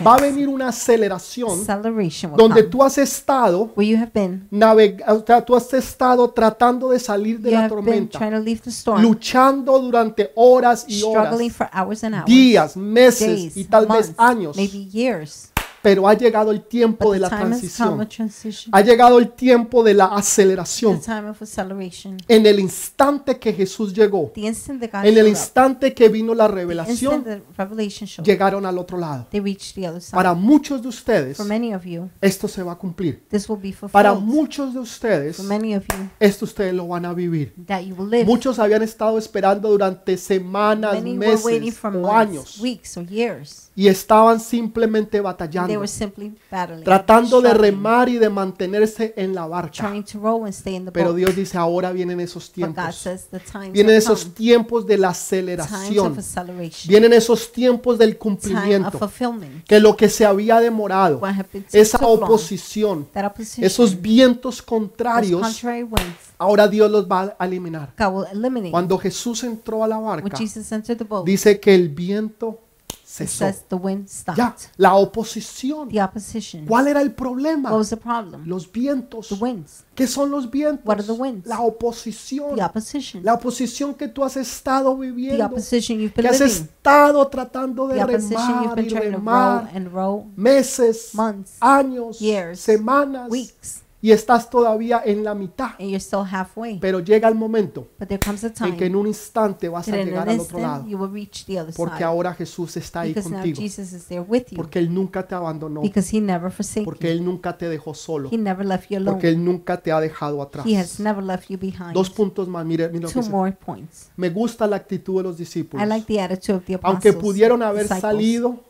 [SPEAKER 1] Va a
[SPEAKER 2] seconds.
[SPEAKER 1] venir una aceleración
[SPEAKER 2] Acceleration will
[SPEAKER 1] donde
[SPEAKER 2] come.
[SPEAKER 1] tú has estado
[SPEAKER 2] Where you have been,
[SPEAKER 1] navega, o sea, tú has estado tratando de salir de
[SPEAKER 2] you
[SPEAKER 1] la
[SPEAKER 2] have been
[SPEAKER 1] tormenta.
[SPEAKER 2] trying to leave the storm,
[SPEAKER 1] luchando durante horas y horas,
[SPEAKER 2] struggling for hours and hours,
[SPEAKER 1] días, meses
[SPEAKER 2] days,
[SPEAKER 1] y tal vez
[SPEAKER 2] months,
[SPEAKER 1] años,
[SPEAKER 2] maybe years.
[SPEAKER 1] pero ha llegado el tiempo
[SPEAKER 2] But
[SPEAKER 1] de
[SPEAKER 2] the
[SPEAKER 1] la
[SPEAKER 2] time has come
[SPEAKER 1] transición,
[SPEAKER 2] of transition,
[SPEAKER 1] ha llegado el tiempo de la
[SPEAKER 2] the
[SPEAKER 1] aceleración.
[SPEAKER 2] time of acceleration.
[SPEAKER 1] En el instante que Jesús llegó,
[SPEAKER 2] The instant that God
[SPEAKER 1] en el
[SPEAKER 2] showed up,
[SPEAKER 1] instante que vino la
[SPEAKER 2] the instant
[SPEAKER 1] revelación,
[SPEAKER 2] that revelation showed up,
[SPEAKER 1] llegaron al otro lado.
[SPEAKER 2] they reached the other side.
[SPEAKER 1] Para muchos de ustedes,
[SPEAKER 2] For many of you,
[SPEAKER 1] esto se va a cumplir.
[SPEAKER 2] this will be
[SPEAKER 1] Para
[SPEAKER 2] fulfilled.
[SPEAKER 1] muchos de ustedes,
[SPEAKER 2] For many of you,
[SPEAKER 1] esto ustedes lo van a vivir.
[SPEAKER 2] that you will live.
[SPEAKER 1] Muchos habían estado esperando durante semanas,
[SPEAKER 2] Many were waiting
[SPEAKER 1] meses
[SPEAKER 2] for
[SPEAKER 1] o
[SPEAKER 2] months,
[SPEAKER 1] años
[SPEAKER 2] weeks, or years.
[SPEAKER 1] y estaban simplemente
[SPEAKER 2] They
[SPEAKER 1] batallando.
[SPEAKER 2] were simply battling,
[SPEAKER 1] tratando de
[SPEAKER 2] struggling,
[SPEAKER 1] remar y de mantenerse en la barca.
[SPEAKER 2] trying to row and stay in the
[SPEAKER 1] Pero
[SPEAKER 2] boat.
[SPEAKER 1] Dios dice, ahora vienen esos
[SPEAKER 2] But God
[SPEAKER 1] tiempos.
[SPEAKER 2] says the times
[SPEAKER 1] Vienen
[SPEAKER 2] have
[SPEAKER 1] esos
[SPEAKER 2] come,
[SPEAKER 1] tiempos de la
[SPEAKER 2] times of
[SPEAKER 1] aceleración.
[SPEAKER 2] acceleration,
[SPEAKER 1] Vienen esos tiempos del
[SPEAKER 2] time of
[SPEAKER 1] cumplimiento.
[SPEAKER 2] fulfillment.
[SPEAKER 1] Que lo que se había demorado,
[SPEAKER 2] What happened to
[SPEAKER 1] esa
[SPEAKER 2] so long,
[SPEAKER 1] oposición,
[SPEAKER 2] that opposition,
[SPEAKER 1] esos vientos
[SPEAKER 2] those
[SPEAKER 1] contrarios,
[SPEAKER 2] contrary winds,
[SPEAKER 1] ahora Dios los va a eliminar.
[SPEAKER 2] God will eliminate.
[SPEAKER 1] Cuando Jesús entró a la
[SPEAKER 2] When
[SPEAKER 1] barca,
[SPEAKER 2] Jesus entered the boat,
[SPEAKER 1] dice que el viento
[SPEAKER 2] it
[SPEAKER 1] cesó.
[SPEAKER 2] says the wind stopped.
[SPEAKER 1] Ya, la oposición.
[SPEAKER 2] The opposition.
[SPEAKER 1] ¿Cuál era el
[SPEAKER 2] What
[SPEAKER 1] problema?
[SPEAKER 2] was the problem?
[SPEAKER 1] Los vientos.
[SPEAKER 2] The winds.
[SPEAKER 1] ¿Qué son los
[SPEAKER 2] What are the
[SPEAKER 1] vientos?
[SPEAKER 2] winds?
[SPEAKER 1] La oposición.
[SPEAKER 2] The opposition.
[SPEAKER 1] La oposición que tú has estado
[SPEAKER 2] The
[SPEAKER 1] viviendo.
[SPEAKER 2] opposition you've been
[SPEAKER 1] Que has
[SPEAKER 2] living.
[SPEAKER 1] estado tratando
[SPEAKER 2] The
[SPEAKER 1] de
[SPEAKER 2] opposition you've
[SPEAKER 1] remar
[SPEAKER 2] been
[SPEAKER 1] y
[SPEAKER 2] trying to row
[SPEAKER 1] remar.
[SPEAKER 2] and row
[SPEAKER 1] Meses,
[SPEAKER 2] Months,
[SPEAKER 1] años,
[SPEAKER 2] years,
[SPEAKER 1] semanas.
[SPEAKER 2] weeks,
[SPEAKER 1] y estás todavía en la mitad.
[SPEAKER 2] and you're still halfway.
[SPEAKER 1] Pero llega el momento
[SPEAKER 2] But there comes a
[SPEAKER 1] en que en
[SPEAKER 2] time
[SPEAKER 1] un instante vas a
[SPEAKER 2] that in
[SPEAKER 1] llegar
[SPEAKER 2] an
[SPEAKER 1] al otro lado.
[SPEAKER 2] instant you will reach the other
[SPEAKER 1] Porque
[SPEAKER 2] side.
[SPEAKER 1] ahora Jesús está ahí
[SPEAKER 2] Because now
[SPEAKER 1] contigo.
[SPEAKER 2] Jesus is there with you.
[SPEAKER 1] Porque Él nunca te abandonó.
[SPEAKER 2] Because he never forsake
[SPEAKER 1] Porque
[SPEAKER 2] you.
[SPEAKER 1] Él nunca te dejó solo.
[SPEAKER 2] He never left you alone.
[SPEAKER 1] Porque Él nunca te ha dejado atrás.
[SPEAKER 2] He has never left you behind.
[SPEAKER 1] Dos puntos más. Mire, mire lo que
[SPEAKER 2] Two
[SPEAKER 1] dice.
[SPEAKER 2] more points.
[SPEAKER 1] Me gusta la actitud de los discípulos.
[SPEAKER 2] I like the attitude of the apostles.
[SPEAKER 1] Aunque pudieron haber
[SPEAKER 2] disciples,
[SPEAKER 1] salido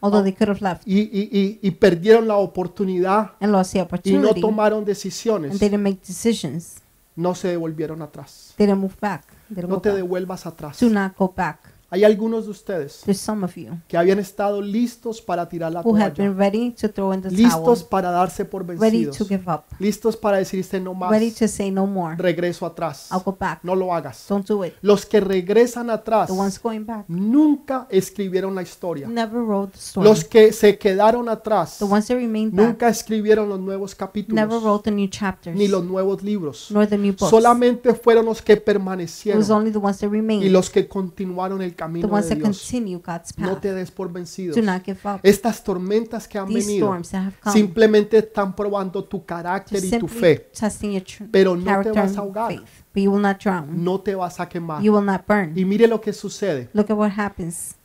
[SPEAKER 2] although they could have left
[SPEAKER 1] y, y- y- y perdieron la oportunidad
[SPEAKER 2] and lost the
[SPEAKER 1] y no
[SPEAKER 2] opportunity,
[SPEAKER 1] tomaron
[SPEAKER 2] and
[SPEAKER 1] decisiones,
[SPEAKER 2] they didn't make decisions.
[SPEAKER 1] no se devolvieron atrás.
[SPEAKER 2] They didn't move back. They didn't
[SPEAKER 1] No
[SPEAKER 2] go
[SPEAKER 1] te
[SPEAKER 2] back.
[SPEAKER 1] devuelvas atrás.
[SPEAKER 2] Do not go back.
[SPEAKER 1] Hay algunos de ustedes
[SPEAKER 2] There's some of you
[SPEAKER 1] que habían estado listos para tirar la
[SPEAKER 2] who have
[SPEAKER 1] toalla,
[SPEAKER 2] been ready to throw in the
[SPEAKER 1] listos
[SPEAKER 2] towel,
[SPEAKER 1] para darse por
[SPEAKER 2] ready
[SPEAKER 1] vencidos,
[SPEAKER 2] to give up,
[SPEAKER 1] listos para decirse no más,
[SPEAKER 2] ready to say no more.
[SPEAKER 1] regreso atrás,
[SPEAKER 2] I'll go back.
[SPEAKER 1] no lo hagas.
[SPEAKER 2] Don't do it.
[SPEAKER 1] Los que regresan atrás
[SPEAKER 2] The ones going back
[SPEAKER 1] nunca escribieron la historia.
[SPEAKER 2] never wrote the story.
[SPEAKER 1] Los que se quedaron atrás
[SPEAKER 2] The ones that remained back
[SPEAKER 1] nunca escribieron los nuevos
[SPEAKER 2] never
[SPEAKER 1] capítulos
[SPEAKER 2] wrote the new chapters,
[SPEAKER 1] ni los nuevos libros.
[SPEAKER 2] nor the new books.
[SPEAKER 1] Solamente fueron los que
[SPEAKER 2] It was
[SPEAKER 1] permanecieron
[SPEAKER 2] only the ones that
[SPEAKER 1] y
[SPEAKER 2] remained,
[SPEAKER 1] los que continuaron el
[SPEAKER 2] the
[SPEAKER 1] camino
[SPEAKER 2] ones
[SPEAKER 1] de
[SPEAKER 2] that
[SPEAKER 1] Dios.
[SPEAKER 2] continue God's
[SPEAKER 1] No
[SPEAKER 2] path.
[SPEAKER 1] te des por vencidos.
[SPEAKER 2] Do not give up.
[SPEAKER 1] Estas tormentas que han
[SPEAKER 2] These
[SPEAKER 1] venido
[SPEAKER 2] storms that have come
[SPEAKER 1] simplemente están probando tu carácter
[SPEAKER 2] just
[SPEAKER 1] y tu
[SPEAKER 2] simply
[SPEAKER 1] fe.
[SPEAKER 2] testing your tr-
[SPEAKER 1] Pero no te
[SPEAKER 2] character
[SPEAKER 1] vas a
[SPEAKER 2] and
[SPEAKER 1] ahogar.
[SPEAKER 2] faith. But you will not drown.
[SPEAKER 1] No te vas a quemar.
[SPEAKER 2] You will not burn.
[SPEAKER 1] Y mire lo que sucede.
[SPEAKER 2] Look at what happens.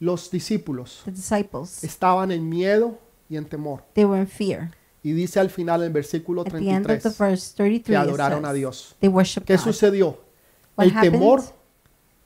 [SPEAKER 1] Los discípulos
[SPEAKER 2] The disciples,
[SPEAKER 1] estaban en miedo y en temor.
[SPEAKER 2] they were in fear.
[SPEAKER 1] Y dice al final el versículo
[SPEAKER 2] At the end of the
[SPEAKER 1] 33
[SPEAKER 2] verse 33,
[SPEAKER 1] que
[SPEAKER 2] it
[SPEAKER 1] adoraron a
[SPEAKER 2] says,
[SPEAKER 1] Dios.
[SPEAKER 2] They worship
[SPEAKER 1] ¿Qué
[SPEAKER 2] God.
[SPEAKER 1] sucedió?
[SPEAKER 2] What
[SPEAKER 1] El temor
[SPEAKER 2] happened?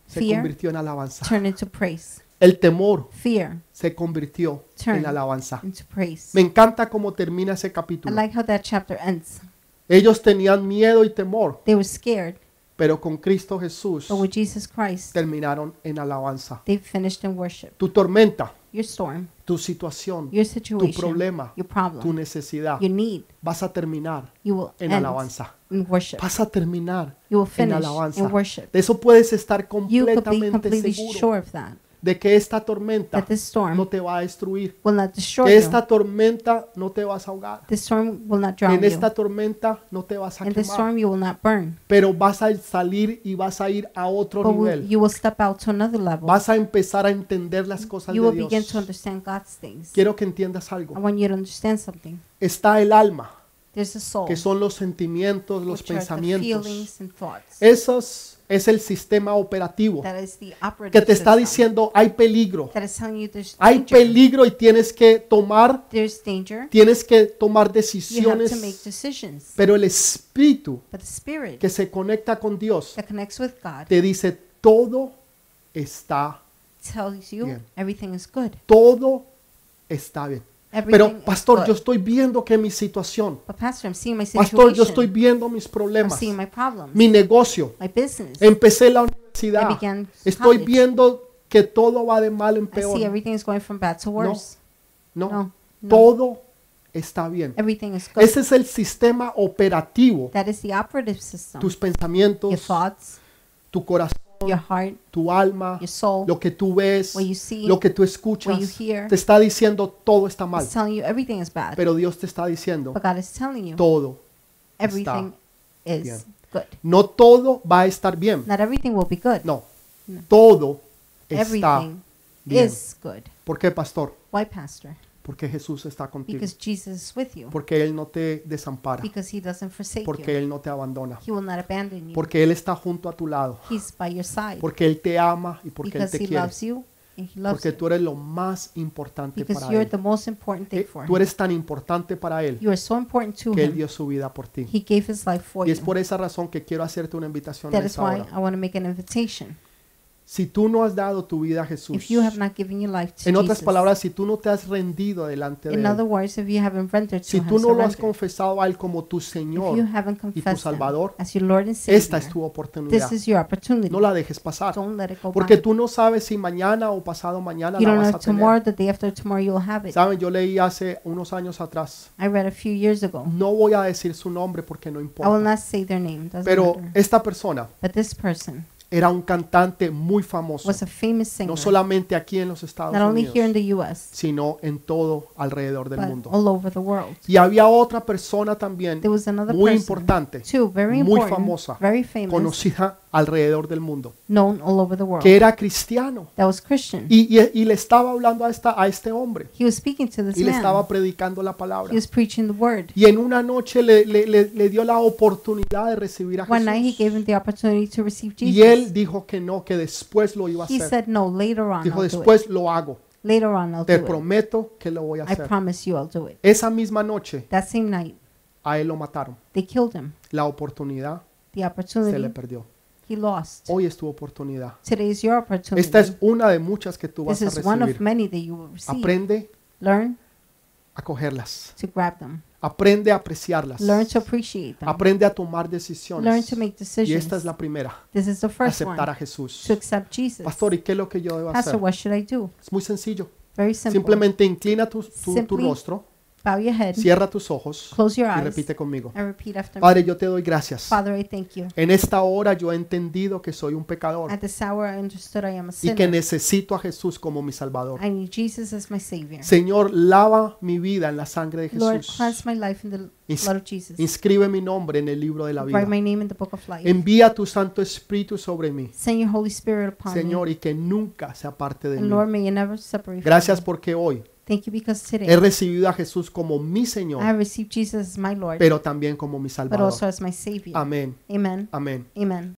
[SPEAKER 1] se
[SPEAKER 2] Fear
[SPEAKER 1] convirtió en alabanza.
[SPEAKER 2] Turn into praise.
[SPEAKER 1] El temor
[SPEAKER 2] Fear
[SPEAKER 1] se convirtió en
[SPEAKER 2] Turn.
[SPEAKER 1] alabanza.
[SPEAKER 2] into praise.
[SPEAKER 1] Me encanta cómo termina ese
[SPEAKER 2] I
[SPEAKER 1] capítulo.
[SPEAKER 2] like how that chapter ends.
[SPEAKER 1] Ellos tenían miedo y temor,
[SPEAKER 2] They were scared,
[SPEAKER 1] pero con Cristo Jesús
[SPEAKER 2] but with Jesus Christ,
[SPEAKER 1] terminaron en alabanza.
[SPEAKER 2] they finished in worship.
[SPEAKER 1] Tu tormenta,
[SPEAKER 2] Your storm,
[SPEAKER 1] tu situación,
[SPEAKER 2] your
[SPEAKER 1] tu
[SPEAKER 2] situation,
[SPEAKER 1] problema,
[SPEAKER 2] your
[SPEAKER 1] tu
[SPEAKER 2] problem,
[SPEAKER 1] necesidad,
[SPEAKER 2] your need,
[SPEAKER 1] vas a terminar
[SPEAKER 2] you will
[SPEAKER 1] en
[SPEAKER 2] end
[SPEAKER 1] alabanza.
[SPEAKER 2] in worship.
[SPEAKER 1] Vas a terminar
[SPEAKER 2] You will
[SPEAKER 1] en
[SPEAKER 2] finish
[SPEAKER 1] alabanza.
[SPEAKER 2] in worship.
[SPEAKER 1] De eso puedes estar
[SPEAKER 2] You could be
[SPEAKER 1] completamente
[SPEAKER 2] completely
[SPEAKER 1] seguro
[SPEAKER 2] sure of that.
[SPEAKER 1] de que esta tormenta
[SPEAKER 2] That this
[SPEAKER 1] no
[SPEAKER 2] storm
[SPEAKER 1] te va a destruir.
[SPEAKER 2] will not destroy
[SPEAKER 1] Que
[SPEAKER 2] you.
[SPEAKER 1] esta tormenta no te vas a ahogar.
[SPEAKER 2] This storm will not drown
[SPEAKER 1] En
[SPEAKER 2] you.
[SPEAKER 1] esta tormenta no te vas a
[SPEAKER 2] In this
[SPEAKER 1] quemar.
[SPEAKER 2] storm, you will not burn.
[SPEAKER 1] Pero vas a salir y vas a ir a otro
[SPEAKER 2] But will-
[SPEAKER 1] nivel.
[SPEAKER 2] you will step out to another level.
[SPEAKER 1] Vas a empezar a entender las cosas
[SPEAKER 2] You will
[SPEAKER 1] de
[SPEAKER 2] begin to
[SPEAKER 1] Dios.
[SPEAKER 2] understand God's things.
[SPEAKER 1] Quiero que entiendas
[SPEAKER 2] I
[SPEAKER 1] algo.
[SPEAKER 2] want you to understand something.
[SPEAKER 1] Está el alma,
[SPEAKER 2] There's a soul,
[SPEAKER 1] que son los sentimientos, los
[SPEAKER 2] Oh. which are the
[SPEAKER 1] pensamientos.
[SPEAKER 2] feelings and thoughts.
[SPEAKER 1] Esos es el sistema operativo
[SPEAKER 2] That is the
[SPEAKER 1] que
[SPEAKER 2] operative
[SPEAKER 1] te está
[SPEAKER 2] system.
[SPEAKER 1] diciendo hay peligro,
[SPEAKER 2] That is telling you there's
[SPEAKER 1] hay
[SPEAKER 2] danger.
[SPEAKER 1] peligro y tienes que tomar,
[SPEAKER 2] There's danger.
[SPEAKER 1] tienes que tomar
[SPEAKER 2] You have to make
[SPEAKER 1] decisiones.
[SPEAKER 2] decisions.
[SPEAKER 1] Pero el espíritu
[SPEAKER 2] But the spirit
[SPEAKER 1] que se conecta con Dios
[SPEAKER 2] that connects with God
[SPEAKER 1] te dice todo está,
[SPEAKER 2] tells you
[SPEAKER 1] Bien.
[SPEAKER 2] everything is good.
[SPEAKER 1] todo está bien.
[SPEAKER 2] Everything
[SPEAKER 1] Pero
[SPEAKER 2] is
[SPEAKER 1] pastor, yo
[SPEAKER 2] good.
[SPEAKER 1] estoy viendo que mi situación
[SPEAKER 2] But pastor, I'm seeing my situation.
[SPEAKER 1] Pastor, yo estoy viendo mis
[SPEAKER 2] I'm
[SPEAKER 1] problemas,
[SPEAKER 2] seeing my problems.
[SPEAKER 1] mi negocio.
[SPEAKER 2] my business.
[SPEAKER 1] Empecé la
[SPEAKER 2] I
[SPEAKER 1] universidad.
[SPEAKER 2] began
[SPEAKER 1] Estoy
[SPEAKER 2] college.
[SPEAKER 1] viendo que todo va de mal en
[SPEAKER 2] I see
[SPEAKER 1] peor.
[SPEAKER 2] everything is going from bad to worse.
[SPEAKER 1] No,
[SPEAKER 2] no, no.
[SPEAKER 1] todo está bien.
[SPEAKER 2] Everything is good.
[SPEAKER 1] Ese es el sistema operativo.
[SPEAKER 2] that is the operative system.
[SPEAKER 1] Tus
[SPEAKER 2] your
[SPEAKER 1] pensamientos,
[SPEAKER 2] thoughts,
[SPEAKER 1] tu corazón,
[SPEAKER 2] your heart,
[SPEAKER 1] tu alma,
[SPEAKER 2] your soul.
[SPEAKER 1] lo que tú ves,
[SPEAKER 2] what you see,
[SPEAKER 1] lo que tú
[SPEAKER 2] what you
[SPEAKER 1] escuchas,
[SPEAKER 2] hear.
[SPEAKER 1] te está diciendo todo está mal.
[SPEAKER 2] It's telling you everything is bad.
[SPEAKER 1] Pero Dios te está diciendo
[SPEAKER 2] but God is telling you
[SPEAKER 1] todo.
[SPEAKER 2] everything is
[SPEAKER 1] bien.
[SPEAKER 2] good.
[SPEAKER 1] No todo va a estar bien.
[SPEAKER 2] Not everything will be good.
[SPEAKER 1] No, todo está
[SPEAKER 2] everything
[SPEAKER 1] bien.
[SPEAKER 2] is good.
[SPEAKER 1] ¿Por qué, pastor?
[SPEAKER 2] Why, Pastor?
[SPEAKER 1] Porque Jesús está contigo.
[SPEAKER 2] Because Jesus is with you.
[SPEAKER 1] Porque Él no te desampara.
[SPEAKER 2] Because He doesn't forsake
[SPEAKER 1] Porque
[SPEAKER 2] you.
[SPEAKER 1] Él no te abandona.
[SPEAKER 2] He will not abandon you.
[SPEAKER 1] Porque Él está junto a tu lado.
[SPEAKER 2] He's by your side.
[SPEAKER 1] Porque Él te ama y porque Él
[SPEAKER 2] Because
[SPEAKER 1] te
[SPEAKER 2] He
[SPEAKER 1] quiere.
[SPEAKER 2] loves you and He loves
[SPEAKER 1] Porque
[SPEAKER 2] you.
[SPEAKER 1] tú eres lo más importante
[SPEAKER 2] Because
[SPEAKER 1] para
[SPEAKER 2] you're
[SPEAKER 1] Él.
[SPEAKER 2] the most important thing
[SPEAKER 1] Eh,
[SPEAKER 2] for
[SPEAKER 1] Tú
[SPEAKER 2] Him.
[SPEAKER 1] eres tan importante para Él
[SPEAKER 2] You are so important to
[SPEAKER 1] que Él
[SPEAKER 2] Him.
[SPEAKER 1] dio su vida por ti.
[SPEAKER 2] He gave His life for
[SPEAKER 1] Y es
[SPEAKER 2] you.
[SPEAKER 1] por esa razón que quiero hacerte una invitación en
[SPEAKER 2] That is
[SPEAKER 1] esta
[SPEAKER 2] why
[SPEAKER 1] hora.
[SPEAKER 2] I want to make an invitation.
[SPEAKER 1] Si tú no has dado tu vida a Jesús,
[SPEAKER 2] If you have not given your life to
[SPEAKER 1] en otras
[SPEAKER 2] Jesus,
[SPEAKER 1] palabras, si tú no te has rendido delante de
[SPEAKER 2] in other
[SPEAKER 1] Él,
[SPEAKER 2] words, if you haven't rendered to
[SPEAKER 1] si
[SPEAKER 2] Him,
[SPEAKER 1] tú no lo has
[SPEAKER 2] surrendered,
[SPEAKER 1] confesado a Él como tu
[SPEAKER 2] if you
[SPEAKER 1] Señor,
[SPEAKER 2] haven't confessed Him
[SPEAKER 1] Salvador,
[SPEAKER 2] as your Lord and Savior,
[SPEAKER 1] esta es tu oportunidad.
[SPEAKER 2] this is your opportunity.
[SPEAKER 1] No la dejes pasar.
[SPEAKER 2] Don't let it go
[SPEAKER 1] Porque
[SPEAKER 2] by.
[SPEAKER 1] tú no sabes si mañana o pasado mañana
[SPEAKER 2] You
[SPEAKER 1] la
[SPEAKER 2] don't
[SPEAKER 1] vas
[SPEAKER 2] know
[SPEAKER 1] a
[SPEAKER 2] if tomorrow,
[SPEAKER 1] tener.
[SPEAKER 2] the day after tomorrow, you'll have it.
[SPEAKER 1] Saben, yo leí hace unos años atrás.
[SPEAKER 2] I read a few years ago.
[SPEAKER 1] No voy a decir su nombre porque no
[SPEAKER 2] I will
[SPEAKER 1] importa.
[SPEAKER 2] not say their name. Doesn't
[SPEAKER 1] Pero
[SPEAKER 2] matter.
[SPEAKER 1] esta persona
[SPEAKER 2] But this person
[SPEAKER 1] era un cantante muy famoso.
[SPEAKER 2] was a famous singer,
[SPEAKER 1] No solamente aquí en los Estados
[SPEAKER 2] not only here in
[SPEAKER 1] Unidos,
[SPEAKER 2] the U.S.,
[SPEAKER 1] sino en todo alrededor del
[SPEAKER 2] but
[SPEAKER 1] mundo.
[SPEAKER 2] all over the world.
[SPEAKER 1] Y había otra persona también
[SPEAKER 2] There was another
[SPEAKER 1] muy
[SPEAKER 2] person,
[SPEAKER 1] importante,
[SPEAKER 2] too, very
[SPEAKER 1] muy
[SPEAKER 2] important,
[SPEAKER 1] famosa,
[SPEAKER 2] very famous,
[SPEAKER 1] conocida alrededor del mundo,
[SPEAKER 2] known all over the world,
[SPEAKER 1] que era cristiano.
[SPEAKER 2] that was Christian.
[SPEAKER 1] Y, y- y le estaba hablando a, esta, a este hombre
[SPEAKER 2] He was speaking to this
[SPEAKER 1] y le
[SPEAKER 2] man.
[SPEAKER 1] estaba predicando la palabra.
[SPEAKER 2] He was preaching the word.
[SPEAKER 1] Y en una noche le, le- le- le dio la oportunidad de recibir a
[SPEAKER 2] One night he
[SPEAKER 1] Jesús.
[SPEAKER 2] gave him the opportunity to receive
[SPEAKER 1] Y él
[SPEAKER 2] Jesus.
[SPEAKER 1] dijo que no, que después lo iba a
[SPEAKER 2] He
[SPEAKER 1] hacer.
[SPEAKER 2] said, no, later on
[SPEAKER 1] Dijo,
[SPEAKER 2] I'll do it.
[SPEAKER 1] después lo hago.
[SPEAKER 2] Later on I'll
[SPEAKER 1] Te
[SPEAKER 2] do it.
[SPEAKER 1] prometo que lo voy a
[SPEAKER 2] I
[SPEAKER 1] hacer.
[SPEAKER 2] promise you I'll do it.
[SPEAKER 1] Esa misma noche
[SPEAKER 2] That same night,
[SPEAKER 1] a él lo mataron.
[SPEAKER 2] they killed him.
[SPEAKER 1] La oportunidad se
[SPEAKER 2] The
[SPEAKER 1] le
[SPEAKER 2] opportunity
[SPEAKER 1] perdió.
[SPEAKER 2] he lost.
[SPEAKER 1] Hoy es tu oportunidad.
[SPEAKER 2] Today is your opportunity.
[SPEAKER 1] Esta es una de muchas que tú
[SPEAKER 2] This
[SPEAKER 1] vas a
[SPEAKER 2] is one of
[SPEAKER 1] recibir.
[SPEAKER 2] many that you will receive.
[SPEAKER 1] Aprende
[SPEAKER 2] Learn
[SPEAKER 1] a cogerlas.
[SPEAKER 2] to grab them.
[SPEAKER 1] Aprende a apreciarlas.
[SPEAKER 2] Learn to appreciate them.
[SPEAKER 1] Aprende a tomar
[SPEAKER 2] Learn
[SPEAKER 1] decisiones.
[SPEAKER 2] to make
[SPEAKER 1] Y esta es
[SPEAKER 2] decisions.
[SPEAKER 1] la primera.
[SPEAKER 2] This is the first
[SPEAKER 1] Aceptar a
[SPEAKER 2] one.
[SPEAKER 1] Jesús.
[SPEAKER 2] To accept Jesus.
[SPEAKER 1] Pastor, ¿y qué es lo que yo debo
[SPEAKER 2] Pastor,
[SPEAKER 1] hacer?
[SPEAKER 2] what should I do?
[SPEAKER 1] Es muy sencillo.
[SPEAKER 2] Very simple.
[SPEAKER 1] Simplemente inclina tu, tu- tu
[SPEAKER 2] Simply-
[SPEAKER 1] rostro,
[SPEAKER 2] Bow your head.
[SPEAKER 1] cierra tus ojos
[SPEAKER 2] Close your
[SPEAKER 1] y
[SPEAKER 2] eyes.
[SPEAKER 1] repite conmigo.
[SPEAKER 2] And repeat after me.
[SPEAKER 1] Padre, yo te doy gracias.
[SPEAKER 2] Father, I thank you.
[SPEAKER 1] En esta hora yo he entendido que soy un pecador
[SPEAKER 2] At this hour, I understood I am a
[SPEAKER 1] y que
[SPEAKER 2] sinner.
[SPEAKER 1] necesito a Jesús como mi Salvador.
[SPEAKER 2] I need Jesus as my Savior.
[SPEAKER 1] Señor, lava mi vida en la sangre de
[SPEAKER 2] Lord,
[SPEAKER 1] Jesús.
[SPEAKER 2] cleanse my life in the
[SPEAKER 1] Ins-
[SPEAKER 2] blood of Jesus.
[SPEAKER 1] Inscribe mi nombre en el libro de la
[SPEAKER 2] Write
[SPEAKER 1] vida.
[SPEAKER 2] my name in the book of life.
[SPEAKER 1] Envía tu Santo Espíritu sobre mí,
[SPEAKER 2] Send your Holy Spirit upon me.
[SPEAKER 1] Señor, y que nunca se aparte de
[SPEAKER 2] And
[SPEAKER 1] mí.
[SPEAKER 2] Lord, may you never separate
[SPEAKER 1] Gracias
[SPEAKER 2] from me.
[SPEAKER 1] porque hoy
[SPEAKER 2] Thank you because
[SPEAKER 1] he
[SPEAKER 2] today
[SPEAKER 1] recibido a Jesús como mi
[SPEAKER 2] I
[SPEAKER 1] Señor,
[SPEAKER 2] have received Jesus as my Lord,
[SPEAKER 1] pero también como mi
[SPEAKER 2] but
[SPEAKER 1] Salvador.
[SPEAKER 2] also as my Savior.
[SPEAKER 1] Amén,
[SPEAKER 2] Amen.
[SPEAKER 1] amén.
[SPEAKER 2] Amen.